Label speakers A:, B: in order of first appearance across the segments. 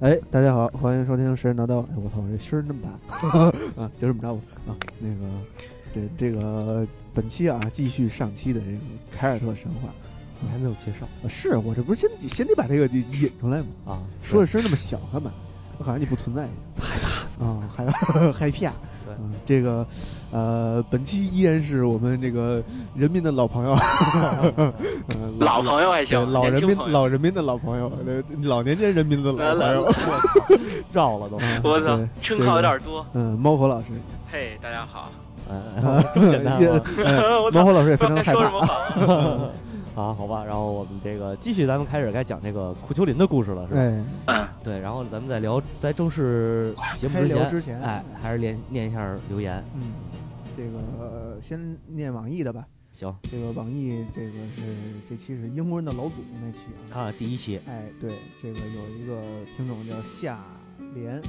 A: 哎让谁拿到？哎，我操，这声儿那么大 啊！就这么着吧啊，那个这这个本期啊，继续上期的这个凯尔特神话。
B: 你还没有介绍
A: 啊是我这不是先得先得把这个引出来吗？
B: 啊？
A: 说的声那么小干嘛？我感觉你不存在一样，害怕 啊，害害怕。
B: 对
A: 嗯这个呃，本期依然是我们这个人民的老朋友， 呃
C: 老朋友还
A: 对
C: 行，
A: 老
C: 年
A: 人
C: 轻
A: 民
C: 朋友。
A: 老人民的老朋友，呃老年间人民的老朋友。
B: 绕了都。
A: 嗯
C: 我操
A: 对，
C: 称
A: 这
C: 号有
A: 个
C: 点多。
A: 嗯，猫火老师，
C: 嘿，大家好。
B: 哎，这么简单
A: 也
B: 吗？
A: 呃
C: 我操
A: 猫火老师也非常
C: 该
A: 的害
C: 说什么
A: 怕。
C: 好？
B: 啊， 好吧，然后我们这个继续，咱们开始该讲这个库丘林的故事了，是吧？
A: 哎，
C: 嗯，
B: 对，然后咱们在聊，在正式节目
A: 开
B: 之
A: 聊
B: 前，
A: 之前，
B: 哎，还是连念一下留言。
A: 嗯，这个呃先念网易的吧。
B: 行
A: 这个网易这个是这期是英国人的老祖宗那期啊。
B: 啊，第一期
A: 哎，对，这个有一个听众叫夏莲，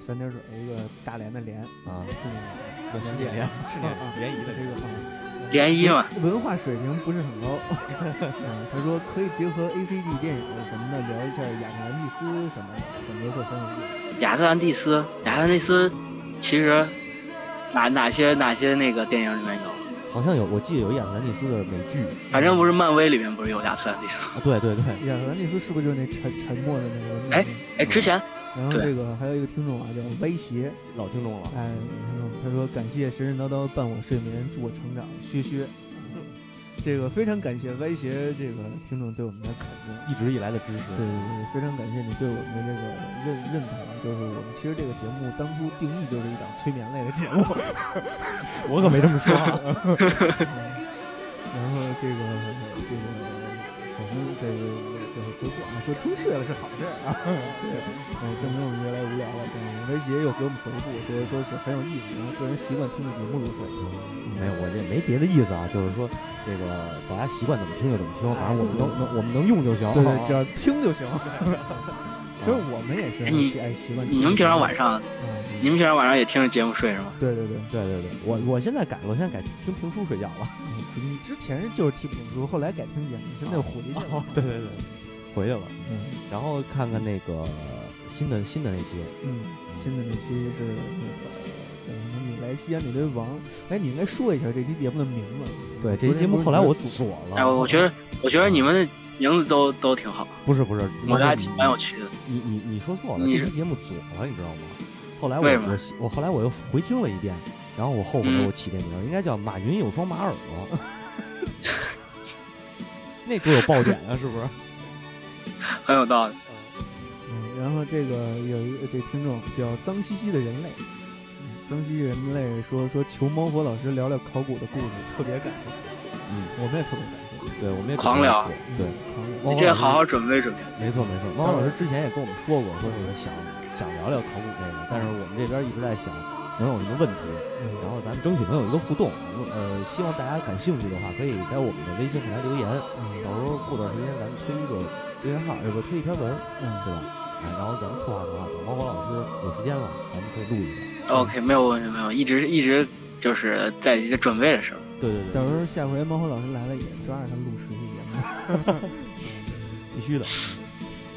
A: 三点水一个大连的连，
B: 啊，
A: 是那
B: 对
A: 个
B: 是联谊，
A: 是
B: 联联谊
A: 这
B: 的
A: 个啊，呃
C: 联谊嘛，
A: 文化水平不是很高。嗯，他说可以结合 A C G 电影什么的聊一下雅克兰蒂斯什么的，感觉会很有意思。
C: 亚特兰蒂斯，亚特兰蒂斯，其实哪哪些哪些那个电影里面有？
B: 好像有，我记得有一亚特兰蒂斯的美剧
C: 反正不是漫威里面不是有亚特兰蒂斯？
B: 啊，对对对，
A: 雅克兰蒂斯是不是就是那沉沉默的那个？
C: 哎哎，
A: 嗯
C: 之前
A: 然后
C: 对
A: 这个还有一个听众啊，叫歪斜，
B: 老听众了。
A: 哎，然后他说感谢神神叨叨伴我睡眠，助我成长，薛薛。这个非常感谢歪斜这个听众对我们的肯定，
B: 一直以来的支持，
A: 对对对，非常感谢你对我们的这个认认可啊，就是我们其实这个节目当初定义就是一档催眠类的节目，
B: 我可没这么说啊。
A: 然后这个这个反正这个这个回顾啊，说听睡了是好事儿啊， 对，呃，证明我们越来越无聊了。嗯，威胁又给我们回复，说都是很有意思，然后个人习惯听的节目入睡。
B: 没有，我这没别的意思啊，就是说这个大家习惯怎么听就怎么听，反正我们能能我们能用就
C: 哦
B: 行。
A: 嗯对对，只要听就 行。 其实我们也是
C: 哎
A: 很
C: 你
A: 喜爱习惯听。
C: 你们平常晚上，
A: 嗯？
C: 你们平常晚上也听着节目睡是吗？
A: 对对对，
B: 对对对，我我现在改了，我现在改听评书睡觉 了。
A: 你之前就是听评书，后来改听节目，现在回去 了。
B: 哦对对对，回去了，
A: 嗯
B: 然后看看那个新的新的那期，
A: 嗯，新的那期是那个叫什么？你来西安，你为王。哎，你应该说一下这期节目的名字。昨
B: 对这期
A: 天
B: 节
A: 不
B: 目
A: 是
B: 后来
A: 你
B: 我
A: 说
B: 锁了。
A: 嗯
C: 哎，我我觉得我觉得你们的名字都都挺好，
B: 不是不是，
A: 嗯
C: 我觉得还
B: 你
C: 挺蛮有趣的。
B: 你你你说错了，
C: 你
B: 这期节目左了，你知道吗？后来我
C: 为什么
B: 我我后来我又回听了一遍，然后我后悔了，
C: 嗯
B: 我起这名儿应该叫马云有双马耳朵， 那多有爆点啊，是不 是？
C: 很有道理。
A: 嗯，然后这个有一个这听众叫脏兮兮的人类，嗯脏兮兮人类说说求猫火老师聊聊考古的故事，特别感动。
B: 嗯，
A: 我们也特别感动。
B: 对，我们也
C: 狂聊
B: 准备了
A: 嗯，
B: 对，
C: 你这好好准备准备。
B: 没错没错，汪老师之前也跟我们说过，说你们想想聊聊考古这个，但是我们这边一直在想能有什么问题，
A: 嗯
B: 然后咱们争取能有一个互动。呃，希望大家感兴趣的话，可以在我们的微信平台留言，到时候过段时间咱们推一个微信号，呃不推一篇文，
A: 嗯
B: 对吧？哎，然后咱们策划策划，等汪火老师有时间了，咱们可以录一下。
C: OK，没有问题，没有，一直一直就是在准备的时候。
B: 对对
A: 到时候下回猫火老师来了也抓着他录实习节目。
B: 必须的。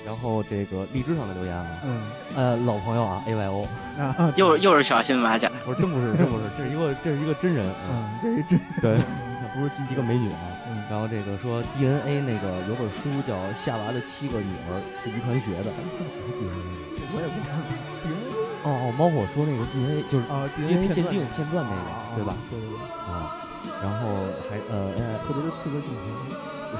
B: 然后这个荔枝上的留言啊，
A: 嗯
B: 呃，老朋友啊，A Y O，
A: 啊，
C: 又又是小新马甲，
B: 我说真不是，真不是，这是一个这是一个真人，啊，
A: 嗯，这这
B: 对，
A: 不是机
B: 一个美女啊。
A: 嗯
B: 然后这个说 DNA 那个有本书叫《夏娃的七个女儿》，是遗传学的。
A: 我也不知道
B: 哦哦，猫火说那个 DNA 就是
A: DNA 啊
B: DNA
A: ，DNA
B: 鉴定片段那
A: 啊
B: 个，对吧？？
A: 对对对，
B: 啊，然后还呃 A
A: 特别的刺客信条。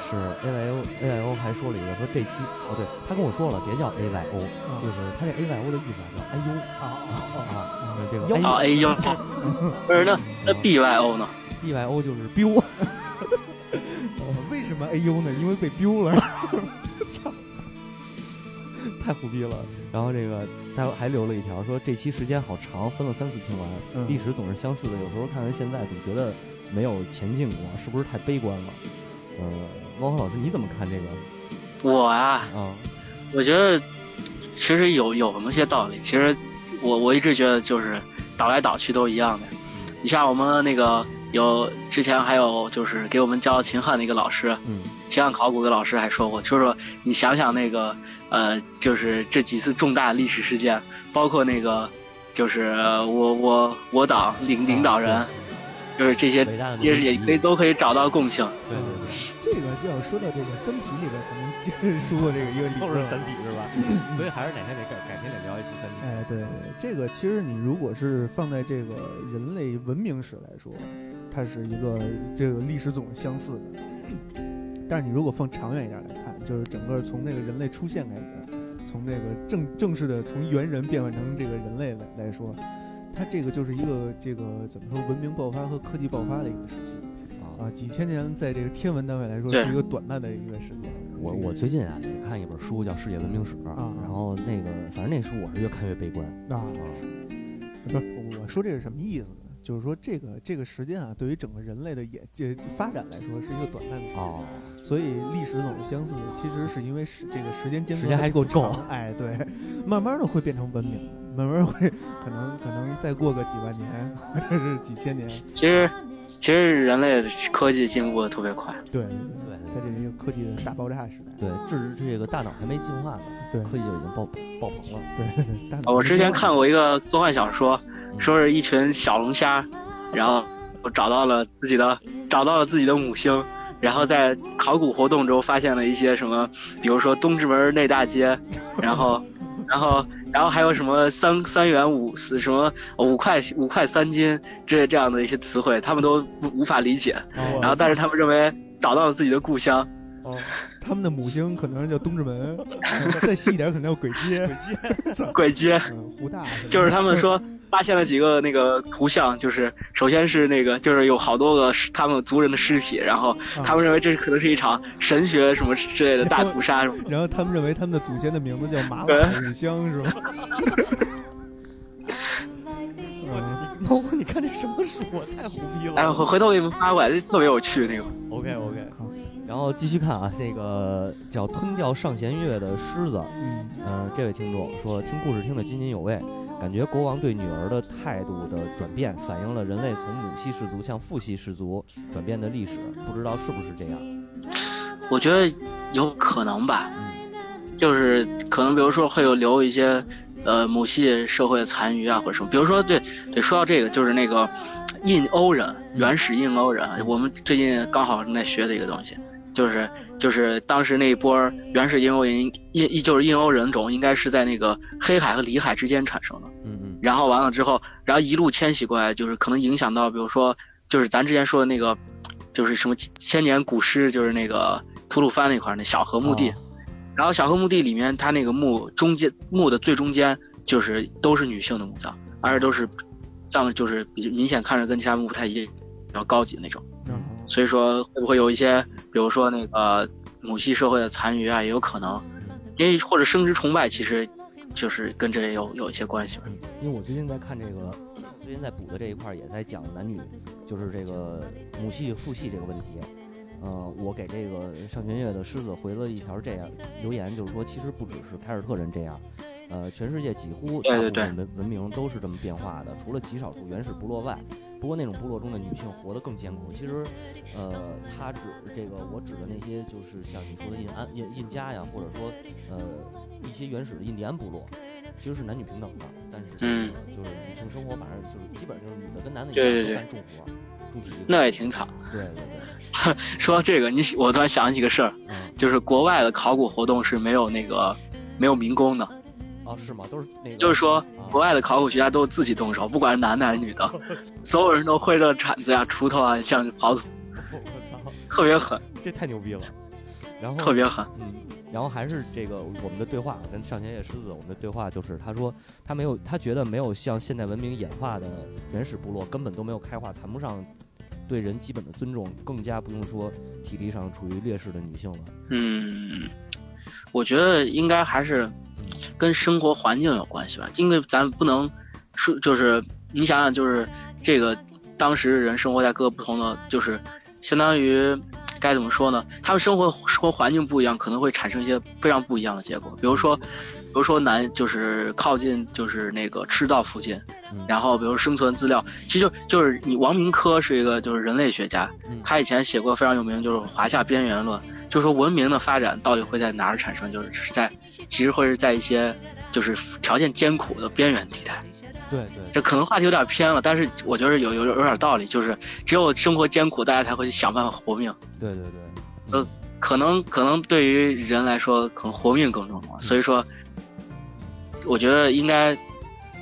B: 是 A Y O A Y O 还说了一个说这期哦对，他跟我说了别叫 A Y O，
A: 啊
B: 就是他这 A Y O 的意思啊叫哎呦啊啊啊，
A: 嗯
B: 就是这个
C: 啊，
B: 哎
C: 哎呦，不是那那 BYO 呢？
B: B Y O 就是 biu，
A: 哦为什么 A U 呢？因为被丢了。
B: 太虎逼了。然后这个他还留了一条说这期时间好长，分了三次听完。
A: 嗯
B: 历史总是相似的，有时候看看现在总觉得没有前进过，是不是太悲观了？呃，汪峰老师你怎么看这个
C: 我啊，
B: 啊？
C: 我觉得其实有有那么些道理。其实我我一直觉得就是倒来倒去都一样的。你像我们那个有之前还有就是给我们教秦汉的一个老师，
B: 嗯
C: 秦汉考古的老师还说过，就是说你想想那个呃，就是这几次重大历史事件，包括那个就是我我我党领领导
B: 啊
C: 人，就是这些
B: 伟大的民
C: 也
B: 族
C: 是也
B: 主义
C: 可以都可以找到共性。
B: 对对
A: 这个就要说到这个《三体》里边才能接说过这个一个理
B: 对，
A: 论。
B: 体是吧？所以还是哪天得改改天得聊一期三体。
A: 哎，对，这个其实你如果是放在这个人类文明史来说，它是一个这个历史总是相似的。但是你如果放长远一点来看，就是整个从这个人类出现开始，从这个正正式的从猿人变换成这个人类来来说，它这个就是一个这个怎么说文明爆发和科技爆发的一个时期啊，
B: 啊，
A: 几千年在这个天文单位来说
C: 对
A: 是一个短暂的一个时间。
B: 我
A: 是一个
B: 我最近啊也看一本书叫《世界文明史》，
A: 啊
B: 然后那个反正那书我是越看越悲观
A: 啊
B: 啊。
A: 不是，我说这是什么意思呢？就是说这个这个时间啊，对于整个人类的演这发展来说是一个短暂的时间，
B: 哦，
A: 所以历史总是相似的。其实是因为时这个时间间隔
B: 时间还
A: 不
B: 够
A: 长哎，对，慢慢的会变成文明，慢慢会可能可能再过个几万年或者是几千年，
C: 其实其实人类的科技进步的特别快，
A: 对
B: 对对
A: 在这一个科技的大爆炸时代，
B: 对，这这个大脑还没进化呢，
A: 对
B: 科技就已经爆爆棚 了。
A: 对对对大脑。
C: 哦我之前看过一个科幻小说，说是一群小龙虾，然后找到了自己的找到了自己的母星，然后在考古活动中发现了一些什么，比如说东直门内大街，然后然后然后还有什么三三元五四什么五块五块三斤这这样的一些词汇，他们都不无法理解，
A: 哦，
C: 然后但是他们认为找到了自己的故乡，
A: 哦，他们的母星可能叫东直门， 再细一点可能叫簋街，簋 街，
C: 鬼街。
A: 嗯，湖大什么的。
C: 就是他们说发现了几个那个图像，就是首先是那个就是有好多个尸他们族人的尸体，然后他们认为这可能是一场神学什么之类的大屠杀什么
A: 然后他们认为他们的祖先的名字叫麻辣五香 是吧？嗯
B: 猫哥，你看这什么书啊？太胡逼了
C: 哎，回回头我给你们发过来，这特别有趣那个。
B: OK OK，然后继续看啊，那个叫吞掉上弦月的狮子，
A: 嗯，
B: 呃，这位听众说听故事听得津津有味，感觉国王对女儿的态度的转变，反映了人类从母系氏族向父系氏族转变的历史，不知道是不是这样？
C: 我觉得有可能吧，
B: 嗯，
C: 就是可能比如说会有留一些，呃，母系社会的残余啊或者什么。比如说对对，说到这个就是那个印欧人，原始印欧人，我们最近刚好正在学的一个东西，就是就是当时那一波儿原始印欧人印印就是印欧人种，应该是在那个黑海和里海之间产生的。
B: 嗯嗯
C: 然后完了之后，然后一路迁徙过来，就是可能影响到，比如说，就是咱之前说的那个，就是什么千年古尸，就是那个吐鲁番那块儿那小河墓地。
B: 哦
C: 然后小河墓地里面，它那个墓中间墓的最中间，就是都是女性的墓葬，而且都是葬，就是比明显看着跟其他墓不太一样，比较高级的那种。
A: 然后
C: 所以说，会不会有一些，比如说那个母系社会的残余啊，也有可能，因为或者生殖崇拜，其实就是跟这也有有一些关系。
B: 嗯，因为我最近在看这个，最近在补的这一块儿也在讲男女，就是这个母系父系这个问题。呃，我给这个上弦月的狮子回了一条这样留言，就是说其实不只是凯尔特人这样，呃，全世界几乎
C: 对
B: 大
C: 对
B: 部分文文明都是这么变化的，除了极少数原始部落外。不过那种部落中的女性活得更艰苦。其实，呃，他指这个我指的那些就是像你说的印安印印加呀，或者说呃一些原始的印第安部落，其实是男女平等的，但是这
C: 嗯
B: 个就是女性生活反正就是基本上就是女的跟男的一样
C: 对对
B: 都
C: 对
B: 干重活，重体力活。
C: 那也挺惨。
B: 对对对，
C: 说到这个，你我突然想起个事儿，
B: 嗯，
C: 就是国外的考古活动是没有那个没有民工的，
B: 哦是吗？都是那个，
C: 就是说
B: 啊
C: 国外的考古学家都自己动手，不管是男的还是女的，所有人都挥着铲子呀、锄头啊，像刨土，
B: 我操，
C: 特别狠，
B: 这太牛逼了。然后
C: 特别狠。
B: 嗯，然后还是这个我们的对话跟上弦月狮子，我们的对话就是他说他没有，他觉得没有像现代文明演化的原始部落根本都没有开化，谈不上对人基本的尊重，更加不用说体力上处于劣势的女性了。
C: 嗯，我觉得应该还是跟生活环境有关系吧，因为咱不能说就是你想想，就是这个当时人生活在各个不同的，就是相当于该怎么说呢？他们生活生活环境不一样，可能会产生一些非常不一样的结果。比如说，比如说南就是靠近就是那个赤道附近，
B: 嗯
C: 然后比如生存资料，其实就就是你王明科是一个就是人类学家
B: 嗯，
C: 他以前写过非常有名就是《华夏边缘论》，就说文明的发展到底会在哪儿产生，就是是在其实会是在一些就是条件艰苦的边缘地带。
B: 对对，
C: 这可能话题有点偏了，但是我觉得有有有点道理，就是只有生活艰苦，大家才会去想办法活命。
B: 对对对，
C: 可能可能对于人来说，可能活命更重要。所以说，我觉得应该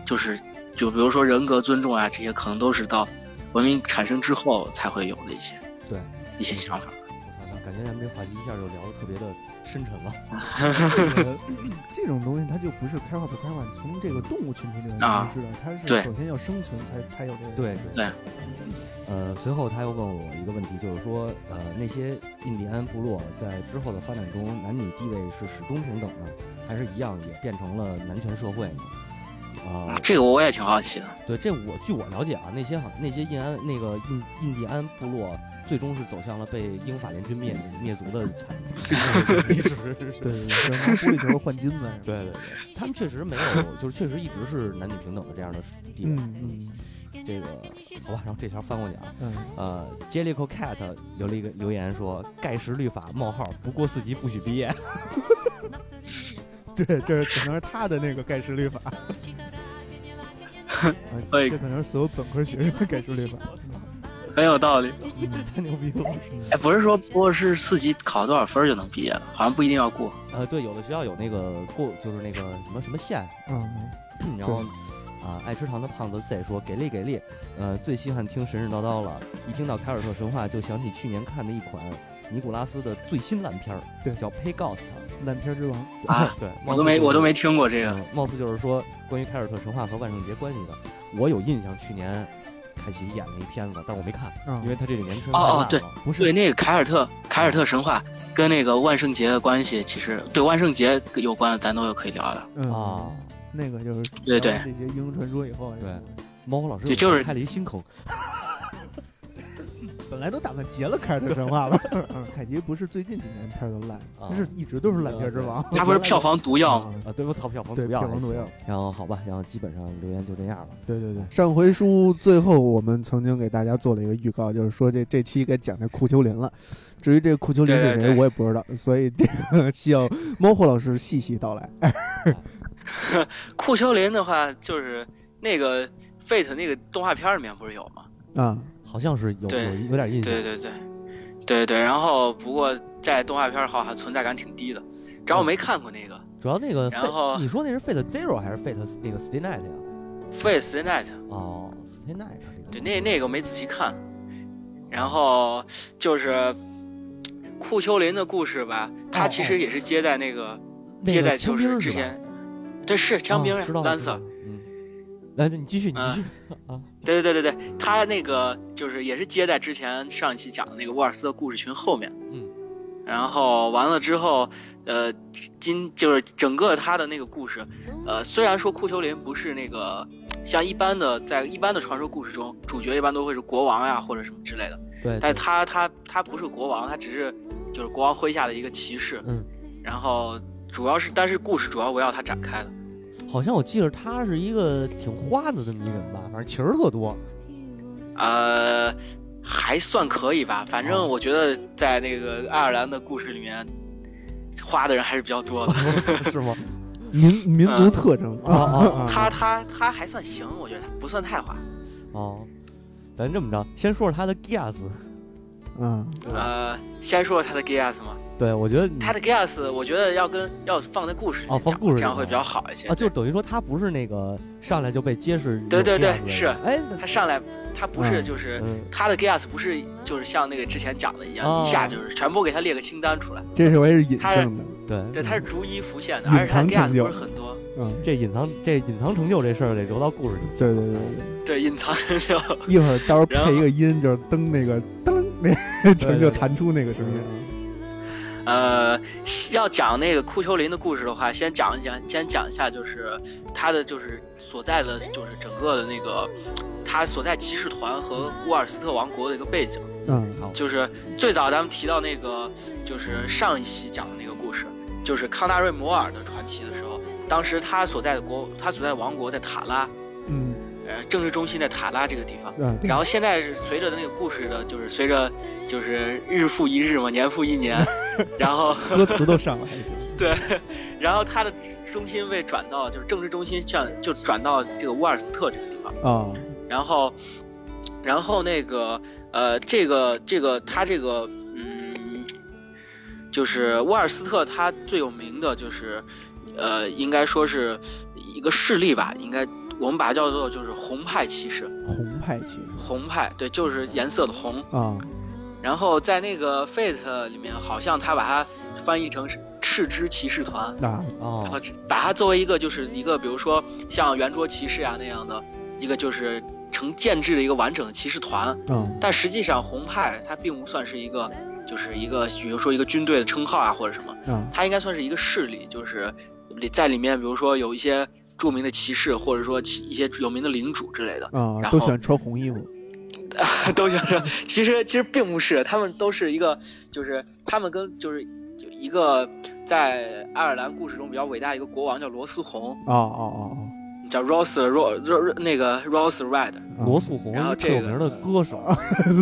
C: 就是就比如说人格尊重啊，这些可能都是到文明产生之后才会有的一些
B: 对
C: 一些想法。
B: 我操，那感觉咱们这话题一下就聊的特别的深沉了。
A: 这个这种东西它就不是开化不开化，你从这个动物群体里面就能
C: 啊
A: 知道，它是
C: 对
A: 首先要生存才才有这个。
B: 对
C: 对。
B: 呃，随后他又问我一个问题，就是说，呃，那些印第安部落在之后的发展中，男女地位是始终平等的，还是一样也变成了男权社会呢？啊、
C: 这个我也挺好奇的。
B: 对，这我据我了解啊，那些好那些印安那个印印第安部落，最终是走向了被英法联军灭灭族的 惨历史。
A: 对对，对拿玻璃球换金子。
B: 对对对，他们确实没有，就是确实一直是男女平等的这样的地位。
A: 嗯
B: 这个好吧，然后这条翻过去啊。
A: 嗯
B: 呃，Jellico Cat 留了一个留言说：“盖世律法冒号不过四级不许毕 业。
A: 嗯，对，这是可能是他的那个盖世律 法。啊
C: 哎
A: 这可能是所有本科学生的盖世律法。
C: 很有道理。
A: 嗯
B: 这太牛逼了！
C: 哎，不是说博士四级考多少分儿就能毕业了，好像不一定要 过。
B: 呃，对，有的学校有那个过，就是那个什么什么线，
A: 嗯，
B: 然后啊，爱吃糖的胖子 Z 说：“给力给力！呃，最稀罕听神神叨叨了，一听到凯尔特神话就想起去年看的一款尼古拉斯的最新烂片儿，
A: 对
B: 叫《Pay Ghost
A: 烂片之王。》
C: 啊
B: 对，
C: 我都没我都没听过这
B: 这
C: 个。
B: 嗯貌似就是说关于凯尔特神话和万圣节关系的。我有印象，去年凯奇演了一片子，但我没看，
A: 啊
B: 因为他这个年龄
C: 哦哦对
A: 不是
C: 对，那个凯尔特凯尔特神话跟那个万圣节的关系，其实对万圣节有关的，咱都有可以聊聊。
A: 嗯
B: 啊，
A: 那个就是
C: 对对
A: 聊完这些英雄传说以后，
B: 对猫老师
C: 对就是
B: 开了一新坑，
A: 本来都打算截了凯尔特神话了。 嗯，凯奇不是最近几年片儿都烂，
B: 啊
A: 他是一直都是烂片之 王。
C: 他不是票房毒药吗？
A: 啊
B: 啊，对不起，票房
A: 对
B: 毒药，
A: 票房毒药。
B: 然后好吧，然后基本上留言就这样了。
A: 对对对，上回书最后我们曾经给大家做了一个预告，就是说这这期该讲这库丘林了。至于这库丘林
C: 对对
A: 是谁，
C: 对
A: 我也不知道，所以这个需要猫火老师细细道来。
C: 库丘林的话，就是那个 Fate 那个动画片里面不是有吗？
A: 啊，
B: 好像是有
C: 对
B: 有有点印象，
C: 对对对，对对。然后不过在动画片儿好像存在感挺低的，主要我没看过那个
B: 主要那个
C: 然
B: Fate-
C: 后
B: 你说那是 Fate Zero 还是 Fate 那个 Stay Night 呀？
C: Face Night，
B: 哦，Stay Night 这个
C: 对那那个没仔细看。然后就是库丘林的故事吧，他其实也是接在那个、
B: 哦那
C: 接
B: 个
C: 在
B: 枪
C: 就
B: 兵
C: 是
B: 吧
C: 之前，对是枪兵
B: 啊知道了
C: 单
B: 知道
C: e
B: 了嗯，来你继续你继续啊，
C: 对对对对对，他那个就是也是接在之前上一期讲的那个沃尔斯的故事群后面，
B: 嗯，
C: 然后完了之后，呃，今就是整个他的那个故事，呃，虽然说库丘林不是那个像一般的在一般的传说故事中，主角一般都会是国王呀或者什么之类的，
B: 呃对，
C: 但
B: 对
C: 是他他他不是国王，他只是就是国王麾下的一个骑士，
B: 嗯，
C: 然后主要是但是故事主要围绕他展开的，
B: 好像我记得他是一个挺花的这么一人吧，反正情儿特多。
C: 呃，还算可以吧。反
B: 哦
C: 正我觉得在那个爱尔兰的故事里面，花的人还是比较多的。
B: 哦是吗？
A: 民民
C: 嗯
A: 族特征
B: 啊啊啊
C: 他他他还算行，我觉得不算太花。
B: 哦，咱这么着，先说说他的 Gas。
A: 啊！
C: 呃，先说说他的 Gias 嘛，
B: 对，我觉得你
C: 他的 Gias 我觉得要跟要放在故事里
B: 哦
C: 面
B: 放
C: 讲，
B: 故事里
C: 这样会
B: 面
C: 比较好一些。
B: 啊，就等于说他不是那个上来就被揭示有
C: 对对对
B: Gias 的
C: 是
B: 人哎，那
C: 他上来他不是
A: 嗯
C: 就是。
B: 嗯，
C: 他的 Gias 不是就是像那个之前讲的一样，
B: 哦
C: 一下就是全部给他列个清单出来。
A: 这是我也是隐性的，
B: 对
C: 对，他是逐一浮现的，
A: 隐
C: 而且他的
A: 藏
C: Gias
A: 成就
C: 不是很多。
A: 嗯，
B: 这隐藏这隐藏成就这事儿得留到故事里。
A: 对对对对，
C: 对，隐藏成就。
A: 一会儿到时候
C: 然后
A: 配一个音，就是噔那个噔那成就弹出那个
B: 嗯
A: 声音。
C: 嗯呃，要讲那个库丘林的故事的话，先讲一讲，先讲一下，就是他的就是所在的就是整个的那个他所在骑士团和沃尔斯特王国的一个背景。
A: 嗯
B: 好，
C: 就是最早咱们提到那个，就是上一期讲的那个故事，就是康纳瑞摩尔的传奇的时候，当时他所在的国，他所在的王国在塔拉，
A: 嗯
C: 呃，政治中心在塔拉这个地方。
A: 啊，对
C: 然后现在是随着那个故事的，就是随着就是日复一日嘛，年复一年，然后
A: 歌词都上来了，
C: 对，然后他的中心被转到就是政治中心向就转到这个沃尔斯特这个地方，
A: 啊，
C: 然后然后那个呃这个这个他这个嗯，就是沃尔斯特他最有名的就是呃应该说是一个势力吧，应该我们把它叫做就是红派骑士，
A: 红派骑士
C: 红派对，就是颜色的红。
A: 啊，
C: 然后在那个 Fate 里面，好像他把它翻译成是赤之骑士团，
A: 那
C: 然后
B: 哦，
C: 只把它作为一个就是一个，比如说像圆桌骑士啊那样的一个就是成建制的一个完整的骑士团。
A: 啊
C: 但实际上，红派它并不算是一个，就是一个比如说一个军队的称号啊或者什么，
A: 啊
C: 它应该算是一个势力，就是里在里面，比如说有一些著名的骑士，或者说骑一些有名的领主之类的，
A: 啊，
C: 然
A: 都
C: 后
A: 喜欢穿红衣服，
C: 都觉得其实其实并不是，他们都是一个，就是他们跟就是有一个在爱尔兰故事中比较伟大的一个国王叫罗斯红，
A: 啊啊啊
C: 叫 Rose Ro Ro 那个 Rose Red，
A: 啊，
B: 罗素红，
C: 然后
B: 一特有
C: 这个
B: 名的歌手，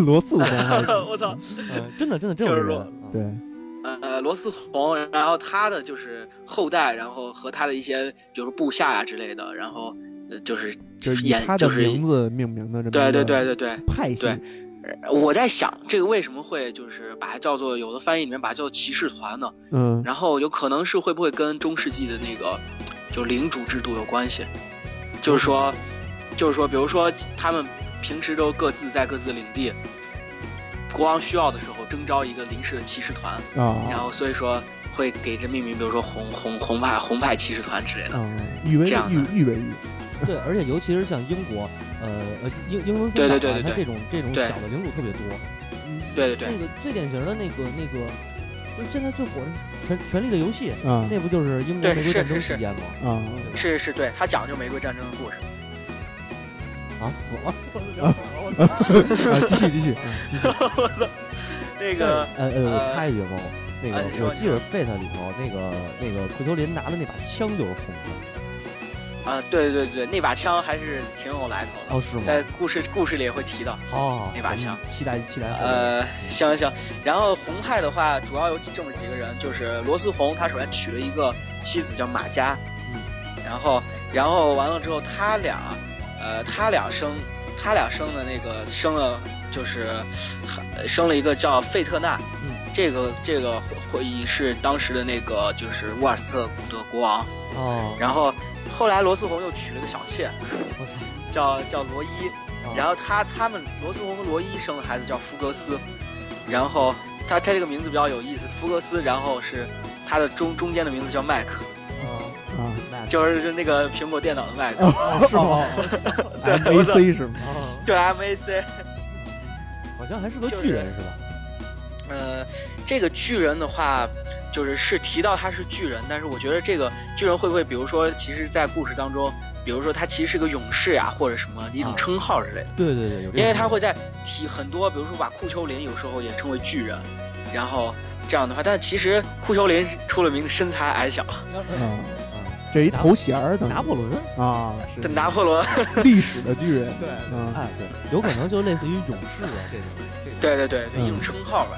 A: 罗素红还行，
C: 我操，
B: 嗯，真的真的真有这
C: 就是
B: 人，嗯
A: 对，
C: 呃罗斯红，然后他的就是后代，然后和他的一些比如说部下呀、之类的，然后呃就是
A: 就是以
C: 演
A: 他的
C: 就是
A: 名字命名的这么
C: 对
A: 一
C: 对
A: 个
C: 对对对，
A: 派系
C: 对我在想这个为什么会就是把它叫做有的翻译里面把它叫做骑士团呢？
A: 嗯
C: 然后有可能是会不会跟中世纪的那个就领主制度有关系？就是说，就是说，比如说他们平时都各自在各自的领地，国王需要的时候征召一个临时的骑士团，然
A: 啊
C: 后所以说会给这命名，比如说红红红派红派骑士团之类的。
A: 啊，誉为
C: 这样的
A: 誉誉为誉
B: 对，而且尤其是像英国，呃呃，英英伦
C: 对
B: 风
C: 对
B: 格啊
C: 对对
B: 它
C: 对
B: 这种这种
C: 对
B: 小的领主特别多。嗯
C: 对对对
B: 那个最典型的那个那个，就是现在最火的《权权力的游戏》，
A: 啊
B: 那不就是英国
C: 对
B: 玫瑰战
C: 是
B: 争
C: 是
B: 期间吗？
A: 啊
C: 是是，对他讲究玫瑰战争的故事。
B: 啊，死了！
A: 啊，继续继续啊继续
C: 那个
B: 呃呃，我
C: 呃
B: 插一句哈，那个
C: 啊你说
B: 我记得 Fate 里头那个那个奎托林拿的那把枪就是红的，
C: 啊、对对对，那把枪还是挺有来头的，
B: 哦是吗？
C: 在故事故事里也会提到。
B: 好好好，
C: 那把枪，
B: 期待期待。，
C: 呃，行行，然后红派的话，主要有这么几个人，就是罗斯红，他首先娶了一个妻子叫马佳，
B: 嗯，
C: 然后然后完了之后，他俩，呃，他俩生他俩生的那个生了就是呃生了一个叫费特纳，
B: 嗯，
C: 这个这个会议是当时的那个就是沃尔斯特的国王，
B: 哦，
C: 然后后来罗斯红又娶了个小妾，
B: 我操
C: 叫叫罗伊，
B: 哦
C: 然后他他们罗斯红和罗伊生的孩子叫福格斯，然后他他这个名字比较有意思，福格斯，然后是他的中中间的名字叫麦克，
B: 哦
A: 啊
B: 那
C: 就是就是那个苹果电脑的麦 克，
A: 啊是吗
C: 对
A: ？M A
C: 我操
A: C 是吗？
B: 哦
C: 对 MAC，
B: 好像还是个
C: 就是
B: 巨人是吧？
C: 呃，这个巨人的话。就是是提到他是巨人，但是我觉得这个巨人会不会，比如说，其实，在故事当中，比如说他其实是个勇士呀、或者什么一种
B: 啊
C: 称号之类的。
B: 对对对，有这个。
C: 因为他会在提很多，比如说把库丘林有时候也称为巨人，然后这样的话，但其实库丘林出了名的身材矮小，
B: 嗯
A: 啊，
B: 啊
A: 这一头衔儿等于
B: 拿破仑。
A: 啊，
C: 但
A: 是
C: 拿破仑，
A: 历史的巨人
B: 对，
A: 啊
B: 哎，对，有可能就类似于勇士啊这种，这种
C: 对对对对，
A: 嗯
C: 一种称号吧。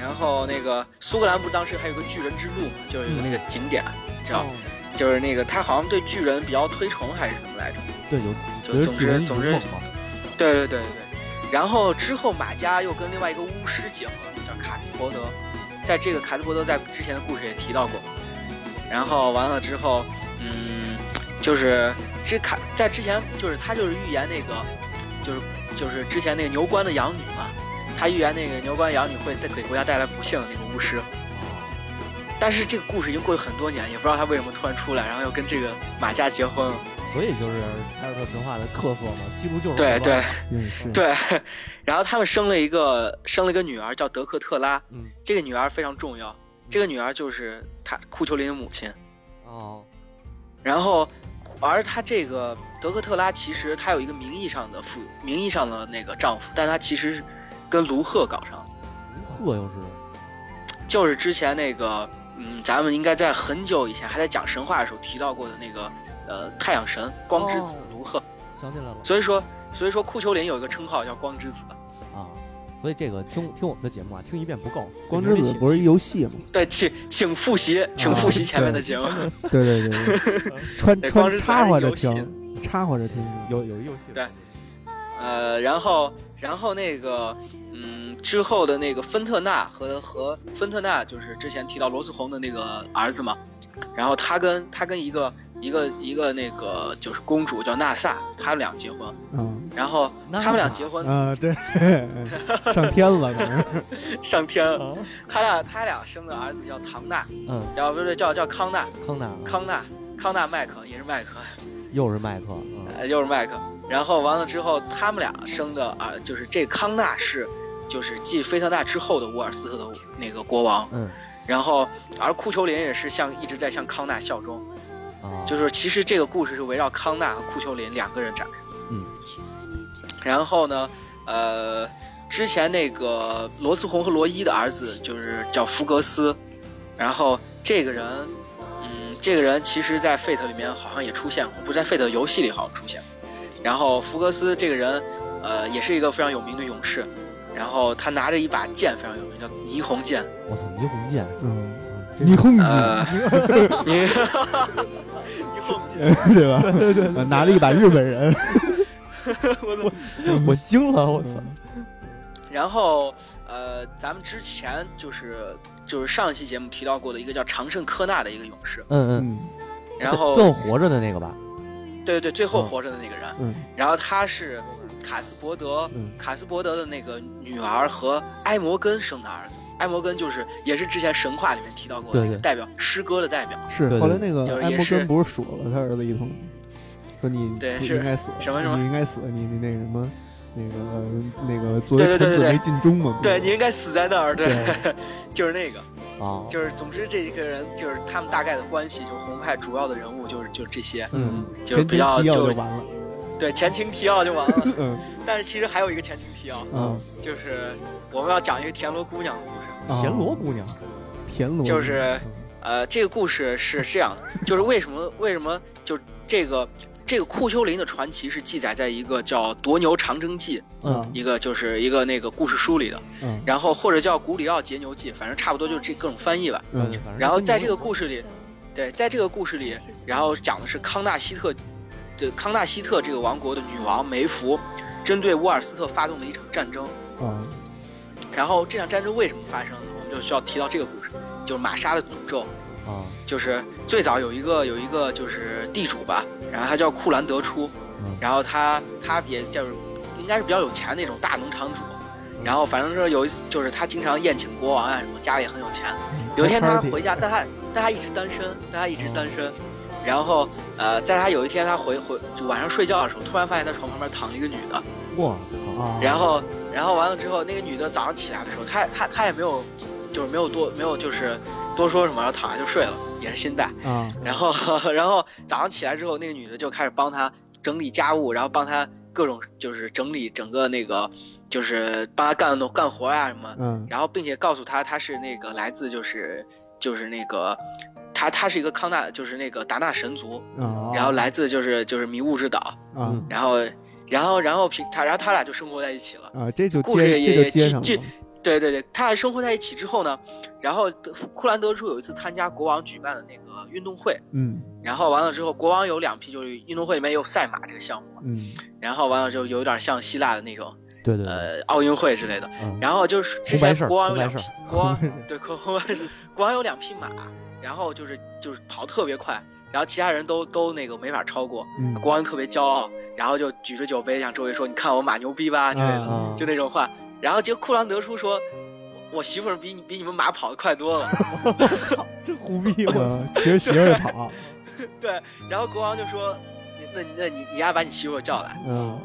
C: 然后那个苏格兰不是当时还有个巨人之路嘛，就是有那个景点，知道，就是那个他好像对巨人比较推崇还是什么来着？
B: 对，有觉得
C: 就总
B: 巨人
C: 之
B: 一直
C: 总之
B: 梦嘛，
C: 对对对对对。然后之后马加又跟另外一个巫师结婚了，叫卡斯伯德，在这个卡斯伯德在之前的故事也提到过。然后完了之后，嗯，就是这卡在之前就是他就是预言那个，就是就是之前那个牛倌的养女嘛，他预言那个牛倌养女会带给国家带来不幸的那个巫师。但是这个故事已经过去很多年，也不知道他为什么突然出来，然后又跟这个马加结婚了。
B: 所以就是凯尔特神话的特色嘛，基督就是
C: 对
B: 好吧
C: 对，
A: 也是
C: 对，然后他们生了一个生了一个女儿叫德克特拉，
B: 嗯，
C: 这个女儿非常重要，这个女儿就是他库丘林的母亲。
B: 哦，
C: 然后，而她这个德克特拉其实她有一个名义上的父，名义上的那个丈夫，但她其实是跟卢赫搞上了，
B: 赫又是
C: 就是之前那个嗯，咱们应该在很久以前还在讲神话的时候提到过的那个呃太阳神光之子
B: 哦
C: 卢赫，
B: 想起来了
C: 所以说所以说库丘林有一个称号叫光之子，
B: 啊。所以这个听听我们的节目啊，听一遍不够。
A: 光之子不是一游戏吗？
C: 对，请请复习，请复习前面的节目，
A: 对对对 对，穿
C: 对光
A: 穿
C: 之子
A: 插
C: 还
A: 或
C: 是
A: 者
C: 游戏
A: 听，插或者听。
B: 有有一游戏
C: 对呃，然后然后那个嗯之后的那个芬特纳和和芬特纳就是之前提到罗斯红的那个儿子嘛，然后他跟他跟一个一个一个那个就是公主叫纳萨，他们俩结婚，
A: 嗯
C: 然后他们俩结 婚
A: 啊，对，上天了，可能
C: 上天了。
B: 啊，
C: 他俩他俩生的儿子叫唐纳，
B: 嗯，
C: 叫不是叫叫康纳，
B: 康纳啊
C: 康纳康纳麦克也是麦克，
B: 又是麦克，嗯
C: 呃又是麦克。然后完了之后，他们俩生的啊，就是这康纳是，就是继菲特纳之后的沃尔斯特的那个国王。
B: 嗯
C: 然后而库丘林也是向一直在向康纳效忠，
B: 啊，
C: 就是其实这个故事是围绕康纳和库丘林两个人展开。
B: 嗯。
C: 然后呢，呃，之前那个罗斯红和罗伊的儿子就是叫福格斯，然后这个人，嗯，这个人其实在 Fate 里面好像也出现过，不在 Fate 游戏里好像出现过。然后福格斯这个人，呃，也是一个非常有名的勇士，然后他拿着一把剑非常有名，叫霓虹剑。
B: 我操，霓虹剑，
A: 嗯，
B: 这
A: 你控制
C: 呃，霓 霓虹剑，
A: 对吧？对对，拿了一把日本人，
C: 我怎么
B: 我惊了，哦我操，
A: 嗯
C: 然后呃，咱们之前就是就是上一期节目提到过的一个叫长胜科纳的一个勇士，
B: 嗯嗯，
A: 嗯
C: 然后
B: 最后活着的那个吧，
C: 对对对，最后活着的那个人，
A: 嗯
C: 然后他是卡斯伯德
A: 嗯
C: 卡斯伯德的那个女儿和埃摩根生的儿子，埃摩根就是也是之前神话里面提到过的
B: 对
C: 那个
B: 对
C: 代表诗歌的代表，
A: 是
B: 对对
A: 后来那个
C: 就是
A: 埃
C: 也
A: 摩
C: 是
A: 根不是数了他儿子一通，说你
C: 对
A: 不
C: 是
A: 应该死，
C: 什么什么
A: 你应该死，你你那什么，那个呃那个作
C: 对
A: 为臣
C: 对对
A: 子
C: 对对
A: 没尽忠嘛，不是
C: 对你应该死在那儿，对，就是那个，
B: 啊，
C: 就是总之这一个人就是他们大概的关系，就是红派主要的人物就是就是这些，
A: 嗯，
C: 就是
A: 前
C: 比
A: 提要
C: 较
A: 就
C: 就
A: 完了，
C: 对前情提要就完了，
A: 嗯
C: 但是其实还有一个前情提要。
A: 啊
B: 哦
C: 就是我们要讲一个田螺姑娘的故事。
A: 啊
B: 田螺姑娘，
A: 田螺
C: 就是呃，这个故事是这样 的，就是为什么为什么就这个这个库丘林的传奇是记载在一个叫《夺牛长征记》
B: 嗯
A: 啊
C: 一个就是一个那个故事书里的，
A: 嗯
C: 然后或者叫《古里奥节牛记》，反正差不多就是这各种翻译吧。
A: 嗯
B: 对反正
C: 然后
B: 跟
C: 在
B: 牛
C: 这个故事里，对，在这个故事里，然后讲的是康纳希特，对康纳希特这个王国的女王梅芙，针对沃尔斯特发动的一场战争。
A: 啊
C: 然后这场战争为什么发生呢？我们就需要提到这个故事，就是玛莎的诅咒。
B: 啊，
C: 就是最早有一个有一个就是地主吧，然后他叫库兰德出，
B: 嗯
C: 然后他他也就是应该是比较有钱那种大农场主，然后反正说有一次就是他经常宴请国王啊什么，家里很有钱。有一天他回家，但他但他一直单身，但他一直单身。然后呃，在他有一天他回回就晚上睡觉的时候，突然发现他床旁边躺了一个女的，
B: 我操，
A: 啊，
C: 然后，然后完了之后，那个女的早上起来的时候，她她她也没有，就是没有多没有就是多说什么，然后躺下就睡了，也是心淡。
A: 啊
C: 然后然后早上起来之后，那个女的就开始帮她整理家务，然后帮她各种就是整理整个那个就是帮她干干活呀、什么，
A: 嗯
C: 然后并且告诉她她是那个来自就是就是那个。她她是一个康纳，就是那个达纳神族，
A: 啊，
C: 然后来自就是就是迷雾之岛，
A: 啊
B: 嗯
C: 然后然后然后平他然后他俩就生活在一起了。
A: 啊，这就
C: 故事
A: 接
C: 也
A: 这
C: 也
A: 就接
C: 记
A: 上
C: 记
A: 了，
C: 对对对，他俩生活在一起之后呢，然后库兰德出有一次参加国王举办的那个运动会，
A: 嗯
C: 然后完了之后，国王有两批，就是运动会里面也有赛马这个项目嘛，
A: 嗯
C: 然后完了之后有点像希腊的那种
B: 对对对，
C: 呃奥运会之类的，
B: 嗯
C: 然后就是之
B: 红白
C: 前
B: 事儿
C: 国王有
B: 红白
C: 两匹
B: 事，
C: 国王对国国王国王有两匹马，然后就是就是跑特别快，然后其他人都都那个没法超过，
A: 嗯，
C: 国王特别骄傲，然后就举着酒杯向周围说：“你看我马牛逼吧”之类的。
B: 啊，
C: 就那种话。然后结果库兰德叔说，我我媳妇儿比你比你们马跑得快多了。
B: 真胡逼，我操，
A: 呃骑着鞋儿跑，
C: 对，然后国王就说，那那那你你丫把你媳妇儿叫 来。
A: 嗯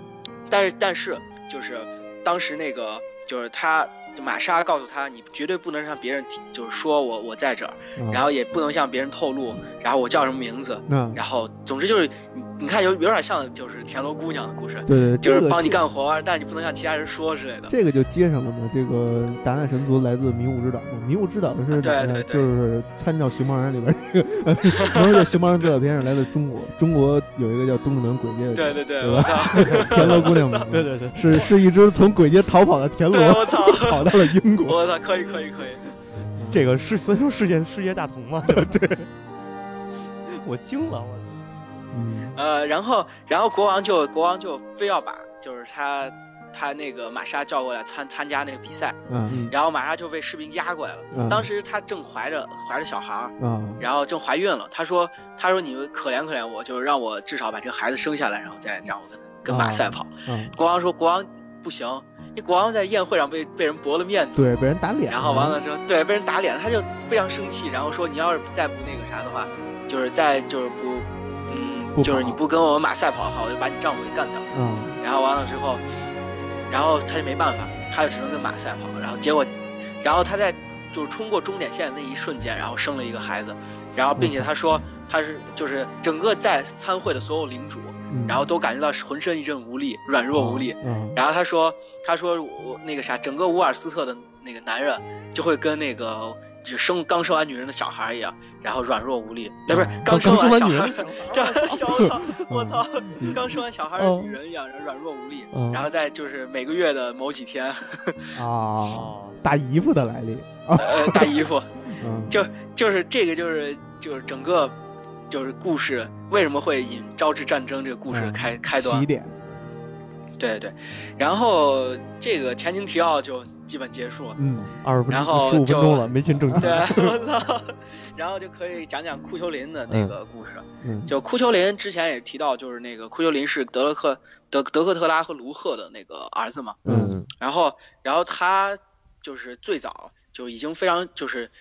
C: 但是但是就是当时那个就是他。玛莎告诉他，你绝对不能让别人提就是说我我在这儿，
A: 嗯，
C: 然后也不能向别人透露，然后我叫什么名字，
A: 那
C: 然后总之就是你你看有有点像就是田螺姑娘的故事，
A: 对对，
C: 就
A: 这
C: 是
A: 个
C: 帮你
A: 接
C: 干活儿，但是你不能向其他人说之类的。
A: 这个就接上了嘛。这个达纳神族来自迷雾之岛嘛，迷雾之岛是哪
C: 对
A: 儿呢
C: 对对
A: 就是参照《熊猫人》里边这个， 然后这《熊猫人》资料片上来自中国，中国有一个叫东直门鬼街的地方，
C: 对对对，
A: 对
C: 我
A: 吧
C: 操！
A: 田螺姑娘 嘛，嗯
D: 对对对，
A: 是是一只从鬼街逃跑的田
C: 对
A: 螺，
C: 我操！
A: 跑到了英国。
C: 我操！可以可以可以，
D: 这个世，所以说世界世界大同嘛，对不 对？我惊了，我
A: 嗯，
C: 呃，然后然后国王就国王就非要把就是他他那个玛莎叫过来参参加那个比赛，
A: 啊
C: 然后玛莎就被士兵压过来了。
A: 啊
C: 嗯当时她正怀着怀着小孩儿，
A: 啊，
C: 然后正怀孕了。她说她说你们可怜可怜我，就是让我至少把这个孩子生下来，然后再让我跟跟马赛跑。
A: 啊
C: 国王说国王不行，你国王在宴会上被被人驳了面子。
A: 对，被人打脸，
C: 然后完了之后，对被人打脸了，他就非常生气，然后说你要是再不那个啥的话，就是再就是不，嗯，
A: 不
C: 就是
A: 跑
C: 你不跟我们马赛跑的话，我就把你丈夫给干掉。
A: 啊，
C: 然后完了之后，然后他就没办法，他就只能跟马赛跑。然后结果，然后他在就是冲过终点线的那一瞬间，然后生了一个孩子。然后并且他说他是就是整个在参会的所有领主，
A: 嗯
C: 然后都感觉到浑身一阵无力，软弱无力。
A: 啊，
C: 然后他说，他说我那个啥，整个乌尔斯特的那个男人就会跟那个就生刚生完女人的小孩一样，然后软弱无力，那不是
A: 刚
C: 生
A: 生完
C: 小
A: 女
C: 孩
A: 人，
C: 这我操，我操，
A: 嗯
C: 刚生完小孩的女人一样，然后软弱无力，
A: 嗯
C: 然后再就是每个月的某几天，
A: 啊，
D: 操！
A: 大姨夫的来历，
C: 呃，大姨夫，
A: 嗯，
C: 就是这个就是就是整个就是故事为什么会引招致战争这个故事
A: 嗯
C: 开开端
A: 起，点，
C: 对对，然后这个前情提要就基本结束了。
A: 嗯，
D: 二十分
C: 然
D: 钟，
C: 后
D: 十五分
C: 就
D: 钟了，没进正题。
C: 对，我操！然后就可以讲讲库丘林的那个故事。
A: 嗯
C: 就库丘林之前也提到，就是那个库丘林是德勒克德德克特拉和卢赫的那个儿子嘛。
B: 嗯
C: 然后，然后他就是最早就已经非常就是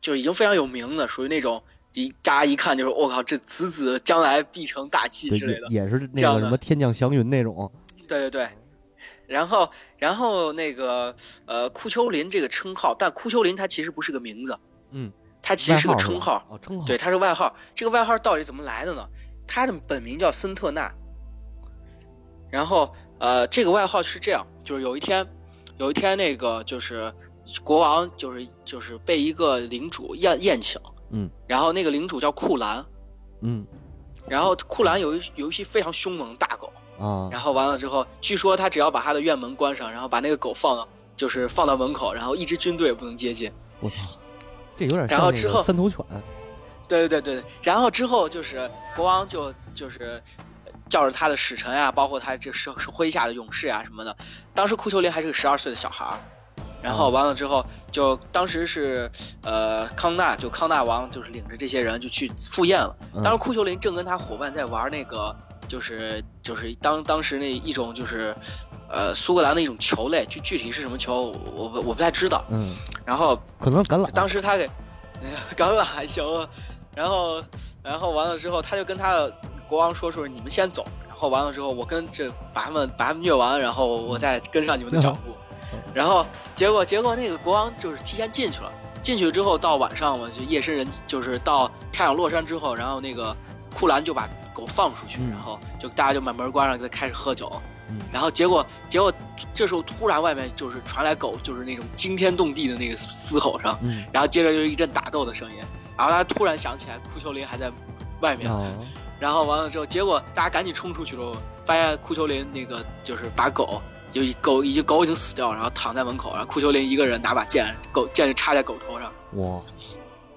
C: 就已经非常有名的，属于那种一大家一看就是我靠，这此子将来必成大器
B: 对，
C: 之类的。
B: 也也是那
C: 这样
B: 个
C: 的
B: 什么天降祥云那种。
C: 对对对。然后，然后那个呃，库丘林这个称号，但库丘林他其实不是个名字，
B: 嗯，
C: 他其实是个
B: 外号吧
C: 称号。
B: 哦，称号
C: 对，他是外号。这个外号到底怎么来的呢？他的本名叫森特纳，然后呃，这个外号是这样，就是有一天，有一天那个就是国王就是就是被一个领主宴宴请，
B: 嗯，
C: 然后那个领主叫库兰，
B: 嗯
C: 然后库兰有一有一匹非常凶猛的大狗，
B: 啊，
C: 然后完了之后，据说他只要把他的院门关上，然后把那个狗放到就是放到门口，然后一支军队也不能接近。
B: 我操，这有点
C: 然后
B: 像那
C: 之
B: 个
C: 后
B: 三头犬。
C: 对对对对，然后之后就是国王就就是呃叫着他的使臣啊，包括他这是是麾下的勇士啊什么的。当时库丘林还是个十二岁的小孩儿，然后完了之后就当时是呃康纳就康纳王就是领着这些人就去赴宴了。
B: 嗯
C: 当时库丘林正跟他伙伴在玩那个就是就是当当时那一种就是呃苏格兰的一种球类，具具体是什么球我我不我不太知道。
B: 嗯，
C: 然后
B: 可能是橄榄。
C: 当时他给 橄榄还行，然后然后完了之后，他就跟他的国王说说你们先走，然后完了之后我跟这把他们把他们虐完，然后我再跟上你们的脚步，
B: 嗯
C: 然后结果结果那个国王就是提前进去了，进去之后到晚上嘛就夜深人就是到太阳落山之后，然后那个库兰就把狗放出去，
B: 嗯
C: 然后就大家就把门关上，就开始喝酒
B: 嗯。
C: 然后结果，结果这时候突然外面就是传来狗就是那种惊天动地的那个嘶吼声，
B: 嗯
C: 然后接着就是一阵打斗的声音，然后他突然想起来库丘林还在外面，
B: 啊，
C: 然后完了之后，结果大家赶紧冲出去了，发现库丘林那个就是把狗，就狗已经狗已经死掉，然后躺在门口，然后库丘林一个人拿把剑，狗剑就插在狗头上，
B: 哇，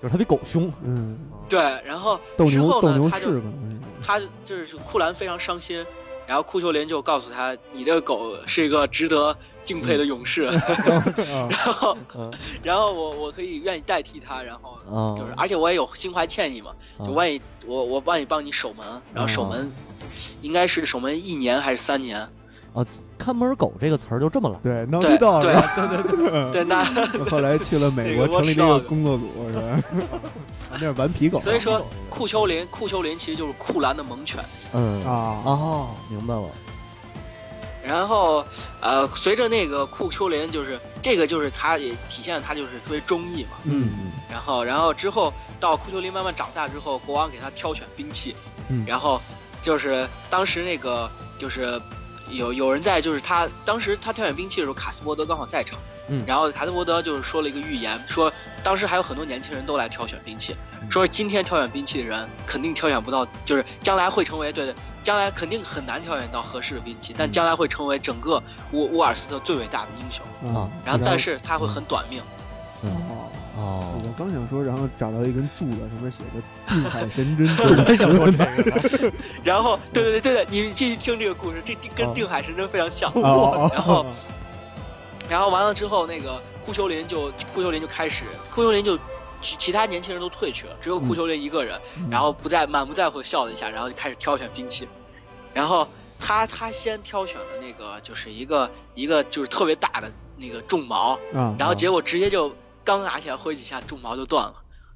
B: 就是他比狗凶。
A: 嗯，
C: 对，然后
A: 斗
C: 之
A: 牛
C: 后
A: 斗
C: 呢
A: 牛，
C: 他就
A: 士可能是，
C: 他就是库兰非常伤心。然后库丘林就告诉他：“你这个狗是一个值得敬佩的勇士，
A: 啊
C: 然后，
B: 嗯
C: 然后我我可以愿意代替他，然后
B: 啊，
C: 就是，而且我也有心怀歉意嘛，就
B: 啊
C: 万一我我万一帮你守门，然后守门、应该是守门一年还是三年？
B: 看门狗这个词儿就这么来。
A: 对
C: 对
A: ，Naughty
C: 对
A: Dog，
C: 对对对，那
A: 后来去了美国，
C: 那个
A: 成
C: Watch
A: 立了一个工作组，是吧？ 那是顽皮狗，啊
C: 所以说库丘林库丘林其实就是库兰的猛犬。
B: 嗯
A: 啊，
B: 哦，明白了。
C: 然后呃，随着那个库丘林就是这个就是他也体现他就是特别忠义嘛。
A: 嗯，
C: 然后然后之后到库丘林慢慢长大之后，国王给他挑选兵器，
A: 嗯
C: 然后就是当时那个就是有有人在，就是他当时他挑选兵器的时候，卡斯伯德刚好在场，
B: 嗯
C: 然后卡斯伯德就是说了一个预言，说当时还有很多年轻人都来挑选兵器，说今天挑选兵器的人肯定挑选不到，就是将来会成为对对。将来肯定很难挑选到合适的兵器，但将来会成为整个沃沃尔斯特最伟大的英雄。
B: 啊
C: 然后，
A: 嗯
C: 但是他会很短命。
A: 哦，
C: 嗯
B: 哦，
A: 我刚想说，然后找到一根柱子，上面写着“定海 神针”，
E: 我想说这个，
C: 然后，对对对对，你继续听这个故事，这跟定海神针非常像。
A: 哦
C: 然 后，然后完了之后，那个库丘林就库丘林就开始，库丘林就其其他年轻人都退去了，只有库丘林一个人，
B: 嗯
C: 然后不再满不在乎地笑了一下，然后就开始挑选兵器，然后他他先挑选了那个就是一个一个就是特别大的那个重矛，
A: 啊，
C: 然后结果直接就刚拿起来挥几下，重矛就断了，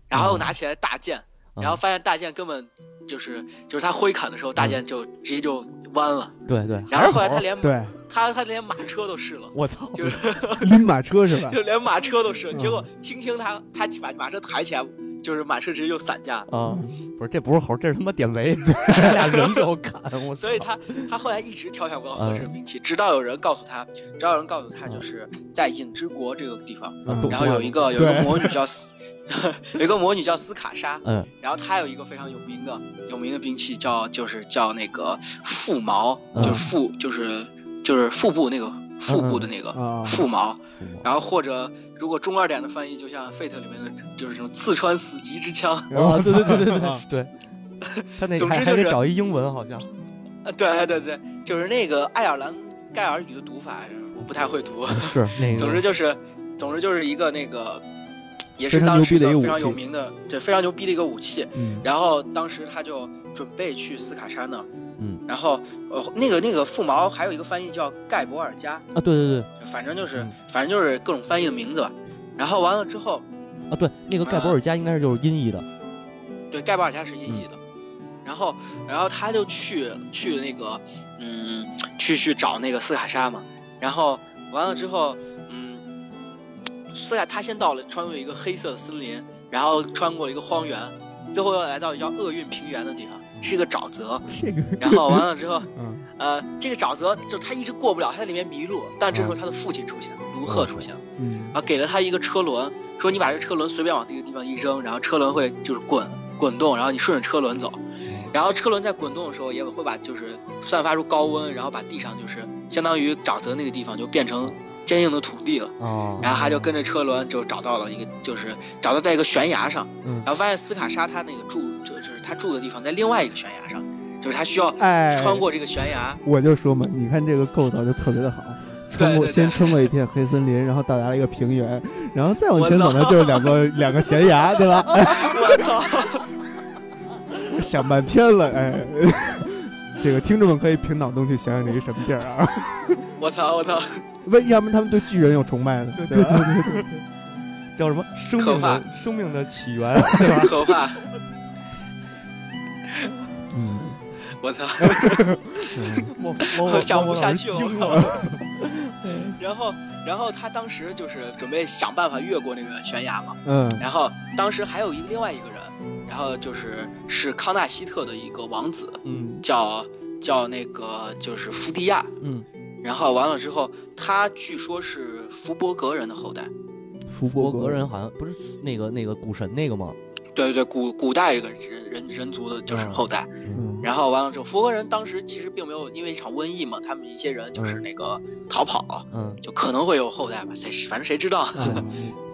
C: 然后又拿起来大剑，
B: 嗯
C: 然后发现大剑根本就是就是他挥砍的时候，
A: 嗯
C: 大剑就直接就弯了，
B: 对对，
C: 然后后来他连
A: 对
C: 他他连马车都试了。
B: 我操，
C: 就是
A: 拎马车是吧？啊
C: 就连马车都是。
A: 嗯
C: 结果轻轻他他把马车抬起来，就是马车直接就散架了。
B: 啊，不是，这不是猴，这是他妈典 韦，这俩人都砍我操，
C: 所以他
A: 嗯
C: 他后来一直挑选不到合适的兵器，直到有人告诉他，直到有人告诉他，就是
A: 嗯
C: 在影之国这个地方，
B: 啊
C: 然后有一，个有一个魔女叫斯， 有一个魔女叫斯卡莎，
B: 嗯，
C: 然后她有一个非常有名的有名的兵器叫就是叫那个腹毛，
B: 嗯
C: 就是腹就是就是腹部那个腹部的那个
A: 啊，
C: 腹毛，
B: 动
C: 然后或者如果中二点的翻译，就像《Fate》里面的，就是这种刺穿死棘之枪。
B: 物啊，对对对对对对，他那
C: 总
B: 还
C: 之
B: 还
C: 就
B: 得
C: 是
B: 找一英文好像，
C: 呃，对对对，就是那个爱尔兰盖尔语的读法，我不太会读。
A: 嗯
B: 是那个，
C: 总之 就是，总之就是一个那个，也是
A: 非常
C: 当时
A: 牛逼的一个
C: 非常
A: 武器
C: 有名的，对，非常牛逼的一个武器。
A: 嗯
C: 然后当时他就准备去斯卡山那儿，
B: 嗯，
C: 然后呃，那个那个腹毛还有一个翻译叫盖博尔加，
B: 啊，对对对
C: 反正就是、
B: 嗯
C: 反正就是各种翻译的名字吧。然后完了之后，
B: 啊，对，那个盖博尔加应该是就是音译的，
C: 对，盖巴尔加是音译的。
B: 嗯
C: 然后，然后他就去去那个，嗯，去去找那个斯卡莎嘛。然后完了之后，嗯，斯卡他先到了，穿过一个黑色的森林，然后穿过一个荒原，最后又来到一个叫厄运平原的地方，是一个沼泽。
A: 这个
C: 然后完了之后，
A: 嗯
C: 呃，这个沼泽就他一直过不了，他在里面迷路。但这时候他的父亲出现，卢赫出现了。
A: 嗯
C: 然后给了他一个车轮，说你把这个车轮随便往这个地方一扔，然后车轮会就是滚滚动，然后你顺着车轮走，然后车轮在滚动的时候也会把就是散发出高温，然后把地上就是相当于沼泽那个地方就变成坚硬的土地了。
B: 哦，
C: 然后他就跟着车轮就找到了一个，就是找到在一个悬崖上，
B: 嗯
C: 然后发现斯卡莎他那个住就就是他住的地方在另外一个悬崖上，就是他需要
A: 哎，
C: 穿过这个悬崖，
A: 我就说嘛，你看这个构造就特别的好，穿过
C: 对对对
A: 先穿过一片黑森林，然后到达了一个平原，然后再往前走
C: 我
A: 呢，就是两个两个悬崖， 对吧？
C: 我操！
A: 我想半天了，哎， 这个听众们可以凭脑洞去想想这是什么地儿啊？
C: 我操！我操！
A: 为要么他们对巨人有崇拜呢，对吧？
B: 叫什么生
C: 可
B: 命
C: 怕
B: 的生命的起 源，
C: 可怕！
A: 嗯，
C: 我操！
B: 我我
C: 我讲不下去了
B: 我
C: 我
B: 我
C: 然后，然后他当时就是准备想办法越过那个悬崖嘛。
A: 嗯
C: 然后当时还有一个另外一个人，然后就是是康纳希特的一个王子，
B: 嗯
C: 叫叫那个就是福迪亚。
B: 嗯，
C: 然后完了之后，他据说是福伯格人的后代。
A: 福
B: 博
A: 伯
B: 格
A: 格，
B: 人好像不是那个那个股神那个吗？
C: 对对对，古古代这个人人人族的就是
B: 嗯
C: 后代。
A: 嗯
C: 然后完了之后，福伯格人当时其实并没有因为一场瘟疫嘛，他们一些人就是那个逃跑，
B: 嗯，
C: 就可能会有后代吧，谁反正谁知道。
A: 啊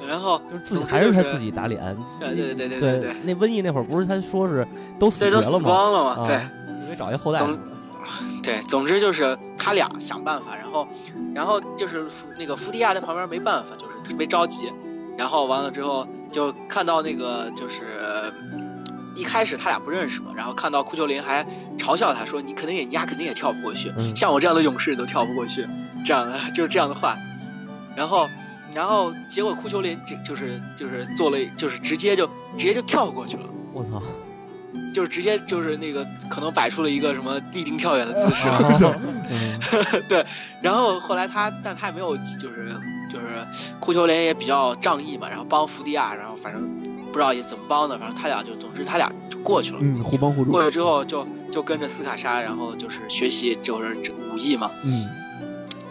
C: 然后
B: 就是自己
C: 总之
B: 还是
C: 就
B: 他
C: 是
B: 自己打脸，
C: 对对对
B: 对
C: 对对对，
B: 那瘟疫那会儿不是他说是都死
C: 这
B: 绝
C: 都死
B: 了吗？
C: 光了嘛，
B: 啊
C: 对。
B: 你得找一后代。
C: 总对，总之就是他俩想办法，然后，然后就是福那个福迪亚在旁边没办法，就是特别着急，然后完了之后就看到那个就是呃一开始他俩不认识嘛，然后看到库丘林还嘲笑他说你肯定也你俩肯定也跳不过去，
B: 嗯
C: 像我这样的勇士你都跳不过去，这样的就是这样的话，然后。然后结果库丘林这就是就是做了就是直接就直接就跳过去了，
B: 我操！
C: 就是直接就是那个可能摆出了一个什么立定跳远的姿势，
A: 嗯
C: 然后后来他，但他也没有，就是就是库丘林也比较仗义嘛，然后帮福迪亚，然后反正不知道也怎么帮的，反正他俩就总之他俩就过去了。
A: 嗯，互帮互助。
C: 过去之后就就跟着斯卡莎，然后就是学习就是这武艺嘛，
A: 嗯，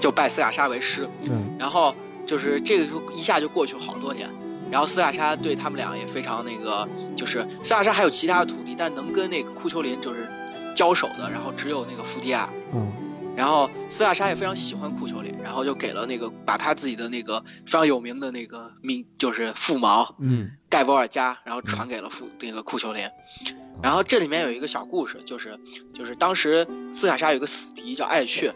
C: 就拜斯卡莎为师。
A: 嗯，
C: 然后就是这个就一下就过去好多年。
A: 嗯
C: 然后斯卡莎对他们俩也非常那个，就是斯卡莎还有其他的徒弟，但能跟那个库丘林就是交手的，然后只有那个福迪亚。
A: 嗯
C: 然后斯卡莎也非常喜欢库丘林，然后就给了那个把他自己的那个非常有名的那个名就是腹毛
A: 嗯
C: 盖博尔加，然后传给了库那个库丘林。然后这里面有一个小故事，就是就是当时斯卡莎有一个死敌叫艾雀，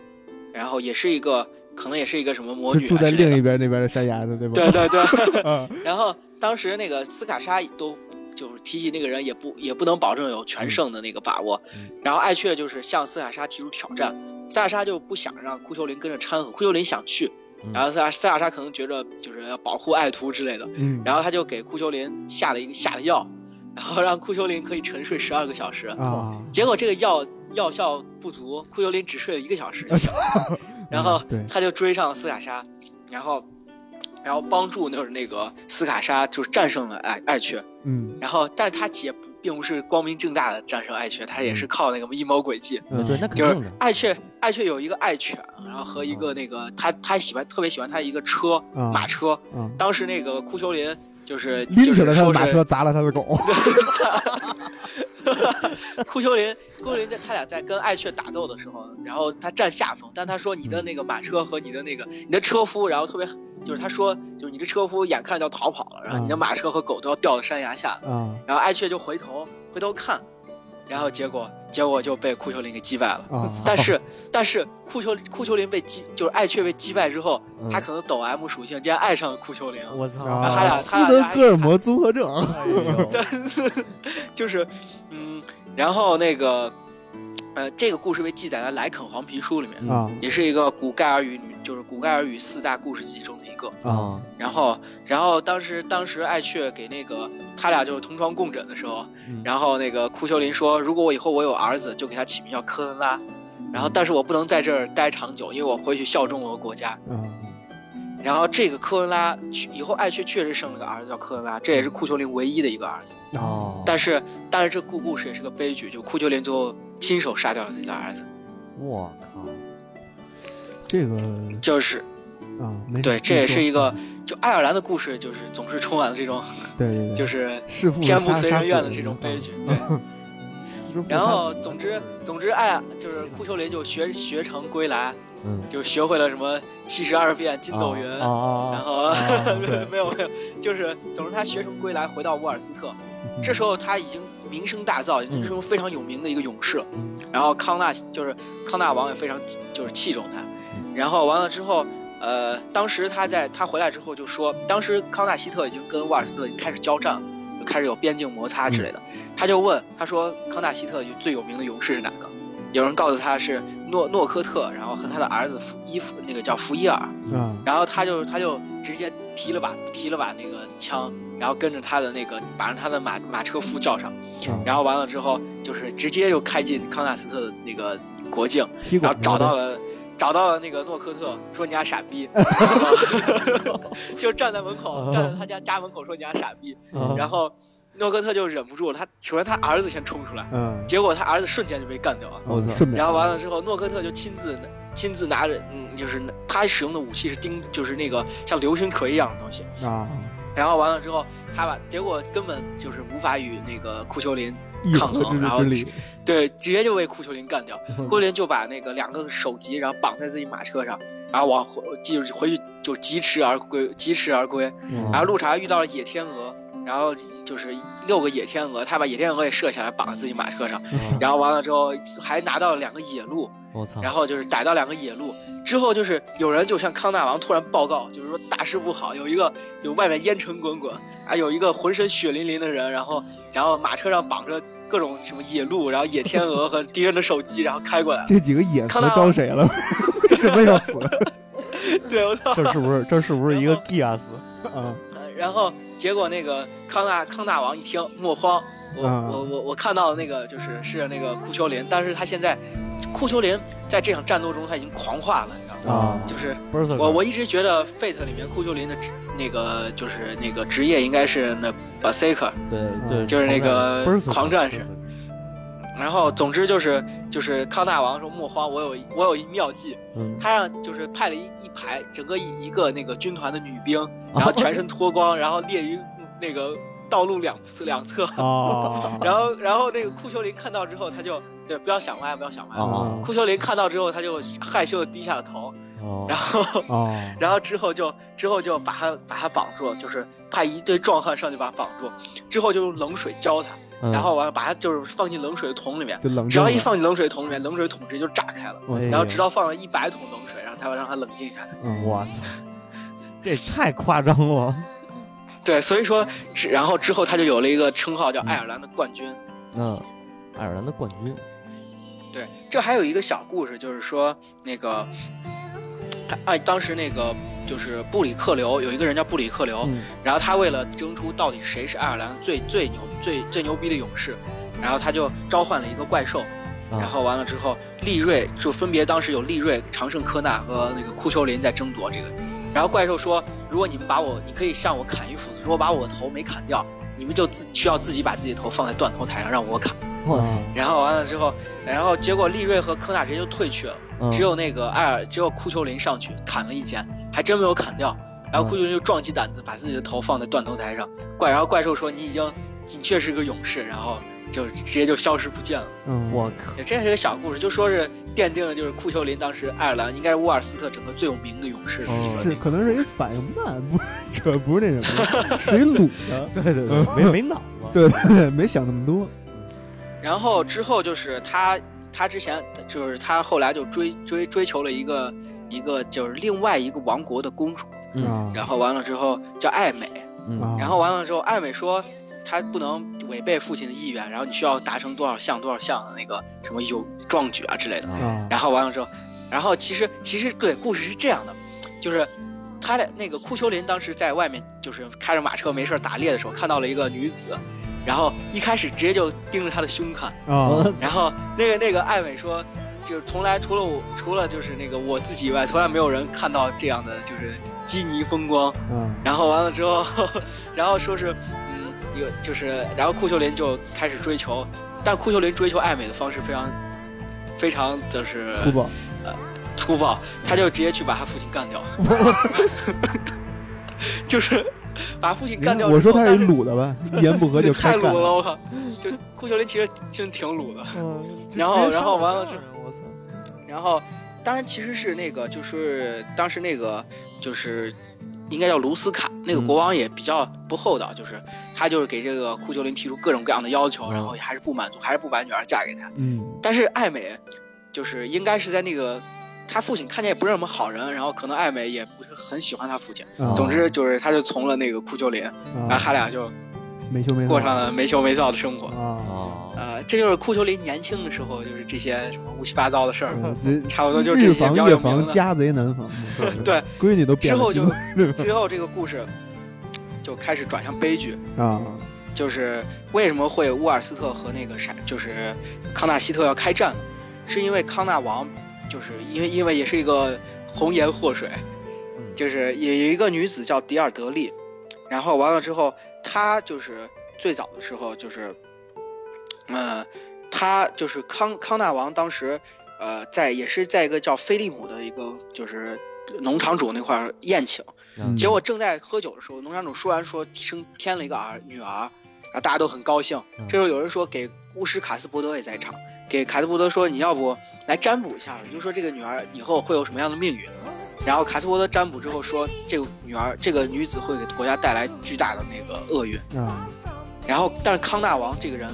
C: 然后也是一个可能也是一个什么魔
A: 就
C: 女
A: 住
C: 还
A: 在
C: 是那
A: 另
C: 个
A: 一边那边的山崖 的，对吧？
C: 对对对，
B: 嗯
A: 啊，
C: 然后当时那个斯卡莎都就是提起那个人也不也不能保证有全胜的那个把握，
B: 嗯
C: 然后艾雀就是向斯卡莎提出挑战，斯卡莎就不想让库丘林跟着掺和，库丘林想去，
B: 嗯
C: 然后斯卡斯卡莎可能觉着就是要保护爱徒之类的，
A: 嗯，
C: 然后他就给库丘林下了一个下了药，然后让库丘林可以沉睡十二个小时，
A: 啊，
C: 结果这个药药效不足，库丘林只睡了一个 小时，然后
A: 嗯对
C: 他就追上了斯卡莎，然后然后帮助就是那个斯卡莎就是战胜了艾艾雀，
A: 嗯
C: 然后但他也不并不是光明正大的战胜艾雀，他也是靠那个阴谋诡计。
A: 嗯
B: 对，那肯
C: 就是
B: 定的。
C: 艾雀，艾雀有一个爱犬，然后和一
A: 哦
C: 个那个他他喜欢特别喜欢他一个车
A: 啊
C: 马车，
A: 啊，
C: 当时那个库丘林就是
A: 拎起了他
C: 就是说
A: 的
C: 是
A: 马车，砸了他的狗。
C: 库丘林，库丘林在他俩在跟艾雀打斗的时候， 然后他占下风，但他说你的那个马车和你的那个你的车夫，然后特别就是他说就是你的车夫眼看着就要逃跑了，然后你的马车和狗都要掉到山崖下 了，
A: 啊
C: 然后艾雀就回头回头看，然后结果结果就被库丘林给击败了。
A: 啊！
C: 但是但是库丘库丘林被击就是艾雀被击败之后，
B: 嗯
C: 他可能抖 M 属性竟然爱上了库丘林，
B: 我操！
C: 然后他俩
A: 啊，斯
C: 他
A: 德
C: 俩
A: 哥尔摩综合症，
B: 哎 呦
C: 就是，嗯，然后那个，呃，这个故事被记载在莱肯黄皮书里面，
B: 嗯
A: 啊
C: 也是一个古盖尔语，就是古盖尔语四大故事集中的一个。
B: 啊！
C: 然后，然后当时当时艾雀给那个他俩就是同床共枕的时候，
B: 嗯
C: 然后那个库丘林说，如果我以后我有儿子，就给他起名叫科恩拉。然后，但是我不能在这儿待长久，因为我回去效忠我的国家。
A: 啊！
C: 然后这个科恩拉以后，艾雀确实生了个儿子叫科恩拉，这也是库丘林唯一的一个儿子。
A: 啊
B: 哦，
C: 但是，但是这故故事也是个悲剧，就库丘林最后亲手杀掉了自己的儿子，
B: 我靠，
A: 这个
C: 就是
A: 啊，没
C: 对，这也是一个
A: 对
C: 就爱尔兰的故事，就是总是充满了这种
A: 对对，
C: 就是
A: 弑父
C: 天不遂人愿的这
A: 啊
C: 种
A: 嗯
C: 悲剧。对，然后总之总之爱就是库丘林就学学成归来，
B: 嗯，
C: 就学会了什么七十二变、筋斗云，
B: 啊啊
C: 然
B: 啊！
C: 后、
A: 对
C: 没有没有，就是总之他学成归来，回到沃尔斯特，这时
A: 候
C: 候他已经名声大噪，已经是非常有名的一个勇士了。
B: 嗯
C: 然后康纳就是康纳王也非常就是器重他。然后完了之后，呃，当时他在他回来之后就说，当时康纳希特已经跟瓦尔斯特已经开始交战了，就开始有边境摩擦之类的。他就问他说，康纳希特最有名的勇士是哪个？有人告诉他是诺诺科特，然后和他的儿子福伊福那个叫福伊尔。
A: 啊
C: 然后他就他就直接提了把提了把那个枪，然后跟着他的那个把他的马马车夫叫上，
A: 啊
C: 然后完了之后就是直接就开进康纳斯特的那个国境，
A: 踢
C: 然
A: 馆
C: 后找到
A: 了
C: 了找到了那个诺科特，说你俩傻逼，然后就站在门口站在他家家门口说你俩傻逼，
A: 嗯哦
C: 然后诺科特就忍不住了，他首先他儿子先冲出来，
A: 嗯，哦
C: 结果他儿子瞬间就被干掉了。
B: 我操
A: 顺便
C: 然后完了之后，诺科特就亲自亲自拿着，嗯，就是拿他使用的武器是钉，就是那个像流星锤一样的东西。
A: 啊，
C: 然后完了之后，他把结果根本就是无法与那个库丘林
A: 一
C: 抗
A: 河
C: 衡，
A: 之
C: 然
A: 之
C: 后
A: 之力，
C: 对直接就被库丘林干
A: 嗯
C: 掉。库丘林就把那个两个首级，然后绑在自己马车上，然后往回就是回去就疾驰而归，疾驰而归。然后
B: 后
C: 路茶遇到了野天鹅，然后就是六个野天鹅，他把野天鹅也射下来，绑在自己马车上。然后完了之后，还拿到了两个野鹿。
B: 我操，
C: 然后就是逮到两个野鹿之后，就是有人就向康大王突然报告，就是说大事不好，有一个有外面烟尘滚滚啊，有一个浑身血淋淋的人，然后然后马车上绑着各种什么野鹿，然后野天鹅和敌人的手机，然后开过来了。
A: 这几个野词
C: 康纳
A: 招谁了？ 为什么要死
C: 对，我操！
B: 这是不是这是不是一个 gas？
A: 啊？
C: 呃然后结果那个康大康大王一听莫慌，我
A: 啊
C: 我我我看到那个就是是那个库丘林，但是他现在库丘林在这场战斗中他已经狂化了，你知道
B: 啊，
C: 吗？就是
B: 倍 儿
C: 我我一直觉得 Fate 里面库丘林的职那个就是那个职业应该是那 Berserker，
B: 对
A: 嗯
B: 对，
C: 就是那个
B: 狂士
C: 狂战士，
B: Berserker，
C: 然后总之就是就是康大王说莫慌，我有我有一妙计，
B: 嗯，
C: 他让就是派了一一排整个一一个那个军团的女兵，然后全身脱光，然后列于那个道路两两侧，
A: 啊，
C: 然后然后那个库丘林看到之后，他就对不要想歪，不要想歪。
B: 啊
C: 库丘林看到之后，他就害羞的低下了头，
A: 嗯
B: 哦
C: 然后
A: 啊，
C: 然后之后就之后就把他把他绑住，就是派一堆壮汉上去把他绑住，之后就用冷水浇他，
B: 嗯
C: 然后完了把他就是放进冷水桶里面，
A: 就冷
C: 只
A: 静
C: 要
A: 了，
C: 一放进冷水桶里面，冷水桶直接就炸开了，
B: 哎
C: 然
B: 呦
C: 后直到放了一百桶冷水，然后才会让他冷静下来。
A: 嗯
B: 我操，这太夸张了
C: 对，所以说只然后之后他就有了一个称号叫爱尔兰的冠军。
B: 嗯，爱尔兰的冠军啊
C: 对，这还有一个小故事，就是说那个，哎，当时那个就是布里克流有一个人叫布里克流，
B: 嗯
C: 然后他为了争出到底谁是爱尔兰最最牛最最牛逼的勇士，然后他就召唤了一个怪兽，
B: 啊
C: 然后完了之后，利瑞就分别当时有利瑞、常胜科纳和那个库丘林在争夺这个，然后怪兽说，如果你们把我，你可以向我砍一斧子，如果把我的头没砍掉，你们就自需要自己把自己的头放在断头台上让我砍。
B: 我操
A: 啊
C: 然后完了之后，然后结果利瑞和科纳直接就退去了，
B: 嗯
C: 只有那个艾尔，只有库丘林上去砍了一剑，还真没有砍掉。然后库丘林就壮起胆子，把自己的头放在断头台上。怪，然后怪兽说：“你已经，你确实是个勇士。”然后就直接就消失不见了。
A: 嗯，
B: 我靠
C: 也真是个小故事，就说是奠定了就是库丘林当时爱尔兰应该是沃尔斯特整个最有名的勇士。
B: 哦
A: 是可能是一反应慢，不是 这不是那什 么，是一鲁的，
B: 对对
C: 嗯
B: 对，没没脑子，
A: 对对对，没想那么多，
C: 然后之后就是他，他之前就是他后来就追追追求了一个一个就是另外一个王国的公主。
B: 嗯
A: 啊
C: 然后完了之后叫爱美，
B: 嗯
A: 啊，
C: 然后完了之后爱美说她不能违背父亲的意愿，然后你需要达成多少项多少项的那个什么有壮举啊之类的。
B: 啊
A: 啊，
C: 然后完了之后，然后其实其实对故事是这样的，就是他的那个库丘林当时在外面就是开着马车没事儿打猎的时候看到了一个女子，然后一开始直接就盯着她的胸看，
A: 啊
B: 我
C: 然后那个那个艾美说，就是从来除了我除了就是那个我自己以外，从来没有人看到这样的就是基尼风光。
A: 啊
C: 然后完了之后， 然后说是，嗯，有就是，然后库丘林就开始追求，但库丘林追求爱美的方式非常，非常就是
A: 粗暴，
C: 粗暴，他就直接去把他父亲干掉， 就是把父亲干掉之后。
A: 我说他
C: 但
A: 是鲁的吧，一言不合
C: 对
A: 就
C: 太
A: 开
C: 鲁
A: 干，
C: 了，我靠！就库丘林其实真挺鲁的，
B: 嗯
C: 然后然后完了之后，
B: 后，我操，
C: 然后当然其实是那个就是当时那个就是应该叫卢斯卡那个
A: 嗯
C: 国王也比较不厚道，就是他就是给这个库丘林提出各种各样的要求，
B: 嗯
C: 然后也还是不满足，还是不把女儿嫁给他。
A: 嗯
C: 但是艾美就是应该是在那个他父亲看见也不是什么好人，然后可能艾美也不是很喜欢他父亲。
A: 啊，
C: 总之就是他就从了那个库丘林，然后他
A: 啊，
C: 俩就
A: 没羞没臊
C: 过上了没羞没臊的生活。
A: 啊，
B: 哦，
C: 呃，这就是库丘林年轻的时候就是这些什么乌七八糟的事儿。
A: 嗯这
C: 差不多就是这
A: 日
C: 些
A: 防
C: 比较
A: 夜
C: 有名
A: 防，
C: 的
A: 家贼难防，
C: 对，
A: 闺女都变
C: 之
A: 了
C: 后
A: 心
C: 就
A: 了
C: 之后这个故事就开始转向悲剧，
A: 啊，
C: 就是为什么会沃尔斯特和那个啥，就是康纳希特要开战，是因为康纳王，就是因为因为也是一个红颜祸水，
B: 嗯
C: 就是也有一个女子叫迪尔德利，然后完了之后，她就是最早的时候就是，嗯、她就是康康纳王当时，呃，在也是在一个叫菲利姆的一个就是农场主那块儿宴请。
B: 嗯
C: 结果正在喝酒的时候，农场主说完说生添了一个儿女儿，然后大家都很高兴
B: 嗯。
C: 这时候有人说给巫师卡斯伯德也在场，给卡斯伯德说你要不来占卜一下，你就说这个女儿以后会有什么样的命运。然后卡斯伯德占卜之后说，这个女儿这个女子会给国家带来巨大的那个厄运。
A: 啊，
C: 然后但是康大王这个人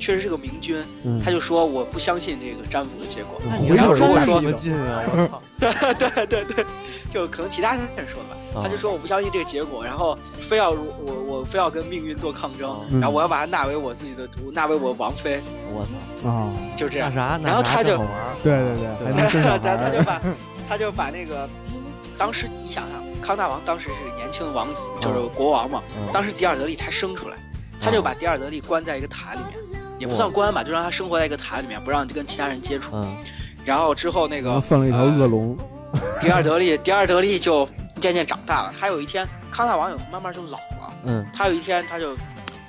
C: 确实是个明君，
A: 嗯
C: 他就说我不相信这个占卜的结果。
A: 嗯
B: 回
C: 然后
B: 头
C: 如果
B: 站
C: 说
B: 什么劲啊，我操，
C: 对对对，就可能其他人说的吧。
B: 哦啊
C: 他就说我不相信这个结果，然后非要如我我非要跟命运做抗争，
B: 啊
A: 嗯
C: 然后我要把她纳为我自己的，纳为我王妃，
B: 我操，
A: 啊，
C: 就这
B: 那
C: 样。
B: 啥，那
C: 然后
B: 啥
C: 他
B: 正
C: 就哦
B: 好玩儿
A: 对对对，还能生
B: 啊
A: 小孩
C: 他 他他
A: 儿
C: 就把他就把那个当时你想想，康大王当时是年轻的王子，就是国王嘛，
B: 嗯
C: 当时迪尔德利才生出来，他就把迪尔德利关在一个塔里面，也不
B: 啊哇
C: 算关吧，就让他生活在一个塔里面，不让跟其他人接触。
B: 嗯
C: 然后之后那
A: 然后
C: 个呃
A: 放了一条恶龙，
C: 迪尔德利，迪尔德利就渐渐长大了。他有一天，康纳王也慢慢就老了。
B: 嗯
C: 他有一天他就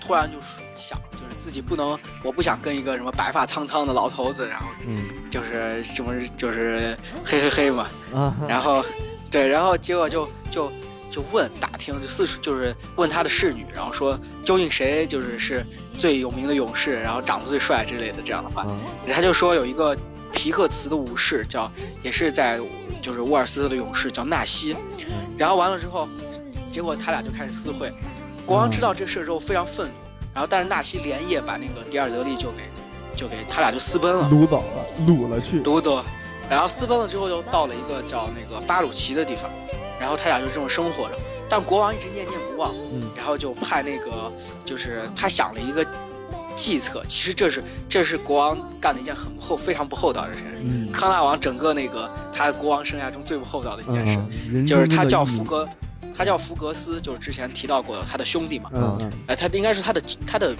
C: 突然就是想，就是自己不能，我不想跟一个什么白发苍苍的老头子，然后
B: 嗯
C: 就是什么就是嘿嘿嘿嘛，
B: 啊，
C: 然后对，然后结果就就就问打听，就四处就是问他的侍女，然后说究竟谁就是是最有名的勇士，然后长得最帅之类的这样的话，
B: 啊
C: 他就说有一个皮克茨的武士叫，也是在就是沃尔斯特的勇士叫纳西，然后完了之后，结果他俩就开始私会，国王知道这事之后非常愤怒，然后但是纳西连夜把那个迪尔德利就给就给他俩就私奔了，
A: 掳走了，掳了去，
C: 多多，然后私奔了之后又到了一个叫那个巴鲁奇的地方，然后他俩就这么生活着，但国王一直念念不忘，
A: 嗯，
C: 然后就派那个就是他想了一个计策，其实这是这是国王干的一件很不厚非常不厚道的事，
A: 嗯
C: 康纳王整个那个他国王生涯中最不厚道的一件事，
A: 嗯，人
C: 就是
A: 生中
C: 他
A: 的
C: 叫
A: 意义
C: 福，格，他叫福格斯，就是之前提到过的他的兄弟嘛，
A: 嗯嗯
C: 呃，他应该是他的他的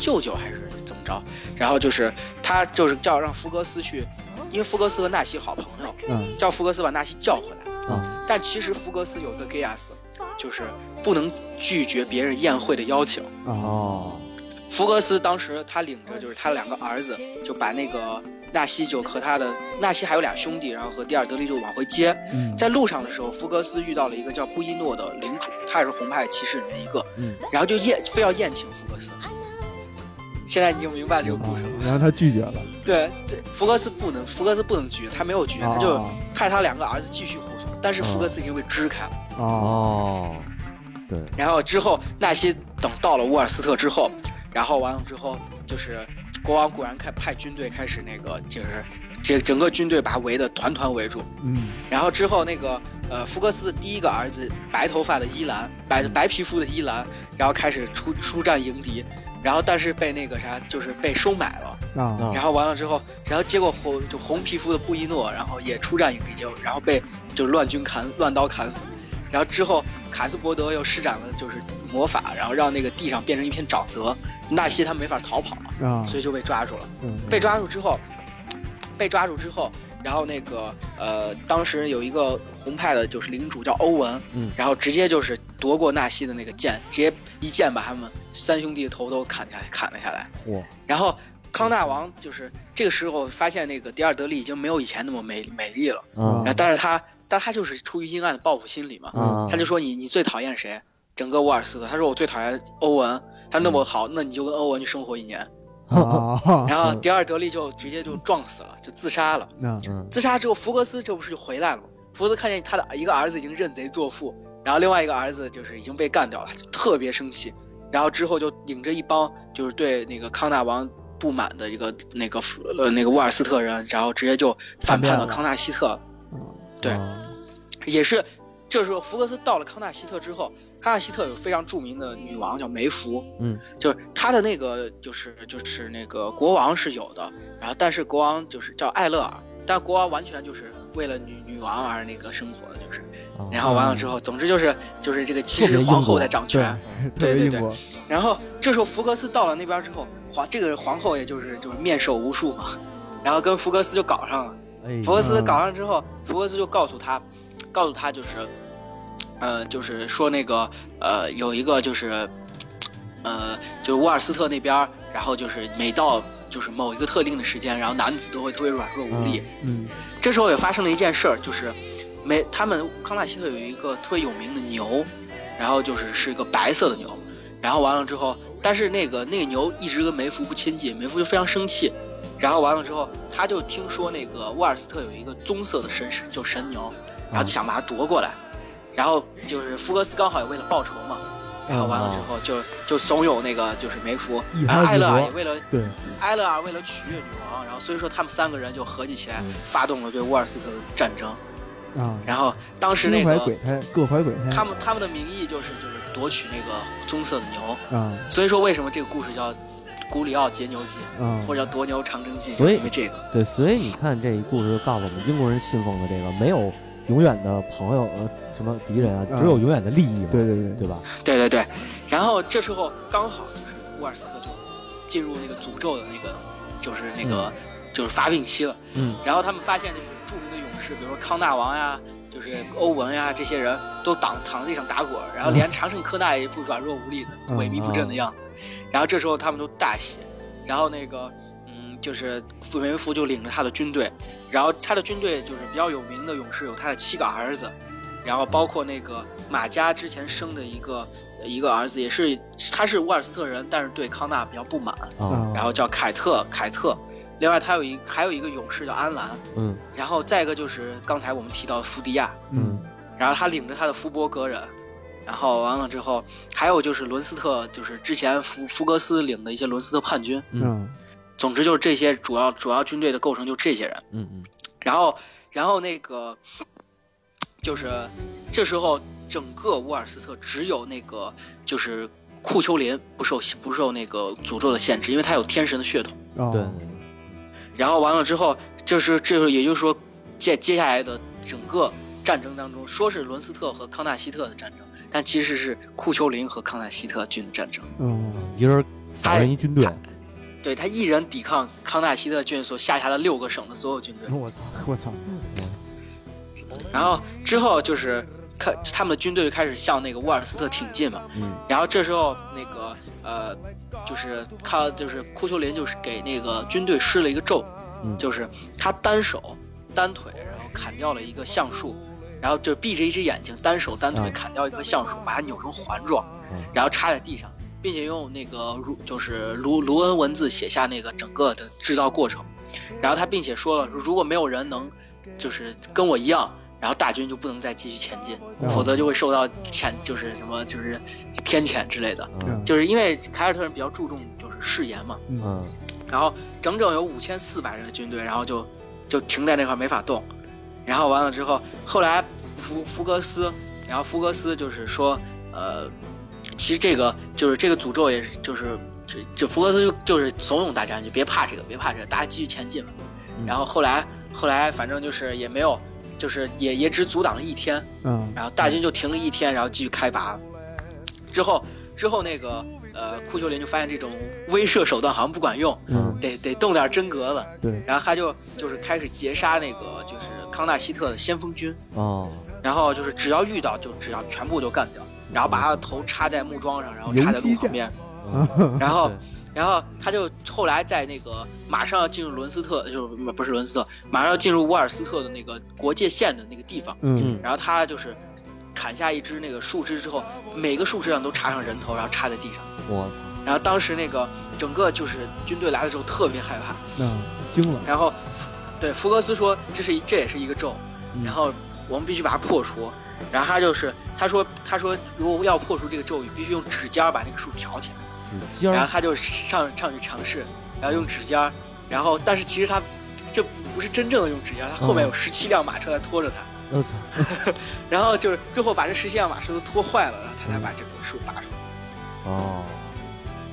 C: 舅舅还是怎么着？然后就是他就是叫让福格斯去，因为福格斯和纳西好朋友，
A: 嗯
C: 叫福格斯把纳西叫回来。
A: 啊
C: 但其实福格斯有个 g a y s 就是不能拒绝别人宴会的邀请。
A: 啊，
B: 哦，
C: 福格斯当时他领着就是他两个儿子，就把那个纳西就和他的纳西还有俩兄弟，然后和迪尔德利就往回接。
A: 嗯
C: 在路上的时候，福格斯遇到了一个叫布依诺的领主，他也是红派骑士里面一个，
B: 嗯
C: 然后就宴非要宴请福格斯。现在你就明白这个故事了。
A: 啊然后他拒绝了，
C: 对，这福格斯不能，福格斯不能拒绝，他没有拒绝，
A: 啊
C: 他就派他两个儿子继续护送，但是福格斯已经被支开了。
A: 啊，
B: 哦，对，
C: 然后之后纳西等到了沃尔斯特之后，然后完了之后就是国王果然开派军队开始那个就是这整个军队把他围得团团围住，
A: 嗯
C: 然后之后那个呃福克斯的第一个儿子白头发的伊兰白白皮肤的伊兰，然后开始出出战迎敌，然后但是被那个啥就是被收买了。
A: 啊，
C: 然后完了之后，然后结果红就红皮肤的布依诺，然后也出战影敌，结果然后被就是乱军砍乱刀砍死，然后之后卡斯伯德又施展了就是魔法，然后让那个地上变成一片沼泽，纳西他没法逃跑嘛，
A: 啊，
C: 所以就被抓住了。
A: 嗯
C: 被抓住之后，被抓住之后，然后那个呃，当时有一个红派的就是领主叫欧文，
B: 嗯
C: 然后直接就是夺过纳西的那个剑，直接一剑把他们三兄弟的头都砍下来，砍了下来。
B: 嚯，
C: 然后康大王就是这个时候发现那个迪尔德利已经没有以前那么美美丽了，
B: 啊
C: 然后但是他但他就是出于阴暗的报复心理嘛，
B: 啊，
C: 他就说你你最讨厌谁？整个沃尔斯特，他说我最讨厌欧文，他那么好，那你就跟欧文去生活一年。
A: 啊，
C: 然后迪尔德利就直接就撞死了，就自杀了。
A: 那
B: 嗯
C: 自杀之后，福格斯这不是就回来了吗？福格斯看见他的一个儿子已经认贼作父，然后另外一个儿子就是已经被干掉了，他就特别生气。然后之后就领着一帮就是对那个康纳王不满的一个那个呃那个沃尔斯特人，然后直接就反叛了康纳希特。对
B: 啊
C: 也是，这时候福克斯到了康纳希特之后，康纳希特有非常著名的女王叫梅芙，
B: 嗯，
C: 就是她的那个就是就是那个国王是有的，然后但是国王就是叫艾勒尔，但国王完全就是为了女女王而那个生活的，就是，
B: 啊
C: 然后完了之后，总之就是就是这个其
B: 特
C: 实
B: 别英
C: 皇后
B: 国
C: 在掌权，
A: 特别
C: 对对
A: 英
C: 对
A: 国，
C: 然后这时候福格斯到了那边之后，皇这个皇后也就是就是面授无数嘛，然后跟福格斯就搞上了。
B: 哎呀，
C: 福克斯搞上之后，福克斯就告诉他，告诉他就是，呃，就是说那个呃，有一个就是，呃，就是沃尔斯特那边儿，然后就是每到就是某一个特定的时间，然后男子都会特别软弱无力。
A: 嗯
C: 这时候也发生了一件事儿，就是没他们康纳希特有一个特别有名的牛，然后就是是一个白色的牛，然后完了之后，但是那个那个牛一直跟梅芙不亲近，梅芙就非常生气。然后完了之后，他就听说那个沃尔斯特有一个棕色的神狮，就神牛，然后就想把它夺过来。然后就是福格斯刚好也为了报仇嘛，然后完了之后就就怂恿那个就是梅芙
A: 一，
C: 然后
A: 拍
C: 艾
A: 即
C: 勒尔
A: 合
C: 啊也为了
A: 对，啊
C: 埃勒尔为了取悦女王，然后所以说他们三个人就合计起来，
B: 嗯
C: 发动了对沃尔斯特的战争。
A: 啊，
C: 然后当时那
A: 心怀鬼
C: 个
A: 胎，各怀鬼胎
C: 他们他们的名义就是就是夺取那个棕色的牛，
A: 啊
C: 所以说为什么这个故事叫古里奥劫牛记
A: 啊
C: 或者叫夺牛长征记，
B: 所以
C: 就是因为这个。
B: 对，所以你看这一故事就告诉我们，英国人信奉的这个没有永远的朋友呃什么敌人啊，
A: 嗯
B: 只有永远的利益嘛，
A: 对对对，
B: 对吧？
C: 对对对，然后这时候刚好就是沃尔斯特就进入那个诅咒的那个，就是那个就是发病期了。
B: 嗯，
C: 然后他们发现就是著名的勇士，比如说康大王呀，就是欧文呀这些人都躺躺在地上打滚儿，然后连常胜科纳也一副软弱无力的、
A: 嗯
C: 萎靡不振的样子。然后这时候他们都大喜，然后那个嗯，就是傅梅夫就领着他的军队，然后他的军队就是比较有名的勇士有他的七个儿子，然后包括那个马加之前生的一个。一个儿子也是，他是沃尔斯特人，但是对康纳比较不满，
B: 啊，
A: 嗯
C: 然后叫凯特，凯特。另外，他有一还有一个勇士叫安澜，
B: 嗯
C: 然后再一个就是刚才我们提到的福迪亚，
B: 嗯
C: 然后他领着他的福伯格人，然后完了之后，还有就是伦斯特，就是之前福福格斯领的一些伦斯特叛军。
A: 嗯
C: 总之就是这些主要主要军队的构成就这些人。
B: 嗯嗯
C: 然后然后那个就是这时候整个乌尔斯特只有那个就是库丘林不受不受那个诅咒的限制，因为他有天神的血统。
A: 啊，
B: 嗯对，
C: 然后完了之后，这是这是也就是说接接下来的整个战争当中，说是伦斯特和康纳希特的战争，但其实是库丘林和康纳希特军的战争。
A: 嗯哎
B: 一人扫人一军队，
C: 对他一人抵抗康纳希特军所下辖的六个省的所有军队。
B: 我操，
A: 我操，
B: 嗯
C: 然后之后就是看他们的军队就开始向那个沃尔斯特挺进嘛。
B: 嗯
C: 然后这时候那个呃，就是看就是库丘林就是给那个军队施了一个咒，
B: 嗯
C: 就是他单手单腿，然后砍掉了一个橡树，然后就闭着一只眼睛，单手单腿
B: 嗯
C: 砍掉一棵橡树，把它扭成环状
B: 嗯，
C: 然后插在地上，并且用那个如就是卢卢恩文字写下那个整个的制造过程。然后他并且说了，如果没有人能就是跟我一样，然后大军就不能再继续前进，
A: 嗯
C: 否则就会受到谴就是什么就是天谴之类的。
B: 嗯
C: 就是因为凯尔特人比较注重就是誓言嘛，
B: 嗯
C: 然后整整有五千四百人的军队，然后就就停在那块儿没法动，然后完了之后，后来福福格斯，然后福格斯就是说，呃，其实这个就是这个诅咒也是就是这这福格斯就就是怂恿大家你就别怕这个别怕这个，大家继续前进吧
B: 嗯。
C: 然后后来后来反正就是也没有，就是也也只阻挡了一天，
A: 嗯
C: 然后大军就停了一天，然后继续开拔。之后之后那个呃库丘林就发现这种威慑手段好像不管用，
A: 嗯
C: 得得动点真格子。
A: 对，
C: 然后他就就是开始截杀那个就是康纳希特的先锋军，
A: 嗯
B: 哦，
C: 然后就是只要遇到就只要全部都干掉，然后把他的头插在木桩上，然后插在路旁边，
A: 嗯
B: 哦
C: 然
A: 哦
C: 后。然后他就后来在那个马上要进入伦斯特，就是不是伦斯特，马上要进入沃尔斯特的那个国界线的那个地方，
A: 嗯
B: 嗯
C: 然后他就是砍下一只那个树枝之后，每个树枝上都插上人头，然后插在地上。
B: 我操，
C: 然后当时那个整个就是军队来的时候特别害怕，
A: 那啊惊了，
C: 然后对福格斯说这是一这也是一个咒，
A: 嗯
C: 然后我们必须把它破除。然后他就是他说他说如果要破除这个咒语，必须用指尖儿把那个树挑起来。
B: 指尖
C: 然
B: 儿
C: 后他就上上去尝试，然后用指尖儿，然后但是其实他这不是真正的用指尖儿，他后面有十七辆马车在拖着他。
B: 我操，
C: 然后就是最后把这实线马车都拖坏了，然后他才把这棵树拔出来。
B: 哦，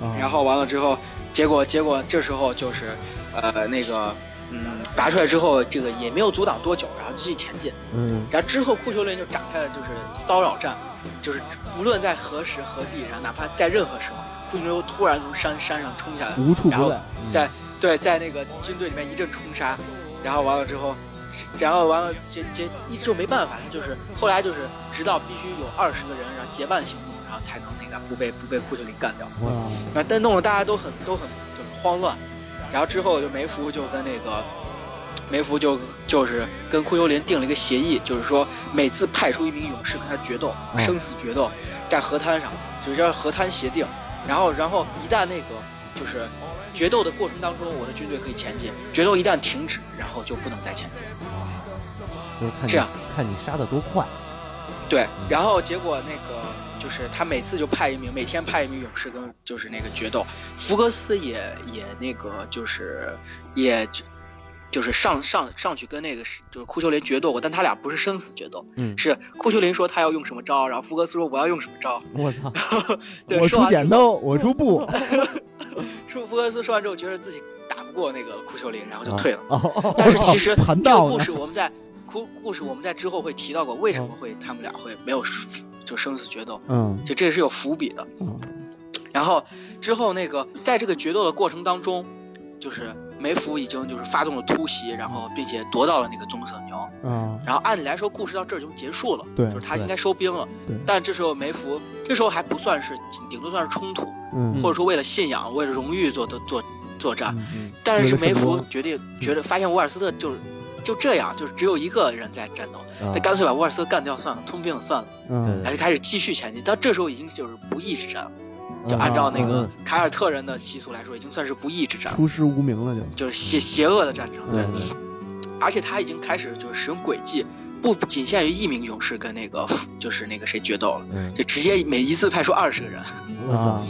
A: 啊嗯
C: 然后完了之后，结果结果这时候就是，呃，那个，嗯，拔出来之后，这个也没有阻挡多久，然后继续前进。
A: 嗯
C: 然后之后库丘林就展开了就是骚扰战，就是无论在何时何地，然后哪怕在任何时候，库丘林突然从山山上冲下来，
A: 无处
C: 然
A: 不
C: 后
A: 在，
C: 在对在那个军队里面一阵冲杀，然后完了之后，然后完了这这一就没办法，就是后来就是直到必须有二十个人然后结伴行动，然后才能那个不被不被库丘林干掉。
B: 嗯
A: 哇，
C: 那但弄得大家都很都很就是慌乱，然后之后就梅福就跟那个梅福就就是跟库丘林定了一个协议，就是说每次派出一名勇士跟他决斗，
B: 嗯
C: 生死决斗，在河滩上，就是叫河滩协定。然后然后一旦那个就是决斗的过程当中，我的军队可以前进；决斗一旦停止，然后就不能再前进。
A: 嗯
B: 就是看你
C: 这样
B: 看你杀的多快，
C: 对，然后结果那个就是他每次就派一名，每天派一名勇士跟就是那个决斗，福格斯也也那个就是也就就是上上上去跟那个是就是库丘林决斗过，但他俩不是生死决斗，
B: 嗯，
C: 是库丘林说他要用什么招，然后福格斯说我要用什么招，
B: 我 操，
C: 对，
A: 我出
C: 说完嗯
A: 剪刀，我出布，
C: 说福格斯说完之后觉得自己打不过那个库丘林，然后就退了。
A: 哦
C: 但是其实这
A: 盘
C: 个
A: 道
C: 故
A: 呢
C: 事我们在故故事我们在之后会提到过，为什么会他们俩会没有就生死决斗，
A: 嗯
C: 就这是有伏笔的。
A: 嗯
C: 然后之后那个在这个决斗的过程当中，就是梅芙已经就是发动了突袭，然后并且夺到了那个棕色牛。
A: 啊，
C: 然后按理来说，故事到这儿已经结束了，
A: 对
C: 就是他
B: 对
C: 应该收兵了
A: 对。
C: 但这时候梅芙，这时候还不算是，顶多算是冲突，
A: 嗯，
C: 或者说啊为了信仰、为了荣誉做的作作战。
B: 嗯
C: 但是
A: 为了
C: 梅
A: 圣
C: 芙
A: 光
C: 决定，觉得发现沃尔斯特就是就这样，就是只有一个人在战斗，
B: 啊
C: 那干脆把沃尔斯特干掉算了，吞并算了，
A: 嗯，
C: 然后就开始继续前进。到这时候已经就是不义之战了，
B: 嗯
C: 就按照那
B: 嗯
C: 个凯尔特人的习俗来说，已经算是不义之战了，
A: 出师无名了就，
C: 就是邪邪恶的战争。对，
A: 嗯
C: 而且他已经开始就是使用诡计，不仅限于一名勇士跟那个就是那个谁决斗了，
B: 嗯，
C: 就直接每一次派出二十个人。
B: 我操
A: 啊，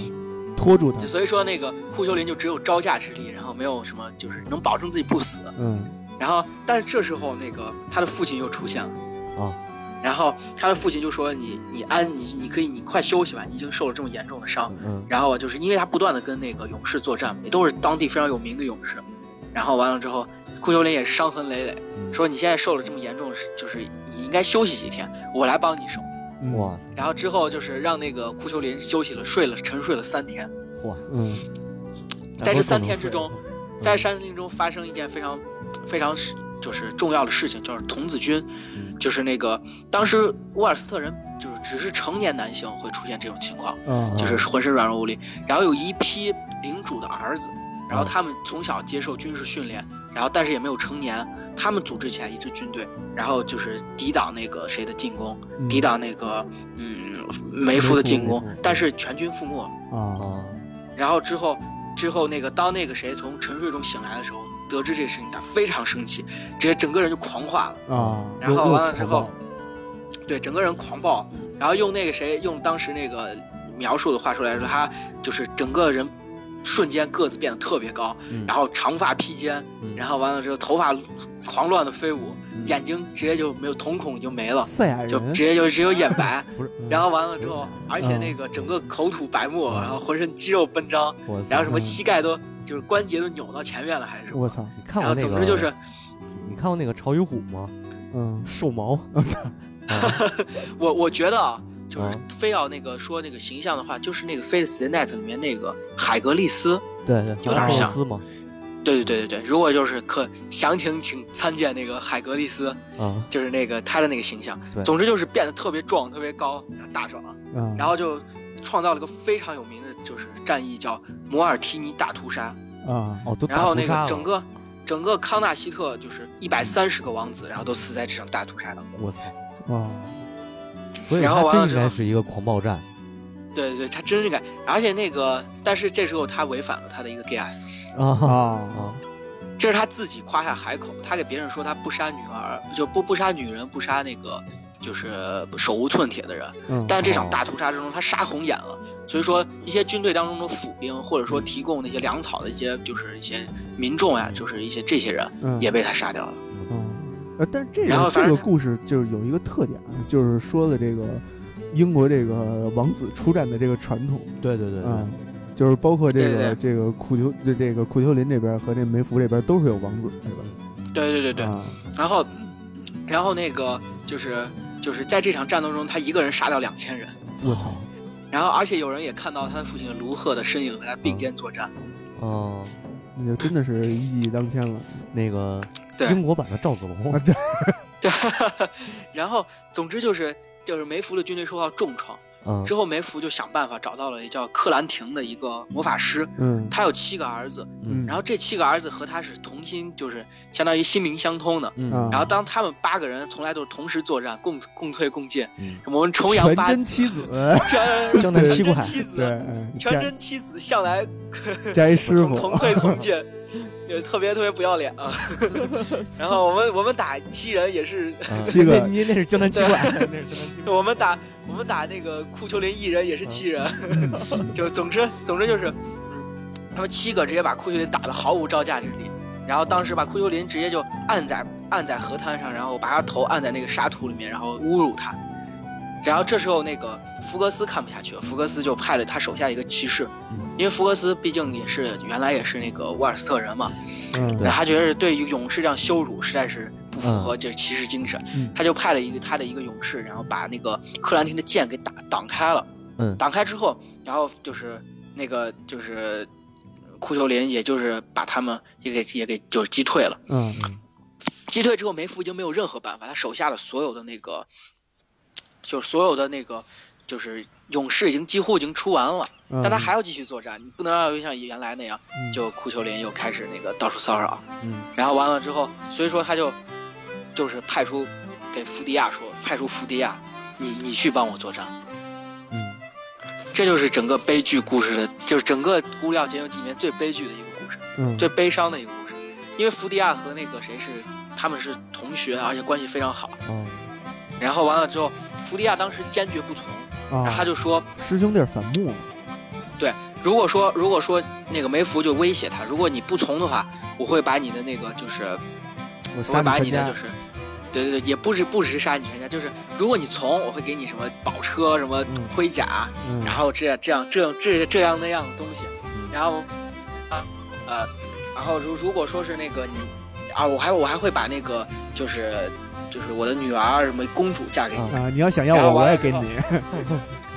A: 拖住他
C: 就，所以说那个库丘林就只有招架之力，然后没有什么就是能保证自己不死。
A: 嗯，
C: 然后，但是这时候那个他的父亲又出现了，
B: 啊，
C: 然后他的父亲就说：“你你安你你可以你快休息吧，你已经受了这么严重的伤。
B: 嗯”
C: 然后就是因为他不断的跟那个勇士作战，也都是当地非常有名的勇士，然后完了之后，库丘林也是伤痕累累，
B: 嗯，
C: 说：“你现在受了这么严重的伤，就是你应该休息几天，我来帮你守。
A: 嗯，
B: 哇塞，”
C: 然后之后就是让那个库丘林休息了，睡了沉睡了三天，
B: 嚯，
A: 嗯，
C: 在这三天之中，
B: 嗯
C: 在山林中发生一件非常非常是就是重要的事情，就是童子军，
B: 嗯
C: 就是那个当时沃尔斯特人就是只是成年男性会出现这种情况，
A: 啊，
C: 就是浑身软弱无力，然后有一批领主的儿子，
B: 嗯
C: 然后他们从小接受军事训练，然后但是也没有成年，他们组织起来一支军队，然后就是抵挡那个谁的进攻，
A: 嗯
C: 抵挡那个嗯梅夫的进攻
B: 梅夫，
C: 但是全军覆没，
A: 啊，
B: 啊，
C: 然后之后，之后那个当那个谁从沉睡中醒来的时候，得知这个事情，他非常生气，直接整个人就狂化了。
A: 啊，
C: 然后完了之后，对，整个人狂暴，然后用那个谁，用当时那个描述的话说来说，他就是整个人瞬间个子变得特别高，
B: 嗯
C: 然后长发披肩，
B: 嗯
C: 然后完了之后头发狂乱的飞舞，
B: 嗯
C: 眼睛直接就没有瞳孔就没了，
A: 赛亚
C: 嗯就
A: 人
C: 直，接就只有眼 白，
A: 不是，
C: 然后完了之后，
B: 嗯
C: 而且那个整个口吐白沫，然后浑身肌肉奔张，
B: 我
C: 然后什么
A: 嗯
C: 膝盖都就是关节都扭到前面了，还是什么
A: 我操，
B: 你看
C: 然
B: 过
C: 后
B: 那个，
C: 总之就是，
B: 你看过那个《潮与虎》吗？
A: 嗯，
B: 兽毛，
C: 我我觉得啊，就是
B: 嗯
C: 非要那个说那个形象的话，就是那个《Fate Stay Night》里面那个海格力斯，
B: 对对，
C: 有点像
B: 斯吗？
C: 对对对对对，如果就是可详情请参见那个海格力斯，
B: 啊，
C: 就是那个他的那个形象
B: 对。
C: 总之就是变得特别壮、特别高、大壮，
A: 啊，
C: 然后就创造了个非常有名的就是战役叫摩尔提尼大屠杀。
A: 啊，
B: 哦，都
C: 然后
B: 打
C: 那
B: 屠杀
C: 个
B: 了
C: 整，个整个康纳希特就是一百三十个王子，然后都死在这场大屠杀当中。
B: 我操，
A: 啊，
B: 所以
C: 然后
B: 它
C: 完了
B: 真应
C: 之
B: 该
C: 后
B: 是一个狂暴战，
C: 对对对，他真是敢，而且那个，但是这时候他违反了他的一个 gas，
B: 啊
A: 啊，
B: 啊，
C: 这是他自己夸下海口，他给别人说他不杀女儿，就不不杀女人，不杀那个就是手无寸铁的人。
A: 嗯，
C: 但这场大屠杀之中，他杀红眼了，所以说一些军队当中的府兵，或者说提供那些粮草的一些就是一些民众呀、就是一些这些人
A: 嗯
C: 也被他杀掉了。
A: 嗯，呃，但是这
C: 然
A: 个
C: 后
A: 这
C: 反
A: 个
C: 正
A: 故事就是有一个特点啊，就是说的这个英国这个王子出战的这个传统
B: 对对对
A: 啊
B: 对，，
A: 就是包括这个
C: 对对对
A: 这个库丘这这个库丘林这边和这梅芙这边都是有王子是吧？
C: 对对对对，
A: 啊
C: 嗯然后，然后那个就是就是在这场战斗中，他一个人杀掉两千人，
A: 我操，
C: 然后而且有人也看到他的父亲卢赫的身影和他并肩作战。
B: 嗯，
A: 那就真的是一骑当千了
B: 那个
C: 对
B: 英国版的赵子龙
A: 啊，这
C: 对， 然后总之就是就是梅芙的军队受到重创，
B: 嗯
C: 之后梅芙就想办法找到了叫克兰廷的一个魔法师，
A: 嗯
C: 他有七个儿子，
B: 嗯
C: 然后这七个儿子和他是同心，就是相当于心灵相通的。
B: 嗯
A: 啊
C: 然后当他们八个人从来都是同时作战，共共退共进，
B: 嗯，
C: 我们重阳
A: 全
C: 八
A: 真
C: 子，
A: 妻 子，
C: 全
B: 江南七怪
C: 真妻子
A: 对，哎
C: 全
A: 加
C: 真妻子向来
A: 加一师
C: 同
A: 傅，
C: 同退 同进，也特别特别不要脸啊。 然后我们我们打七人也是，
A: 七个
B: 你嗯 那是江南七怪， 那是江南七怪，
C: 我们打我们打那个库丘林一人也是七人，
A: 嗯
C: 就总之总之就是，嗯他们七个直接把库丘林打得毫无招架之力。然后当时把库丘林直接就按在按在河滩上，然后把他头按在那个沙土里面，然后侮辱他。然后这时候那个福格斯看不下去了，福格斯就派了他手下一个骑士
B: 嗯，
C: 因为福格斯毕竟也是原来也是那个沃尔斯特人嘛，
A: 嗯
C: 那他觉得是对于勇士这样羞辱，实在是不符合就是骑士精神，
A: 嗯
C: 他就派了一个他的一个勇士，然后把那个克兰汀的剑给打挡开了。
B: 嗯
C: 挡开之后，然后就是那个就是库丘林也就是把他们也给也给就是击退了。
A: 嗯
C: 击退之后，梅福已经没有任何办法，他手下的所有的那个，就是所有的那个，就是勇士已经几乎已经出完了，
A: 嗯，
C: 但他还要继续作战，你不能让像原来那样，
A: 嗯
C: 就库丘林又开始那个到处骚扰，
B: 嗯，
C: 然后完了之后，所以说他就就是派出给福迪亚说，派出福迪亚，你你去帮我作战，
A: 嗯
C: 这就是整个悲剧故事的，就是整个《古里奥节游记》里面最悲剧的一个故事。
A: 嗯
C: 最悲伤的一个故事，因为福迪亚和那个谁是他们是同学，而且关系非常好。
B: 嗯
A: 哦
C: 然后完了之后，福迪亚当时坚决不从，然后他
A: 啊，
C: 就说，
A: 师兄弟反目嘛，
C: 如果说如果说那个梅福就威胁他，如果你不从的话，我会把你的那个就是
A: 我
C: 我
A: 杀
C: 会把
A: 你
C: 你
A: 全
C: 的
A: 家
C: 就，是。对对对，也不是不只是杀你全家，就是如果你从，我会给你什么宝车、什么
A: 嗯
C: 盔甲，
A: 嗯
C: 然后这样这样这样这这样那样的东西，然后啊呃，然后如如果说是那个你啊，我还我还会把那个就是就是我的女儿什么公主嫁给你，
A: 啊，你要想要
C: 然后
A: 我，
C: 完
A: 我
C: 了
A: 也
C: 之
A: 给
C: 后
A: 你，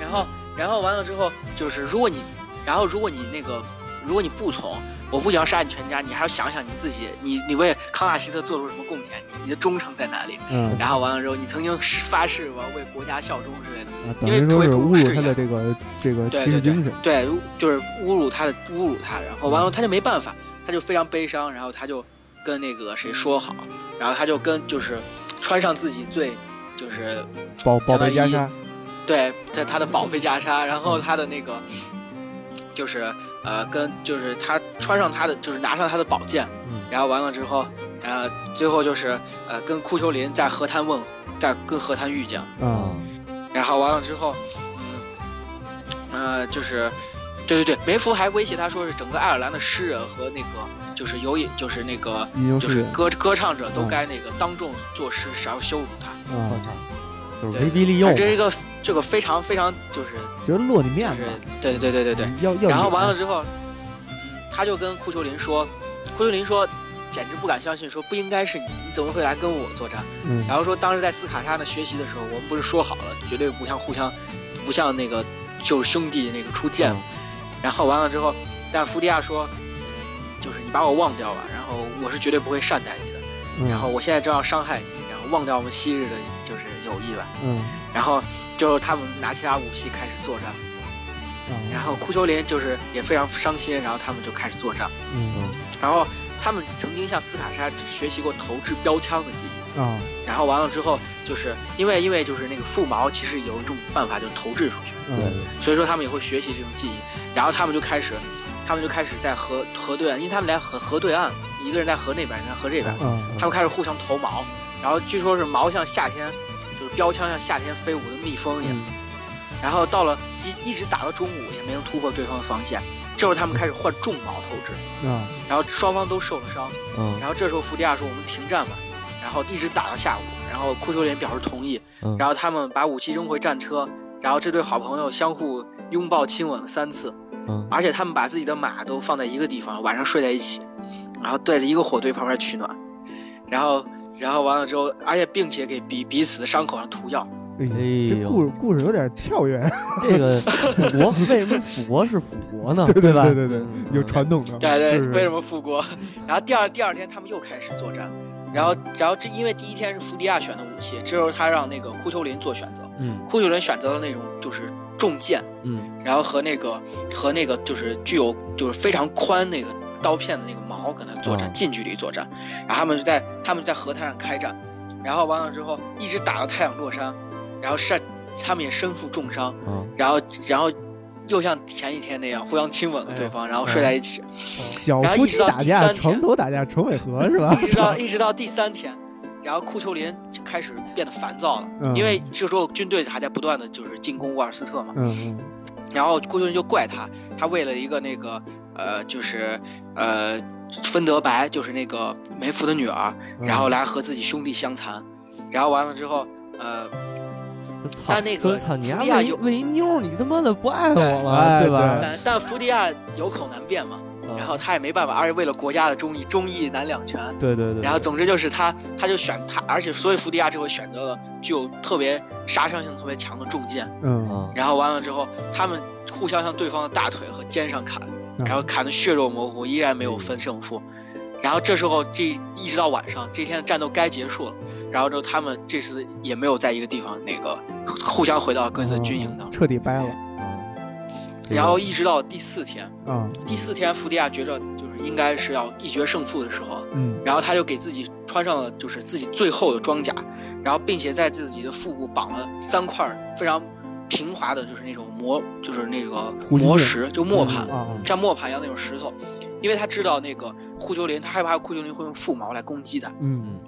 C: 然后然后完了之后就是如果你然后如果你那个如果你不从，我不仅要杀你全家，你还要想想你自己，你你为康纳希特做出什么贡献，你的忠诚在哪里？
A: 嗯，
C: 然后完了之后，你曾经是发誓我要为国家效忠之类的。
A: 啊等
C: 因为
A: 于
C: 特
A: 说
C: 别
A: 是
C: 重
A: 侮
C: 视
A: 辱他
C: 一
A: 的
C: 下
A: 这个这个骑
C: 对
A: 士
C: 对对
A: 精神，
C: 对，就是侮辱他的侮辱他，然后
A: 嗯
C: 完了他就没办法，他就非常悲伤，然后他就跟那个谁说好，
A: 嗯
C: 然后他就跟就是穿上自己最就是
A: 宝宝
C: 相当
A: 贝啊袈
C: 于
A: 裟，
C: 对这他的宝贝袈裟，然
A: 嗯
C: 后他的那个就是呃跟就是他穿上他的就是拿上他的宝剑，
B: 嗯
C: 然后完了之后，呃最后就是呃跟库丘林在河滩问在跟河滩遇见，嗯
A: 啊，
C: 然后哎完了之后，嗯，呃，就是，对对对，梅福还威胁他说是整个爱尔兰的诗人和那个就是有也就是那个
A: 已经
C: 就是
A: 是
C: 歌歌唱者都
A: 嗯
C: 该那个当众作诗，然后羞辱他。
B: 我
A: 啊，
B: 操，就是
C: 对
B: 威逼利诱
C: 他，这是一个这个非常非常就是
A: 觉得落你面
C: 就是
A: 子，
C: 对对对对对，
A: 要要啊
C: 然后
A: 脸
C: 完了之后，嗯，他就跟库丘林说，库丘林说简直不敢相信，说不应该是你，你怎么会来跟我作战？
A: 嗯
C: 然后说当时在斯卡莎那学习的时候，我们不是说好了，绝对不像互相，不像那个就是兄弟那个出剑。
B: 嗯
C: 然后完了之后，但是福迪亚说，就是你把我忘掉吧，然后我是绝对不会善待你的，
A: 嗯
C: 然后我现在正要伤害你，然后忘掉我们昔日的就是友谊吧。
A: 嗯
C: 然后就他们拿起他武器开始作战，然
A: 啊
C: 后库丘林就是也非常伤心，然后他们就开始作战，
A: 嗯
C: 然后他们曾经向斯卡莎学习过投掷标枪的技艺。
A: 啊
C: 然后完了之后，就是因为因为就是那个腹毛，其实有一种办法就是投掷出去，
A: 嗯
C: 所以说他们也会学习这种技艺。然后他们就开始，他们就开始在河河对岸，因为他们在河河对岸，一个人在河那边，一个人在河这边，
A: 啊
C: 他们开始互相投矛。然后据说是矛像夏天，就是标枪像夏天飞舞的蜜蜂一
A: 嗯
C: 样。然后到了一一直打到中午也没能突破对方的防线，这时候他们开始换重矛投掷，
A: 啊
C: 然后双方都受了伤。
B: 嗯
C: 然后这时候福迪亚说我们停战吧，然后一直打到下午，然后库丘林表示同意，
B: 嗯
C: 然后他们把武器扔回战车，然后这对好朋友相互拥抱亲吻了三次，
B: 嗯
C: 而且他们把自己的马都放在一个地方，晚上睡在一起，然后对着一个火堆旁边取暖，然后然后完了之后，而且并且给彼彼此的伤口上涂药，
A: 哎呦嗯
B: 哎
A: 这
B: 呦
A: 故事故事有点跳跃，
B: 这个腐国为什么腐国是腐国呢？
A: 对
B: 吧？嗯
A: 对对对，有传统的，
C: 对对，
A: 就是
C: 为什么复国？然后第二第二天他们又开始作战，然后然后这因为第一天是福迪亚选的武器，这时候他让那个库丘林做选择，
B: 嗯
C: 库丘林选择了那种就是重剑，
B: 嗯
C: 然后和那个和那个就是具有就是非常宽那个刀片的那个矛跟他作战，
B: 嗯
C: 近距离作战，然后他们就在他们就在河滩上开战，然后完了之后一直打到太阳落山，然后晒他们也身负重伤，
B: 嗯，
C: 然后然后又像前一天那样互相亲吻了对方，然后睡在一起，
A: 小
C: 然后
A: 夫
C: 一
A: 妻
C: 直到
A: 打
C: 第
A: 架，
C: 三天
A: 床头打架，床尾和是 吧？
C: 一直到一直到第三天，然后库丘林就开始变得烦躁了，
A: 嗯
C: 因为这时候军队还在不断的就是进攻沃尔斯特嘛，
A: 嗯
C: 然后库丘林就怪他，他为了一个那个呃，就是呃芬德白，就是那个梅芙的女儿，
A: 嗯，
C: 然后来和自己兄弟相残，然后完了之后，呃，
B: 操
C: 但那个
B: 操，你
C: 福
B: 还
C: 利亚
B: 为一
C: 有
B: 为一妞儿，你他妈的不爱
C: 对
B: 我了，
A: 哎
B: 吧？
C: 但但福迪亚有口难辩嘛，
B: 嗯
C: 然后他也没办法，而且为了国家的忠义，忠义难两全。
B: 对对对，
C: 然后总之就是他，他就选他，而且所以福迪亚这回选择了具有特别杀伤性特别强的重剑，
A: 嗯
B: 嗯
C: 然后完了之后，他们互相向对方的大腿和肩上砍，
A: 然
C: 然后砍得血肉模糊，依然没有分胜负。然后这时候这一直到晚上，这天的战斗该结束了。然后之后他们这次也没有在一个地方那个互相回到各
A: 哦
C: 自的军营当中。
A: 嗯彻底掰了
B: 嗯
C: 然后一直到第四天，
A: 啊，
C: 第四天福迪亚觉着就是应该是要一决胜负的时候了，
A: 嗯
C: 然后他就给自己穿上了就是自己最厚的装甲，然后并且在自己的腹部绑了三块非常平滑的，就是那种磨，就是那个
A: 胡须
C: 磨
A: 子
C: 石，就磨盘，
A: 啊，
C: 像磨盘一样那种石头，因为他知道那个呼丘林，他害怕呼丘林会用腹毛来攻击他。
A: 嗯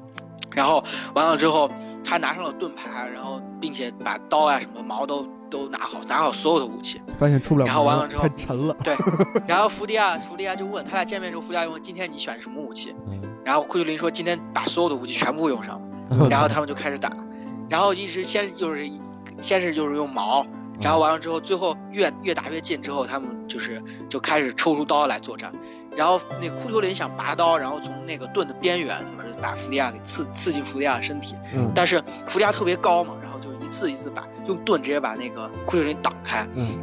C: 然后完了之后，他拿上了盾牌，然后并且把刀啊什么矛都都拿好，拿好所有的武器。
A: 嗯，发现出不了门，
C: 然后完了之后
A: 太沉了，
C: 然后福迪亚福迪亚就问他俩见面之后，福迪亚就问今天你选什么武器？
B: 嗯
C: 然后库丘林说今天把所有的武器全部用上，然后他们就开始打，然后一直先就是先是就是用矛，
B: 嗯
C: 然后完了之后，最后越越打越近之后，他们就是就开始抽出刀来作战。然后那库丘林想拔刀，然后从那个盾的边缘，就是把弗利亚给刺刺进弗利亚的身体，
A: 嗯
C: 但是弗利亚特别高嘛，然后就一次一次把用盾直接把那个库丘林挡开。
A: 嗯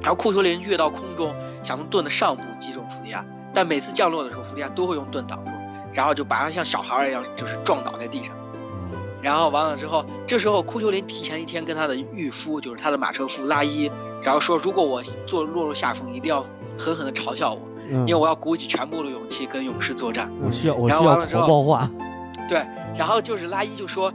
C: 然后库丘林跃到空中，想从盾的上部击中弗利亚，但每次降落的时候，弗利亚都会用盾挡住，然后就把他像小孩儿一样就是撞倒在地上。
B: 嗯
C: 然后完了之后，这时候库丘林提前一天跟他的御夫，就是他的马车夫拉伊，然后说如果我做落入下风，一定要狠狠的嘲笑我，
A: 嗯，
C: 因为我要鼓起全部的勇气跟勇士作战。
B: 我需要我
C: 然
B: 需
C: 后完
B: 要
C: 了之
B: 口
C: 后
B: 爆话，
A: 啊
C: 然后就是拉伊就说，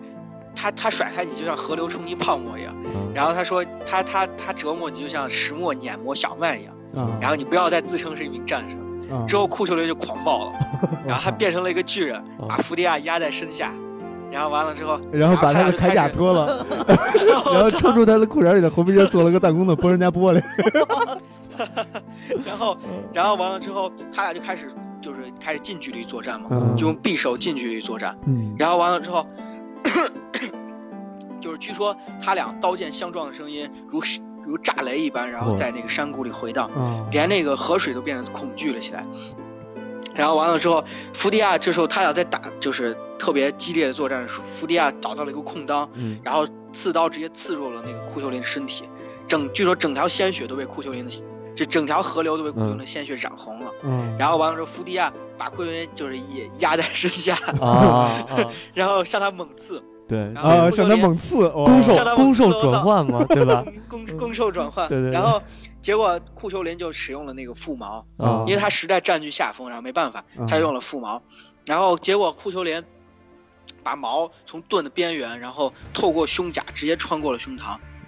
C: 他他甩开你就像河流冲击泡沫一样，
B: 嗯
C: 然后他说他他他折磨你就像石磨碾磨小麦一样，
B: 嗯
A: 啊，
C: 然后你不要再自称是一名战士了。
A: 后
C: 之后库丘林就狂暴了，
A: 嗯
C: 然后他变成了一个巨人，
A: 哦
C: 把福迪亚压在身下，然后完了之后，
A: 然后把他的铠甲脱 了，然后抽出他的裤衩里的红皮筋，做了个弹弓的崩人家玻璃。
C: 然后，然后完了之后，他俩就开始就是开始近距离作战嘛，
A: 嗯
C: 就用匕首近距离作战。
A: 嗯
C: 然后完了之后， 就是据说他俩刀剑相撞的声音如如炸雷一般，然后在那个山谷里回荡，
A: 啊，
C: 连那个河水都变得恐惧了起来。然后完了之后，福迪亚这时候他俩在打，就是特别激烈的作战的时候。福迪亚找到了一个空当，
B: 嗯
C: 然后刺刀直接刺入了那个库丘林的身体，整据说整条鲜血都被库丘林的，这整条河流都被库丘林的鲜血染红了。
A: 嗯，
C: 然后完了之后，福迪亚把库丘林就是也压在身下，
B: 啊啊，啊
C: 然后向他猛刺，
B: 对，
C: 然后
A: 啊，
C: 库丘
A: 上他
C: 林
A: 猛刺，哇
B: 攻受
C: 像他们
B: 攻受
C: 说
B: 转
C: 到
B: 换嘛，对吧？
C: 攻攻受转换，
B: 对对对
C: 然后结果库丘林就使用了那个腹毛，
B: 啊
C: 因为他实在占据下风，然后没办法，
A: 嗯
C: 他用了腹毛，然后结果库丘林把毛从盾的边缘，然后透过胸甲直接穿过了胸膛，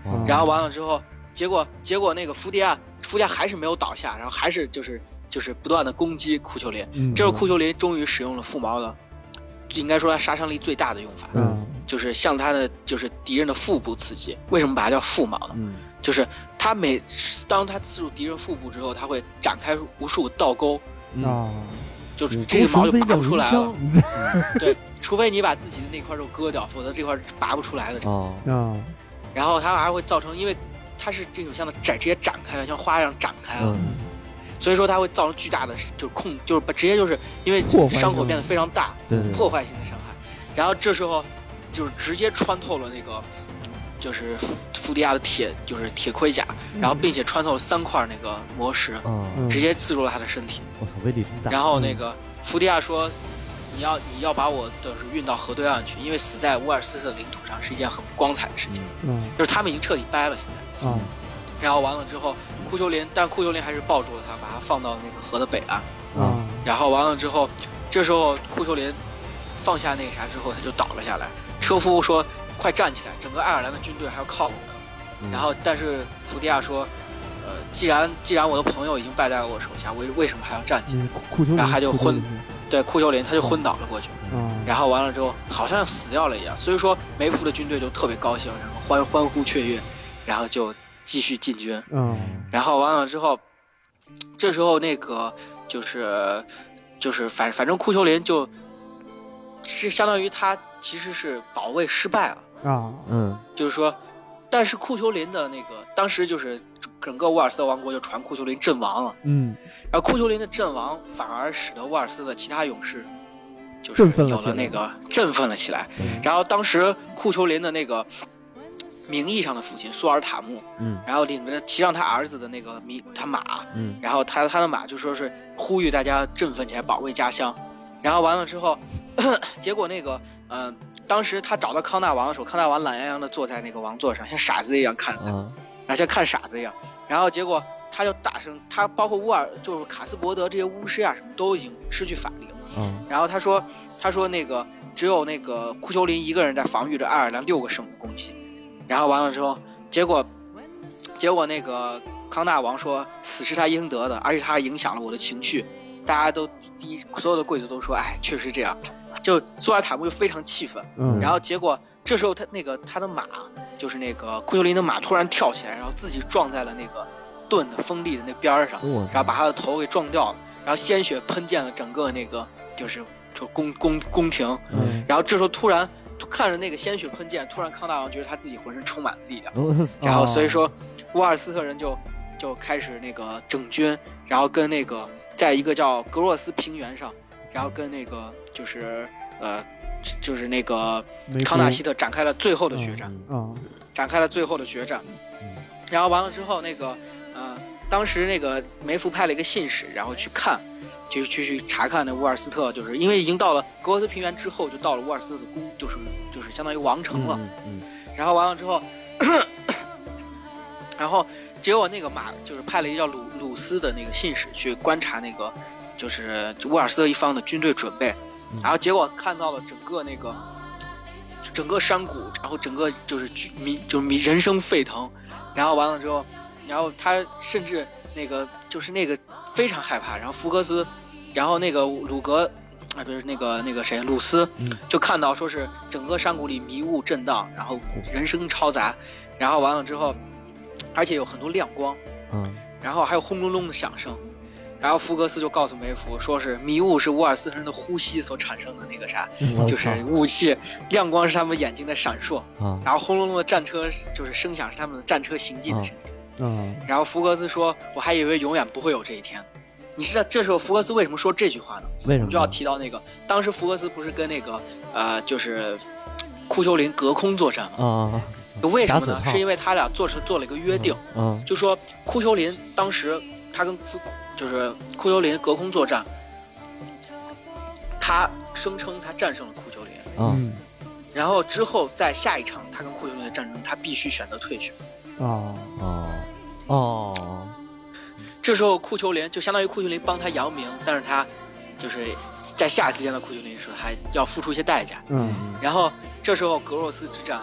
B: 哇
C: 然后完了之后，结果结果那个福迪亚福迪亚还是没有倒下，然后还是就是就是不断的攻击库丘林，
A: 嗯
C: 这时候库丘林终于使用了腹毛的，应该说他杀伤力最大的用法，
A: 嗯
C: 就是向他的就是敌人的腹部刺激。为什么把它叫腹毛呢？
B: 嗯
C: 就是他每当他刺入敌人腹部之后，他会展开无数个倒钩，
B: 嗯
A: 啊，
C: 就是
B: 嗯
C: 这个毛就
B: 非
C: 拔
B: 叫
C: 不出
B: 云
C: 来了
B: 枪。
C: 对，除非你把自己的那块肉割掉，否则这块是拔不出来的。
B: 哦，
A: 啊，
C: 然后它还会造成，因为它是这种像展直接展开了，像花一样展开了，
B: 嗯
C: 所以说它会造成巨大的就是控，就是把直接就是因为
A: 破坏性嗯
C: 伤口变得非常大，
B: 对对对
C: 破坏性的伤害。然后这时候就是直接穿透了那个就是福福迪亚的铁就是铁盔甲，然后并且穿透了三块那个魔石，
B: 啊，
A: 嗯
C: 直接刺入了他的身体。
B: 我操，威力真大。
C: 然后那个福迪亚说：“你要你要把我就是运到河对岸去，因为死在乌尔斯特的领土上是一件很不光彩的事情。
A: 嗯
C: 就是他们已经彻底掰了现在。
A: 啊
C: 然后完了之后，库丘林，但库丘林还是抱住了他，把他放到那个河的北岸。
A: 啊，
C: 然后完了之后，这时候库丘林放下那个啥之后，他就倒了下来。车夫说：“快站起来，整个爱尔兰的军队还要靠我们。
B: 嗯，”
C: 然后，但是福迪亚说：“呃，既然既然我的朋友已经败在我手下，为为什么还要站起来
A: 嗯库丘
C: 然
A: 林，
C: 后他就
A: 库丘
C: 昏
A: 林
C: 对，库丘林他就昏倒了过去。
A: 啊，
C: 然后完了之后，好像死掉了一样。所以说，梅夫的军队就特别高兴，然后欢欢呼雀跃，然后就继续进军。
A: 啊
C: 然后完了之后，这时候那个就是就是反反正库丘林就是相当于他其实是保卫失败了，
A: 啊
B: 嗯
C: 就是说，但是库丘林的那个当时就是整个沃尔斯特王国就传库丘林阵亡了，
A: 嗯，
C: 而库丘林的阵亡反而使得沃尔斯的其他勇士就是
A: 振奋了
C: 有
A: 起来嗯
C: 了那个振奋了起来
A: 对。
C: 然后当时库丘林的那个名义上的父亲苏尔塔木，
B: 嗯
C: 然后领着骑上他儿子的那个迷他马，
B: 嗯
C: 然后他他的马就说是呼吁大家振奋起来，保卫家乡。然后完了之后， 结果那个呃，当时他找到康大王的时候，康大王懒洋洋的坐在那个王座上，像傻子一样看着他，
B: 啊
C: 然后像看傻子一样。然后结果他就大声，他包括乌尔就是卡斯伯德这些巫师啊什么都已经失去法力了。
B: 啊
C: 然后他说，他说那个只有那个库丘林一个人在防御着爱尔兰六个圣的攻击，然后完了之后，结果，结果那个康大王说，死是他应得的，而且他还影响了我的情绪，大家都第一所有的贵族都说，哎，确实这样，就苏尔塔木就非常气愤，
A: 嗯，
C: 然后结果这时候他那个他的马就是那个库丘林的马突然跳起来，然后自己撞在了那个盾的锋利的那边儿上。
B: 哦我
C: 然后把他的头给撞掉了，然后鲜血喷溅了整个那个就是就宫宫宫廷，
B: 嗯
C: 然后这时候突然突看着那个鲜血喷溅，突然康大王觉得他自己浑身充满了力
B: 哦
C: 量，然后所以说乌尔斯特人就就开始那个整军，然后跟那个在一个叫格洛斯平原上，然后跟那个就是呃就是那个
A: 梅
C: 康纳
A: 夫
C: 希特展开了最后的决战。
A: 啊，
C: 展开了最后的决战
B: 嗯。
C: 然后完了之后，那个呃，当时那个梅福派了一个信使，然后去看，就去去查看那乌尔斯特，就是因为已经到了格罗斯平原之后，就到了乌尔斯特的宫，就是就是相当于王城了。
B: 嗯
C: 然后完了之后， 然后结果那个马就是派了一个叫鲁鲁斯的那个信使去观察那个就是乌尔斯特一方的军队准备
B: 嗯，
C: 然后结果看到了整个那个整个山谷，然后整个就是居民就是民人声沸腾，然后完了之后，然后他甚至那个就是那个非常害怕，然后福克斯，然后那个鲁格。啊，不是那个那个谁，鲁斯，
B: 嗯
C: 就看到说是整个山谷里迷雾震荡，然后人声嘈杂，然后完了之后，而且有很多亮光，
B: 嗯
C: 然后还有轰隆隆的响声。然后福格斯就告诉梅芙，说是迷雾是乌尔斯人的呼吸所产生的那个啥，
B: 我
C: 就是雾气，亮光是他们眼睛的闪烁，
B: 啊
C: 然后轰隆隆的战车就是声响是他们的战车行进的声
A: 啊，
C: 音。然后福格斯说：“我还以为永远不会有这一天。”你知道这时候福格斯为什么说这句话呢？
B: 为
C: 我
B: 什
C: 们
B: 么
C: 就要提到那个，当时福克斯不是跟那个呃，就是库丘林隔空作战吗？
B: 啊
C: 为什
B: 打
C: 么呢
B: 死？炮
C: 是因为他俩做成做了一个约定，
B: 啊
C: 就说库丘林当时他跟库就是库丘林隔空作战，他声称他战胜了库丘林，
B: 啊
A: 嗯
C: 然后之后在下一场他跟库丘林的战争，他必须选择退去。
A: 啊，
B: 啊哦
C: 这时候库丘林就相当于库丘林帮他扬名，但是他就是在下一次见到库丘林的时候，还要付出一些代价。
A: 嗯
B: 嗯
C: 然后这时候格洛斯之战，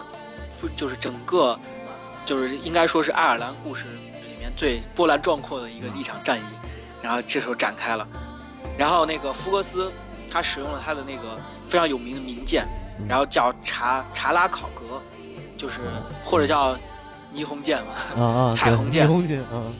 C: 就就是整个，就是应该说是爱尔兰故事里面最波澜壮阔的一个一场战役，然后这时候展开了，然后那个福格斯他使用了他的那个非常有名的名剑，
B: 嗯
C: 然后叫查查拉考格，就是或者叫霓虹剑吧。
B: 啊啊
C: 彩虹剑
B: 霓虹剑啊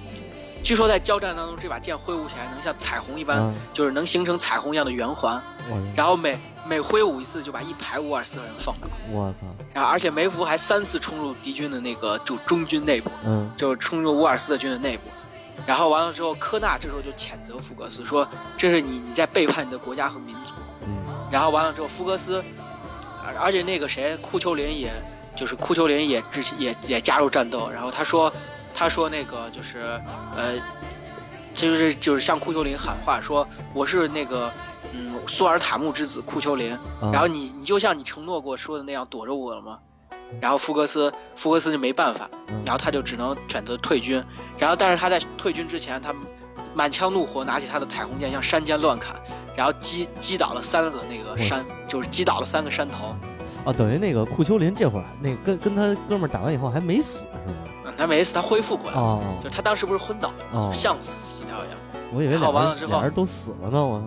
C: 据说在交战当中，这把剑挥舞起来能像彩虹一般，
B: 啊
C: 就是能形成彩虹一样的圆环，
B: 我
C: 然后每每挥舞一次就把一排乌尔斯特人放倒。
B: 我操
C: 然后啊而且梅福还三次冲入敌军的那个就中军内部，
B: 嗯
C: 就是冲入乌尔斯特军的内部。然后完了之后，科纳这时候就谴责福格斯说：“这是你你在背叛你的国家和民族。
B: 嗯”
C: 然后完了之后，福格斯，而而且那个谁库丘林也就是库丘林也之也也加入战斗。然后他说他说那个就是呃，这就是就是向库丘林喊话说：“我是那个嗯苏尔塔木之子库丘林。”
B: 啊
C: 然后你你就像你承诺过说的那样躲着我了吗？然后福格斯福格斯就没办法，
B: 嗯
C: 然后他就只能选择退军。然后但是他在退军之前，他满腔怒火拿起他的彩虹剑向山间乱砍，然后击击倒了三个那个山，就是击倒了三个山头。
B: 啊等于那个库丘林这会儿那跟跟他哥们儿打完以后还没死是吗？
C: 嗯，他每一次他恢复过来，
B: 哦
C: 就他当时不是昏倒了，
B: 哦，
C: 像死死掉一样。
B: 我以为
C: 然后
B: 俩
C: 完了之
B: 人
C: 后
B: 俩人都死了呢我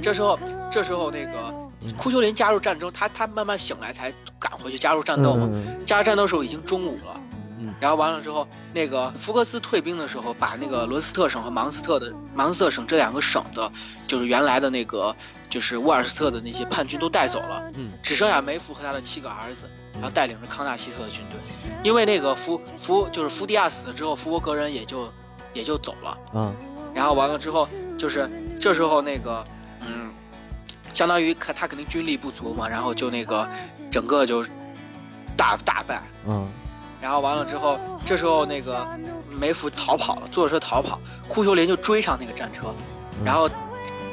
C: 这时候这时候那个
B: 嗯
C: 库丘林加入战争，他他慢慢醒来才赶回去加入战斗嘛。
B: 嗯
C: 加入战斗时候已经中午了。
B: 嗯
C: 然后完了之后，那个福克斯退兵的时候，把那个伦斯特省和芒斯特的芒斯特省这两个省的，就是原来的那个就是沃尔斯特的那些叛军都带走了，
B: 嗯
C: 只剩下梅福和他的七个儿子，
B: 嗯
C: 然后带领着康纳希特的军队，因为那个福福就是福迪亚死了之后，福伯格人也就也就走了，
B: 啊
C: 然后完了之后，就是这时候那个，嗯，相当于他他肯定军力不足嘛，然后就那个整个就大大败，
B: 啊
C: 然后完了之后，这时候那个梅福逃跑了，坐着车逃跑，库丘林就追上那个战车，
B: 嗯
C: 然后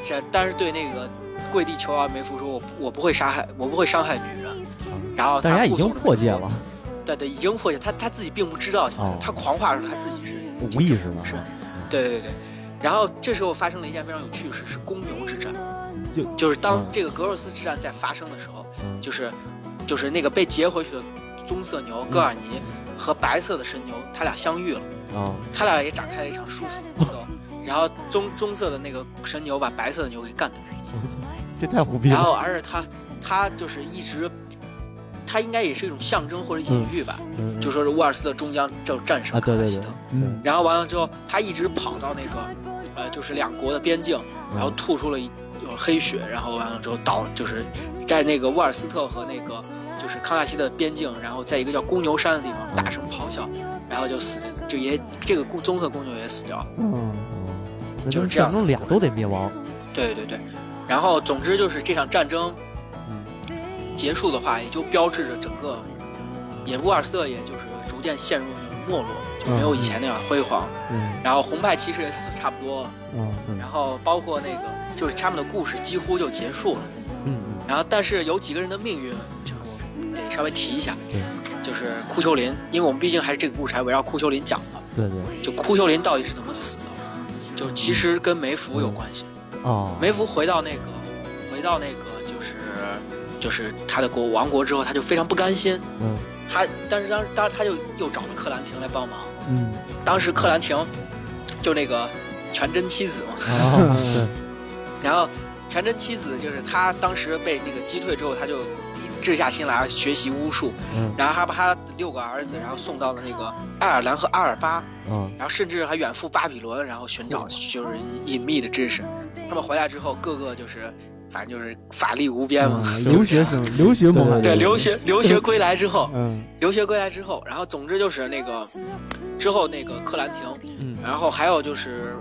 C: 这但是对那个跪地求饶梅福说：“我不我不会杀害，我不会伤害女人。”然后
B: 大家
C: 他
B: 已
C: 护送
B: 经
C: 着
B: 破戒
C: 梅芙
B: 了，，
C: 对对，已经破戒，他他自己并不知道情况下，
B: 哦
C: 他狂化的时候他自己是
B: 无意识呢，
C: 是对对对。然后这时候发生了一件非常有趣的事，是公牛之战，
B: 就
C: 就是当
B: 嗯
C: 这个格罗斯之战在发生的时候，
B: 嗯
C: 就是就是那个被劫回去的棕色牛戈尔尼和白色的神牛，他俩相遇了，
B: 啊，
C: 他俩也展开了一场殊死搏斗。然后棕棕色的那个神牛把白色的牛给干掉，
B: 这太虎逼
C: 然
B: 了，
C: 后而且他他就是一直，他应该也是一种象征或者隐喻吧，
B: 嗯
C: 就说是沃尔斯特终将正战胜
B: 啊，对
C: 克莱
B: 对
C: 希
B: 对
C: 特。，
A: 嗯，
C: 然后完了之后，他一直跑到那个，呃，就是两国的边境，
B: 嗯
C: 然后吐出了一有黑血，然后完了之后倒，就是在那个沃尔斯特和那个就是康纳西的边境，然后在一个叫公牛山的地方大声咆哮，然后就死，就也这个公棕色公牛也死掉了。
A: 嗯，
B: 哦那
C: 就
B: 能
C: 是这样
B: 象征俩都得灭亡，
C: 对对对，然后总之就是这场战争结束的话，也就标志着整个，也沃尔斯特也就是逐渐陷入那种没落，
A: 嗯
C: 就没有以前那样辉煌。
A: 对，
C: 然后红派骑士也死得差不多了。
A: 啊，
C: 然后包括那个就是他们的故事几乎就结束了。
B: 嗯嗯，
C: 然后但是有几个人的命运，就是我得稍微提一下
B: 对，
C: 就是库丘林，因为我们毕竟还是这个故事还围绕库丘林讲嘛，
B: 嗯对对，
C: 就库丘林到底是怎么死的，就其实跟梅福有关系。
B: 哦，
C: 梅福回到那个回到那个就是就是他的国王国之后，他就非常不甘心，
B: 嗯，
C: 他但是当时当时他就又找了克兰廷来帮忙，
A: 嗯，
C: 当时克兰廷就那个全真妻子嘛。
B: 啊，对，
C: 然后全真妻子就是她当时被那个击退之后，她就置下心来学习巫术，
B: 嗯
C: 然后还把她的六个儿子，然后送到了那个爱尔兰和阿尔巴，
B: 嗯，
C: 然后甚至还远赴巴比伦，然后寻找就是隐秘的知识。他们回来之后，个个就是反正就是法力无边嘛，
A: 嗯
C: 就是
A: 留学生，留学梦幻，
C: 对留学留学归来之后，
A: 嗯，
C: 留学归来之后，然后总之就是那个之后那个克兰廷，
B: 嗯
C: 然后还有就是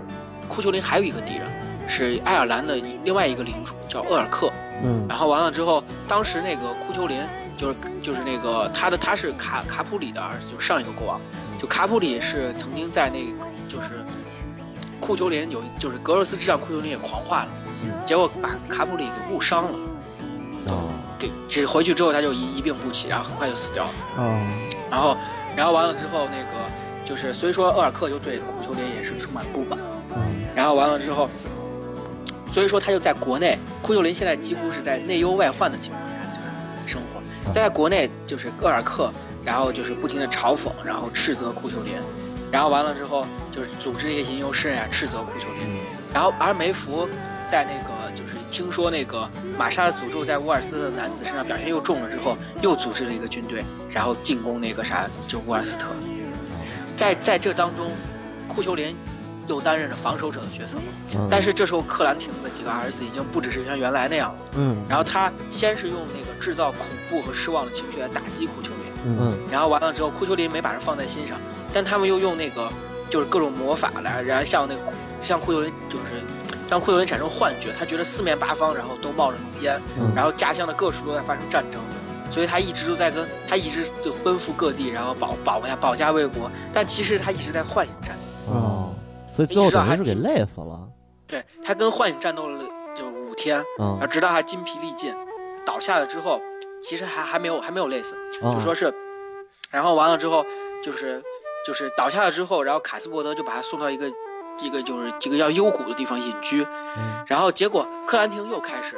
C: 库丘林还有一个敌人是爱尔兰的另外一个领主叫厄尔克，
A: 嗯，
C: 然后完了之后，当时那个库丘林就是就是那个他的他是卡卡普里的儿子，就是上一个国王，就卡普里是曾经在那个就是库丘林有就是格罗斯之战，库丘林也狂化了，结果把卡普里给误伤了，
B: 哦，
C: 给只回去之后他就一一病不起，然后很快就死掉了。
A: 啊，
C: 然后，然后完了之后，那个就是虽说厄尔克就对库丘林也是充满不满，
A: 嗯，
C: 然后完了之后，所以说他就在国内，库丘林现在几乎是在内忧外患的情况下就是生活，但在国内就是厄尔克，然后就是不停的嘲讽，然后斥责库丘林，然后完了之后就是组织一些吟游诗人啊斥责库丘林，然后而梅福在那个就是听说那个玛莎的诅咒在沃尔斯特的男子身上表现又重了之后，又组织了一个军队，然后进攻那个啥，就沃尔斯特。在在这当中，库丘林又担任着防守者的角色，
B: 嗯
C: 但是这时候克兰廷的几个儿子已经不只是像原来那样了。
A: 嗯，
C: 然后他先是用那个制造恐怖和失望的情绪来打击库丘林，
A: 嗯，
C: 然后完了之后，库丘林没把人放在心上，但他们又用那个就是各种魔法来，然后像那个像库丘林就是让库丘林产生幻觉，他觉得四面八方然后都冒着浓烟，
A: 嗯
C: 然后家乡的各处都在发生战争，所以他一直都在跟他一直就奔赴各地，然后保保家保家卫国，但其实他一直在幻影战，
B: 哦，所以最后等于是给累死了，
C: 对他跟幻影战斗了就五天，
B: 嗯
C: 然后，直到他筋疲力尽倒下了之后，其实还还没有还没有累死，
B: 就
C: 就说是，然后完了之后就是就是倒下了之后，然后卡斯伯德就把他送到一个一个就是这个叫幽谷的地方隐居，
B: 嗯
C: 然后结果克兰廷又开始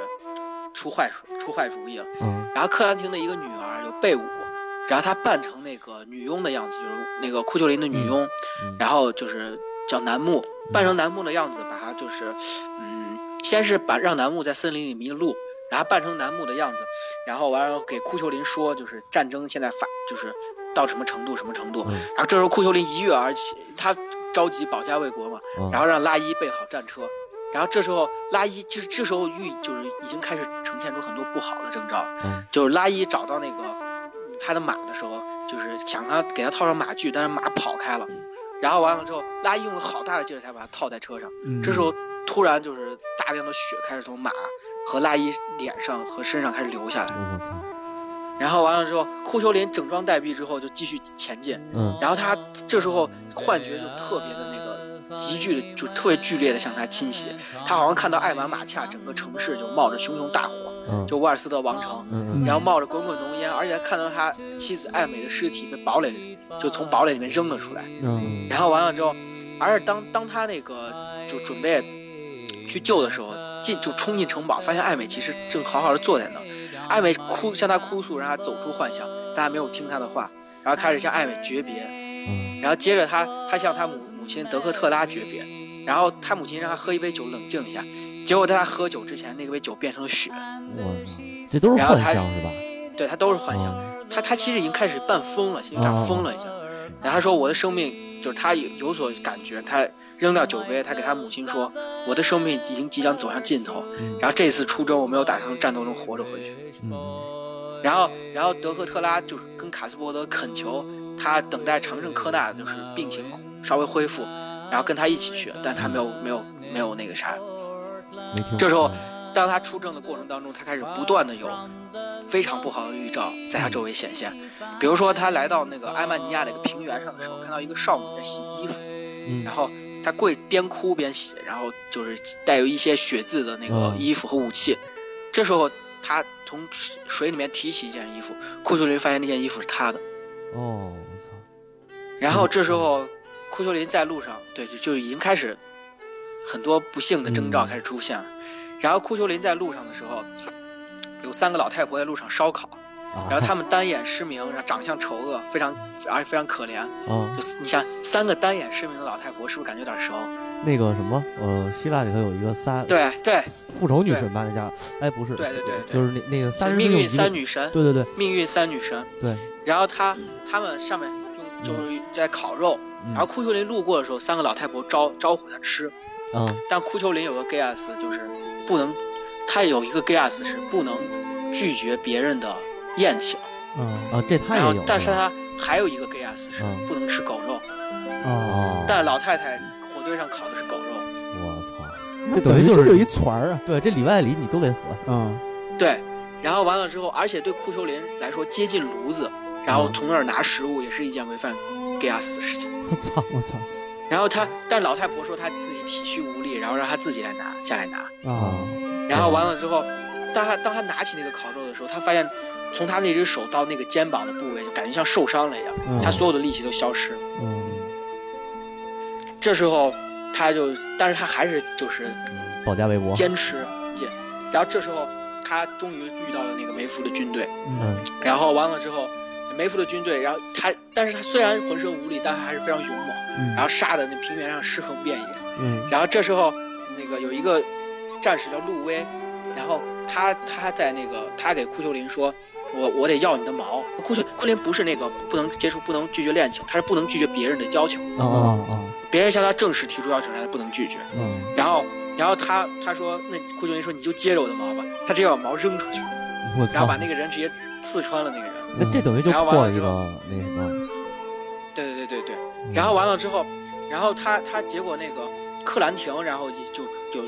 C: 出坏主出坏主意了，
B: 嗯
C: 然后克兰廷的一个女儿就贝武，然后她扮成那个女佣的样子，就是那个库丘林的女佣，
B: 嗯
C: 然后就是叫楠木，扮成楠木的样子，把她就是嗯，先是把让楠木在森林里迷路，然后扮成楠木的样子，然后完了给库丘林说，就是战争现在发就是到什么程度什么程度，
B: 嗯
C: 然后这时候库丘林一跃而起，他着急保家卫国嘛，
B: 嗯
C: 然后让拉伊备好战车。然后这时候拉伊，就是这时候预就是已经开始呈现出很多不好的征兆，
B: 嗯
C: 就是拉伊找到那个他的马的时候，就是想让他给他套上马具，但是马跑开了，
B: 嗯
C: 然后完了之后，拉伊用了好大的劲儿才把他套在车上。
B: 嗯
C: 这时候突然就是大量的血开始从马和拉伊脸上和身上开始流下来，
B: 嗯我操，
C: 然后完了之后，库丘林整装待毙之后就继续前进，
B: 嗯
C: 然后他这时候幻觉就特别的那个急剧的，就特别剧烈的向他侵袭，他好像看到艾玛马恰整个城市就冒着熊熊大火，
B: 嗯
C: 就沃尔斯特王城。
B: 嗯
C: 然后冒着滚滚浓烟，而且还看到他妻子艾美的尸体被堡垒就从堡垒里面扔了出来。
A: 嗯
C: 然后完了之后，而是当当他那个就准备去救的时候，进就冲进城堡，发现艾美其实正好好的坐在那儿。艾美哭向他哭诉，让他走出幻想，但他没有听他的话，然后开始向艾美诀别，
B: 嗯
C: 然后接着他他向他母母亲德克特拉诀别，然后他母亲让他喝一杯酒冷静一下，结果在他喝酒之前，那杯酒变成了血，
B: 嗯，我操，这都是
C: 然后
B: 幻
C: 他
B: 象是吧？
C: 对他都是幻想。
B: 啊
C: 他他其实已经开始半疯了，心有点疯了已经。然后他说我的生命就是他有有所感觉，他扔掉酒杯，他给他母亲说我的生命已经即将走向尽头。然后这次出征我没有打算战斗中活着回去。
B: 嗯
C: 然后然后德克特拉就是跟卡斯伯德恳求他等待常胜科纳就是病情稍微恢复，然后跟他一起去，但他没有没有没有那个啥。
B: 没听过。
C: 这时候当他出征的过程当中，他开始不断的有非常不好的预兆在他周围显现。比如说，他来到那个埃曼尼亚的一个平原上的时候，看到一个少女在洗衣服，
B: 嗯
C: 然后她跪边哭边洗，然后就是带有一些血渍的那个
B: 嗯
C: 衣服和武器。这时候，他从水里面提起一件衣服，库丘林发现那件衣服是他的。
B: 哦，我操，
C: 然后这时候，库丘林在路上，对，就就已经开始很多不幸的征兆
B: 嗯
C: 开始出现了。然后库丘林在路上的时候，有三个老太婆在路上烧烤，
B: 啊
C: 然后她们单眼失明，然后长相丑恶，非常而且非常可怜。
B: 啊，
C: 就是你想三个单眼失明的老太婆，是不是感觉有点熟？
B: 那个什么，呃，希腊里头有一个仨，
C: 对对
B: 复仇女神吧，那叫，哎，不是，
C: 对对对对
B: 就是那那个三
C: 是
B: 人
C: 命
B: 中有
C: 运
B: 一个
C: 三，女神，
B: 对对对
C: 命运三女神。
B: 对，
C: 然后她她们上面用就是在烤肉，
B: 嗯
C: 然后库丘林路过的时候，三个老太婆招招呼他吃，
B: 嗯
C: 但库丘林有个 g a y s 就是不能，他有一个 g a y s 是不能拒绝别人的宴请，
A: 啊
B: 啊，这他
C: 然
B: 也
C: 后
B: 有，
C: 但是
B: 吧
C: 他还有一个 g a y s 是
B: 嗯
C: 不能吃狗肉，
A: 哦，
B: 哦，
C: 但老太太火堆上烤的是狗肉，
B: 我操，
A: 那
B: 等于就
A: 这
B: 是
A: 就一团儿啊
B: 对，这里外里你都得死，
A: 啊
C: 对，然后完了之后，而且对库丘林来说接近炉子，然后
B: 嗯
C: 从那儿拿食物也是一件违反 g a y s 的事情。
B: 我操，
A: 我操
C: 然后他，但老太婆说她自己体虚无力，然后让她自己来拿下来拿。
A: 啊
C: 然后完了之后，当他当他拿起那个烤肉的时候，他发现从他那只手到那个肩膀的部位，就感觉像受伤了一样，
A: 嗯
C: 他所有的力气都消失。
A: 嗯
C: 这时候他就，但是他还是就是
B: 保家卫国，
C: 嗯坚持进。然后这时候他终于遇到了那个梅夫的军队，
B: 嗯
C: 然后完了之后，梅夫的军队，然后他，但是他虽然浑身无力，但他还是非常勇猛，
A: 嗯
C: 然后杀的那平原上尸横遍野。
A: 嗯
C: 然后这时候，那个有一个战士叫陆威，然后他他在那个他给库丘林说，我我得要你的毛。库丘库林不是那个不能接触、不能拒绝恋情，他是不能拒绝别人的要求，
B: 啊啊
C: 别人向他正式提出要求，他不能拒绝。
B: 啊，嗯，
C: 然后然后他他说，那库丘林说你就接着我的毛吧，他直接把毛扔出去，
B: 我
C: 然后
B: 操
C: 把，那个人直接刺穿了那个人。
B: 那这等于就
C: 然后完了
B: 破一
C: 之
B: 个
C: 后
B: 那什么，
C: 对对对对对。
B: 嗯
C: 然后完了之后，然后他他结果那个克兰廷，然后就就就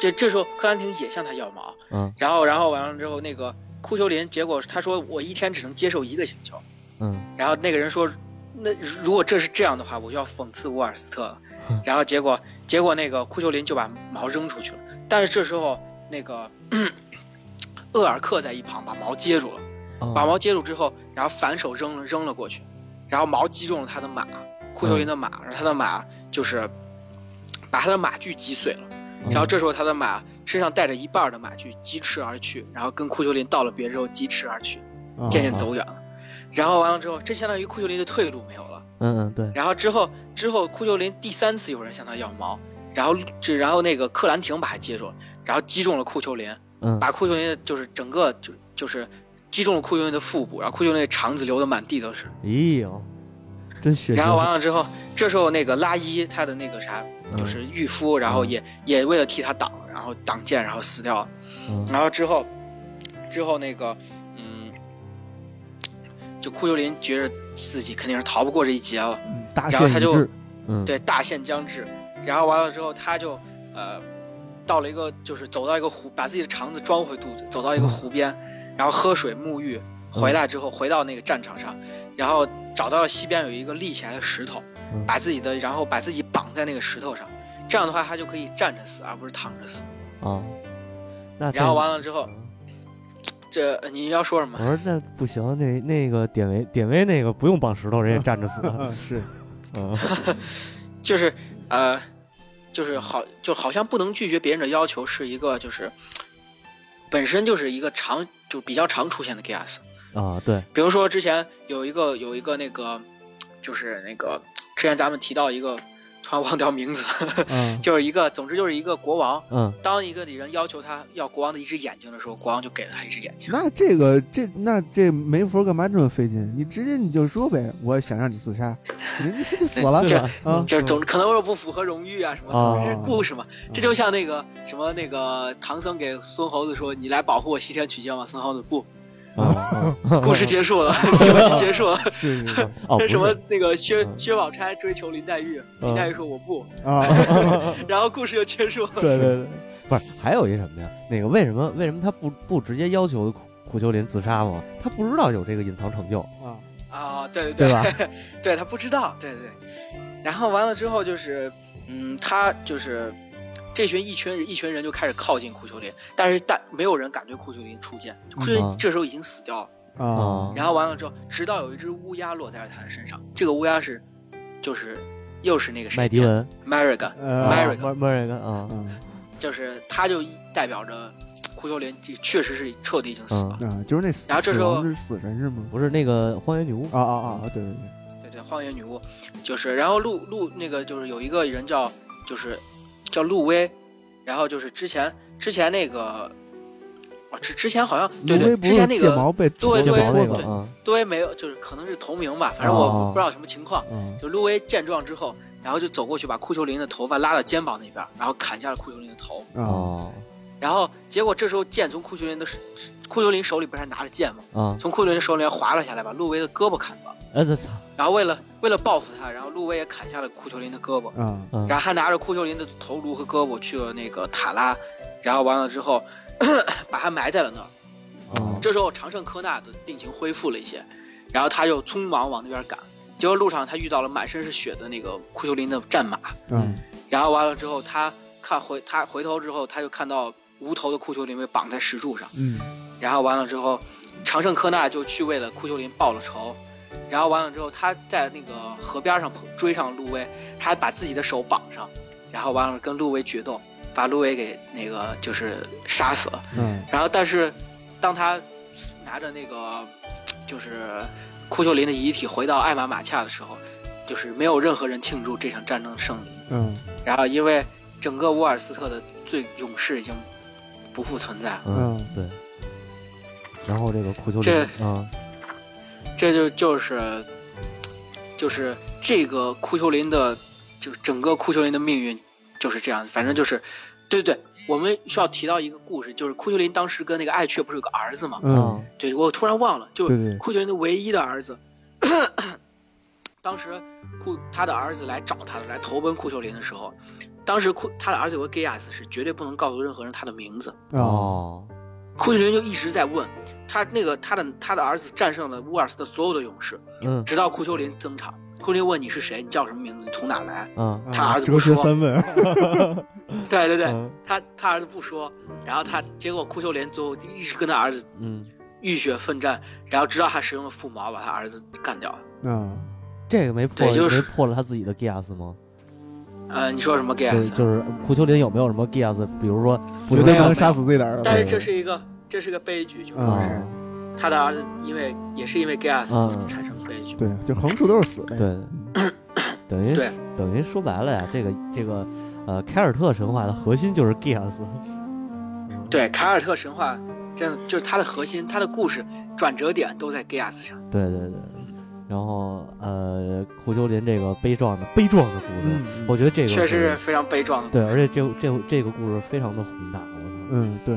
C: 这这时候克兰廷也向他要毛，
B: 嗯
C: 然后然后完了之后那个库丘林，结果他说我一天只能接受一个请求，
B: 嗯
C: 然后那个人说，那如果这是这样的话，我就要讽刺沃尔斯特了，
B: 嗯
C: 然后结果结果那个库丘林就把毛扔出去了，但是这时候那个。 厄尔克在一旁把毛接住了，
B: 啊
C: 把毛接住之后，然后反手扔了扔了过去，然后毛击中了他的马，库丘林的马，然后他的马就是把他的马具击碎了，
B: 嗯
C: 然后这时候他的马身上带着一半的马具疾驰而去，然后跟库丘林道了别之后疾驰而去，
A: 啊
C: 渐渐走远了。然后完了之后，这相当于库丘林的退路没有了。
B: 嗯嗯对，
C: 然后之后之后，库丘林第三次有人向他要毛，然后这然后那个克兰廷把他接住了，然后击中了库丘林，
B: 嗯
C: 把库丘林的就是整个就就是击中了库丘林的腹部，然后库丘林的肠子流的满地都是。
B: 咦哎呦，真血腥，
C: 然后完了之后，这时候那个拉伊他的那个啥
B: 嗯
C: 就是御夫，然后也也为了替他挡，然后挡箭，然后死掉了。
B: 嗯
C: 然后之后之后那个嗯，就库丘林觉着自己肯定是逃不过这一劫了，
A: 嗯大
C: 然后
A: 限
C: 他
A: 已
C: 就
A: 至
B: 嗯
C: 对，大限将至。然后完了之后，他就呃到了一个就是走到一个湖，把自己的肠子装回肚子，走到一个湖边，然后喝水沐浴，回来之后回到那个战场上，然后找到了西边有一个立起来的石头，
A: 嗯
C: 把自己的然后把自己绑在那个石头上，这样的话他就可以站着死而不是躺着死。
B: 啊。那
C: 然后
B: 这
C: 完了之后，这呃你要说什么
B: 我？说那不行，那那个典韦典韦那个不用绑石头，人也站着死。
A: 是，
B: 嗯
C: 就是呃，就是好，就好像不能拒绝别人的要求，是一个就是本身就是一个常就比较常出现的 gas。
B: 啊，对，
C: 比如说之前有一个有一个那个就是那个之前咱们提到一个，突然忘掉名字，
B: 嗯
C: 就是一个总之就是一个国王，
B: 嗯，
C: 当一个人要求他要国王的一只眼睛的时候，国王就给了他一只眼睛。
A: 那这个这那这没法干嘛这么费劲？你直接你就说呗，我想让你自杀，人家他就死了
C: 这
B: 吧？嗯
A: 啊！
C: 就是总可能我不符合荣誉啊什么，总之故事嘛。这就像那个什么那个唐僧给孙猴子说：“你来保护我西天取经吧。”孙猴子不，
B: 啊 啊
C: 故事结束了，戏 游戏结束了。
A: 嗯是是 是
B: 哦，不
C: 那
B: 是
C: 什么那个薛
B: 嗯
C: 薛宝钗追求林黛玉，林黛玉说我不，
A: 啊，
B: 嗯
C: 然后故事就结 束了。
A: 对对对，
B: 不是，还有一什么呀？那个为什么为什么他不不直接要求库库丘林自杀吗？他不知道有这个隐藏成就，
C: 啊，对对
B: 对吧？
C: 对他不知道，对对。然后完了之后就是，嗯，他就是这群一群一群人就开始靠近库丘林，但是但没有人敢对库丘林出剑，库丘
B: 啊
C: 林这时候已经死掉了。
A: 啊
B: 啊
C: 然后完了之后，直到有一只乌鸦落在了他的身上，这个乌鸦是就是又是那个谁
B: 麦迪文
C: m a r i g a n
A: 呃
C: America
B: 莫莫瑞根啊，
A: 啊
C: 就是他就代表着库丘林这确实是彻底已经死了。
A: 啊，就是那死
C: 然后这时候
A: 死亡是死神是吗？
B: 不是那个荒原女巫
A: 啊啊啊啊！对对对，
C: 对对，荒原女巫，就是然后路路那个就是有一个人叫就是叫路威，然后就是之前之前那个，啊之之前好像对
A: 卢威
C: 对，
A: 不
C: 之
A: 是
C: 前那
A: 借
C: 个
A: 毛被
C: 对
B: 就
C: 对
B: 王那
C: 对
B: 个啊，
C: 路威没有，就是可能是同名吧，反正我
B: 哦
C: 不知道什么情况。
A: 啊
C: 就路威见状之后，然后就走过去把库丘林的头发拉到肩膀那边，然后砍下了库丘林的头，
A: 啊
B: 哦
C: 然后结果这时候剑从库丘林的手库丘林手里不是还拿着剑吗？
B: 啊，
C: 从库丘林手里滑了下来，把路威的胳膊砍断了。
B: 哎这操
C: 然后为了为了报复他，然后路威也砍下了库丘林的胳膊，
A: 啊！
B: 嗯
C: 然后还拿着库丘林的头颅和胳膊去了那个塔拉，然后完了之后 把他埋在了那儿。
B: 哦
C: 这时候长胜科纳的病情恢复了一些，然后他就匆忙往那边赶，结果路上他遇到了满身是血的那个库丘林的战马，
A: 嗯
C: 然后完了之后他看回他回头之后他就看到无头的库丘林被绑在石柱上。
A: 嗯
C: 然后完了之后，长胜科纳就去为了库丘林报了仇，然后完了之后，他在那个河边上碰追上路威，他还把自己的手绑上，然后完了跟路威决斗，把路威给那个就是杀死了。
A: 嗯
C: 然后但是当他拿着那个就是库丘林的遗体回到艾玛马恰的时候，就是没有任何人庆祝这场战争的胜利，
A: 嗯
C: 然后因为整个沃尔斯特的最勇士已经不复存在了。
B: 嗯
A: 嗯
B: 对，然后这个库丘
C: 这
B: 林啊
C: 这就就是就是这个库丘林的，就是整个库丘林的命运就是这样，反正就是。对对对，我们需要提到一个故事，就是库丘林当时跟那个艾雀不是有个儿子吗？
B: 啊
A: 嗯，
C: 对，我突然忘了，就
A: 对对
C: 库丘林的唯一的儿子，当时库他的儿子来找他来投奔库丘林的时候，当时库他的儿子有个 g a 斯是绝对不能告诉任何人他的名字，
A: 啊
B: 哦
C: 库丘林就一直在问他那个他的他的儿子战胜了乌尔斯的所有的勇士，
B: 嗯
C: 直到库丘林登场，库丘林问你是谁，你叫什么名字，你从哪来？
B: 嗯
C: 他儿子
A: 哲
C: 不
A: 学
C: 说
A: 三问，
C: 对对对，
B: 嗯
C: 他他儿子不说，然后他结果库丘林最后一直跟他儿子
B: 嗯，
C: 浴血奋战，然后直到他使用了腹毛把他儿子干掉了。
A: 啊，
B: 这个没破
C: 对就是
B: 没破了他自己的 gas 吗？
C: 呃，你说什么 g a
B: 就
C: s
B: 是就是库丘林有没有什么 gas？比如说不
A: 绝
B: 能
A: 对
C: 没
A: 不
C: 有
A: 能杀死自己的儿子。
C: 但是这是一个这是个悲剧，就说是
A: 啊
C: 他的儿子因为也是因为 g a s
B: 嗯
C: 产生悲剧。
A: 对，就横竖都是死呗。
B: 对， 等于
C: 对
B: 等于说白了呀，这个这个呃凯尔特神话的核心就是 gas。
C: 对，凯尔特神话真的就是它的核心，它的故事转折点都在 g a s 上。
B: 对对对，然后呃，库丘林这个悲壮的悲壮的故事，
A: 嗯
B: 我觉得这个
C: 确实
B: 是
C: 是非常悲壮的。
B: 对，而且这这这个故事非常的宏大，我操，
A: 嗯，对，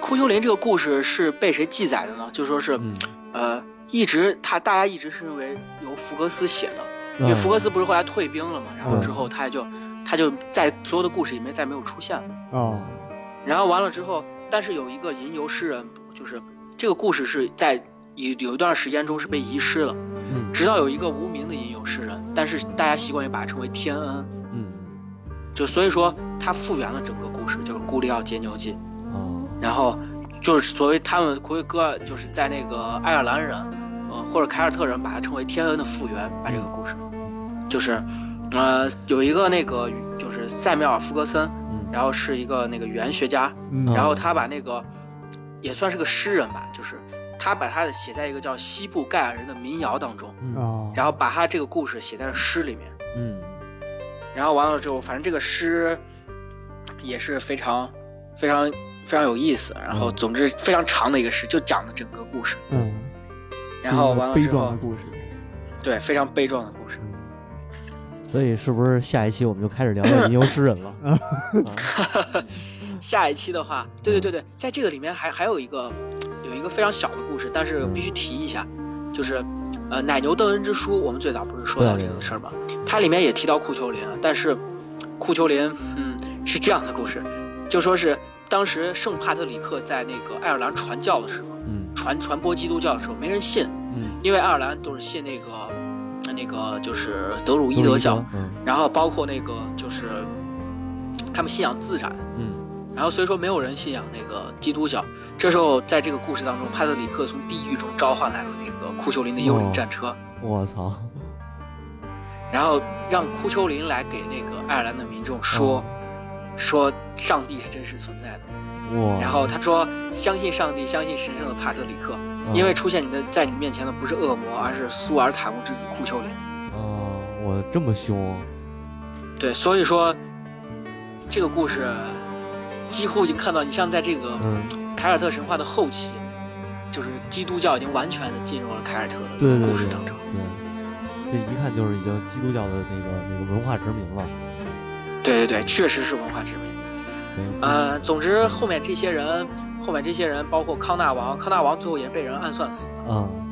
C: 库丘林这个故事是被谁记载的呢？就说是
B: 嗯，
C: 呃，一直他大家一直是认为由福格斯写的，因为
B: 嗯
C: 福格斯不是后来退兵了嘛，然后
A: 嗯
C: 之后他就他就在所有的故事里面再没有出现了。
A: 啊，
C: 然后完了之后，但是有一个吟游诗人，就是这个故事是在有有一段时间中是被遗失了，
B: 嗯
C: 直到有一个无名的吟游诗人，但是大家习惯于把它称为天恩，
B: 嗯
C: 就所以说他复原了整个故事，就是《孤立奥杰牛记》，
B: 哦
C: 然后就是所谓他们奎哥就是在那个爱尔兰人，呃或者凯尔特人把它称为天恩的复原，把这个故事，就是呃有一个那个就是塞缪尔·福格森，
B: 嗯
C: 然后是一个那个语言学家，
A: 嗯
B: 啊
C: 然后他把那个也算是个诗人吧，就是他把他写在一个叫西部盖尔人的民谣当中，
B: 嗯
A: 啊，
C: 然后把他这个故事写在了诗里面，
B: 嗯
C: 然后完了之后，反正这个诗也是非常非常非常有意思，然后总之非常长的一个诗，就讲了整个故事，
A: 嗯，
C: 然
A: 是
C: 后
A: 一个
C: 完了
A: 悲
C: 之
A: 壮
C: 后
A: 的，故事，
C: 对，非常悲壮的故事，
B: 嗯所以是不是下一期我们就开始聊 聊吟游诗人了？啊
C: 嗯下一期的话，对对对对，在这个里面嗯还还有一个有一个非常小的故事，但是必须提一下，就是呃奶牛邓恩之书，我们最早不是说到这个事儿吗？它里面也提到库丘林，但是库丘林嗯是这样的故事，就说是当时圣帕特里克在那个爱尔兰传教的时候，
B: 嗯
C: 传传播基督教的时候没人信，
B: 嗯，
C: 因为爱尔兰都是信那个那个就是德鲁伊德教，，
B: 嗯
C: 然后包括那个就是他们信仰自然。
B: 嗯
C: 然后所以说没有人信仰那个基督教。这时候在这个故事当中，帕特里克从地狱中召唤来了那个库丘林的幽灵战车，
B: 我操，
C: 然后让库丘林来给那个爱尔兰的民众说，说上帝是真实存在的。
B: 嗯哇，
C: 然后他说相信上帝，相信神圣的帕特里克，
B: 嗯
C: 因为出现你的在你面前的不是恶魔，而是苏尔塔姆之子库丘林。
B: 哦，我这么凶啊，
C: 对，所以说这个故事几乎已经看到，你像在这个
B: 嗯，
C: 凯尔特神话的后期，就是基督教已经完全的进入了凯尔特的
B: 对对对
C: 故事当中。
B: 对，这一看就是已经基督教的那个那个文化殖民了。
C: 对对对确实是文化殖民。
B: 对，
C: 呃，总之后面这些人，后面这些人包括康纳王，康纳王最后也被人暗算死了。
B: 嗯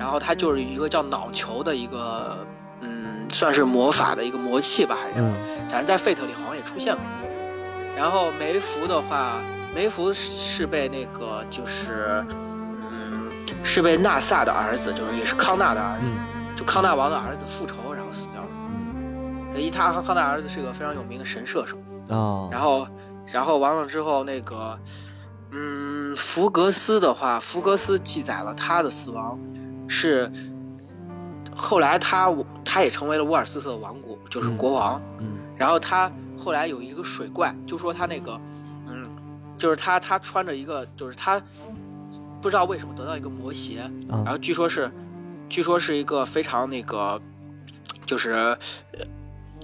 C: 然后他就是一个叫脑球的一个，嗯，算是魔法的一个魔器吧，还是什么？
B: 嗯
C: 反正在 Fate 里好像也出现过。然后梅芙的话，梅芙是是被那个就是，嗯，是被纳萨的儿子，就是也是康纳的儿子，就康纳王的儿子复仇，然后死掉了。
B: 嗯
C: 伊塔和康纳儿子是个非常有名的神射手。
B: 啊，
C: 嗯然后，然后完了之后，那个，嗯，福格斯的话，福格斯记载了他的死亡是后来他他也成为了沃尔斯特的王国，就是国王。
B: 嗯
C: 然后他后来有一个水怪，就说他那个，嗯，就是他他穿着一个，就是他不知道为什么得到一个魔鞋，
B: 啊
C: 然后据说是，据说是一个非常那个，就是呃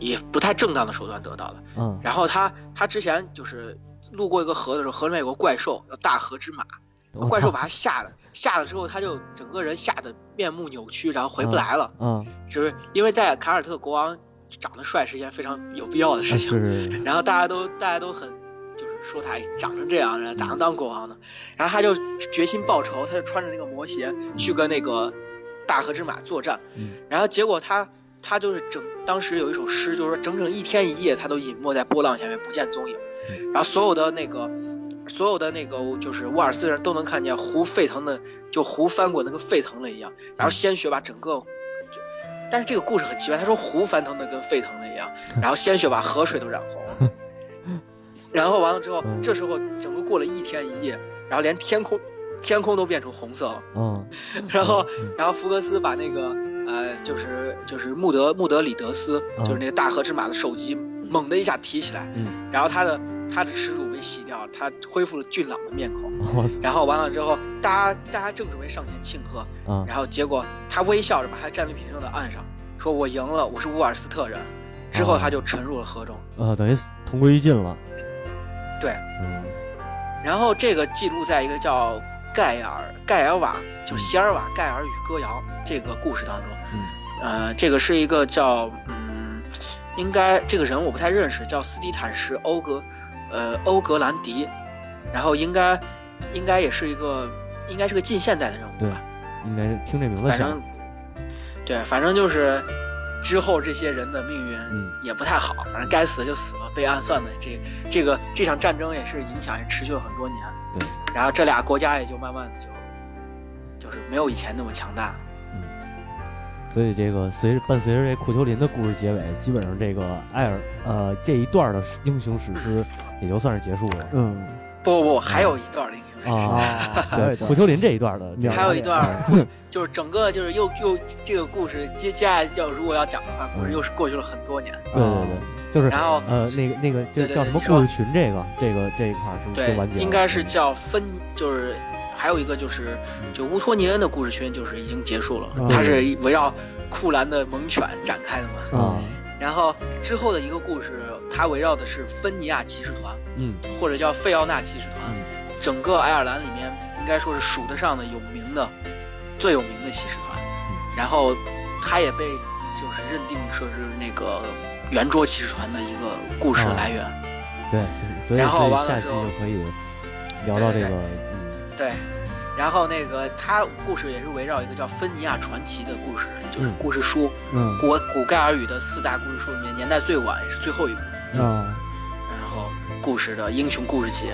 C: 也不太正当的手段得到的。
B: 嗯
C: 然后他他之前就是路过一个河的时候，河里面有个怪兽叫大河之马，
B: 我
C: 怪兽
B: 操
C: 把他吓了，吓了之后他就整个人吓得面目扭曲，然后回不来了，
B: 嗯，
C: 就是因为在凯尔特国王长得帅是一件非常有必要的
B: 啊
C: 事情，
B: 是是
C: 然后大家都大家都很就是说他长成这样，然后咋能当国王呢？然后他就决心报仇，他就穿着那个魔鞋去跟那个大河之马作战，
B: 嗯
C: 然后结果他他就是整当时有一首诗，就是说整整一天一夜他都隐没在波浪下面不见踪影，
B: 嗯
C: 然后所有的那个。所有的那个就是沃尔斯人都能看见湖沸腾的，就湖翻滚的跟沸腾了一样，
B: 嗯
C: 然后鲜血把整个，就但是这个故事很奇怪，他说湖翻腾的跟沸腾 的一样，然后鲜血把河水都染红了，然后完了之后，
B: 嗯
C: 这时候整个过了一天一夜，然后连天空天空都变成红色了，
B: 嗯，
C: 然后
B: 嗯
C: 然后福格斯把那个呃就是就是穆德穆德里德斯
B: 嗯
C: 就是那个大河之马的首级猛地一下提起来，
B: 嗯
C: 然后他的他的耻辱被洗掉了，他恢复了俊朗的面孔，
B: 嗯我操
C: 然后完了之后，大家大家正准备上前庆贺，
B: 啊
C: 然后结果他微笑着把他战利品扔到岸上，说我赢了，我是乌尔斯特人，之
B: 哦
C: 后他就沉入了河中。
B: 呃，等于同归于尽了。
C: 对，
B: 嗯
C: 然后这个记录在一个叫盖尔盖尔瓦，就席尔瓦盖尔与歌谣这个故事当中。
B: 嗯，
C: 呃，这个是一个叫嗯，应该这个人我不太认识，叫斯蒂坦什欧格，呃，欧格兰迪，然后应该应该也是一个应该是个近现代的人物吧，
B: 应该是听这名字
C: 反
B: 像
C: 正对，反正就是之后这些人的命运
B: 嗯
C: 也不太好，反正该死就死了，被暗算的这这个这场战争也是影响也持续了很多年。
B: 对，
C: 然后这俩国家也就慢慢的就就是没有以前那么强大。
B: 所以这个随伴随着这库丘林的故事结尾，基本上这个艾尔呃这一段的英雄史诗也就算是结束了
A: 嗯
C: 不不不，还有一段儿英雄史诗
B: 啊。
A: 还有一
B: 对，
A: 段
B: 库丘林这嗯一段的，
C: 还有一段儿，就是整个就是又又这个故事接接下来要如果要讲的话，故事又是过去了很多年，
A: 啊
B: 对对嗯对，就是
C: 然后
B: 呃那个那个就
C: 对对
B: 叫什么
C: 你
B: 故事
C: 说
B: 群这个这个这一块儿是不是
C: 对
B: 就完结了？
C: 应该是叫芬，就是还有一个就是
B: 嗯
C: 就乌托尼恩的故事圈就是已经结束了，
A: 嗯
C: 它是围绕库兰的猛犬展开的
B: 啊
C: 嘛。
A: 啊，
C: 然后之后的一个故事，它围绕的是芬尼亚骑士团，
B: 嗯
C: 或者叫费奥纳骑士团，
B: 嗯
C: 整个爱尔兰里面应该说是数得上的有名的、最有名的骑士团。
B: 嗯
C: 然后，它也被就是认定说是那个圆桌骑士团的一个故事
B: 哦
C: 来源。
B: 对，所以所以
C: 然后
B: 所以
C: 完了
B: 下期
C: 之后
B: 就可以聊到这个
C: 对
B: 嗯
C: 对，然后那个它故事也是围绕一个叫芬尼亚传奇的故事，就是
B: 嗯
C: 故事书，
A: 嗯
C: 古古盖尔语的四大故事书里面年代最晚也是最后一部，
A: 啊，
C: 然后故事的英雄故事集。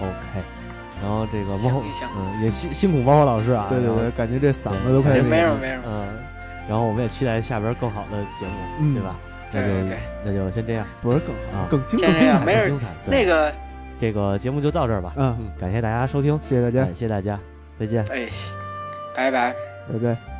B: OK，然后这个
C: 相
B: 猫
C: 依相
B: 嗯也辛辛苦猫猫老师啊，
A: 对对
B: 然后
A: 对，感觉这嗓子都快
C: 没
B: 对
C: 没
A: 那
C: 有
A: 个
C: 没有，
B: 嗯，然后我们也期待下边更好的节目，
A: 嗯
B: 对吧？那
C: 对
B: 就
C: 对对
B: 那就先这样，
A: 不是更好
B: 啊
A: 更精
C: 先
A: 更
C: 这
A: 精
C: 样
A: 彩，
C: 没人
B: 更精彩。对
C: 那个
B: 这个节目就到这儿吧，
A: 嗯，哎
B: 感谢大家收听，
A: 谢谢大家，
B: 感谢大家，再见。
C: 哎，拜拜。
A: 拜拜。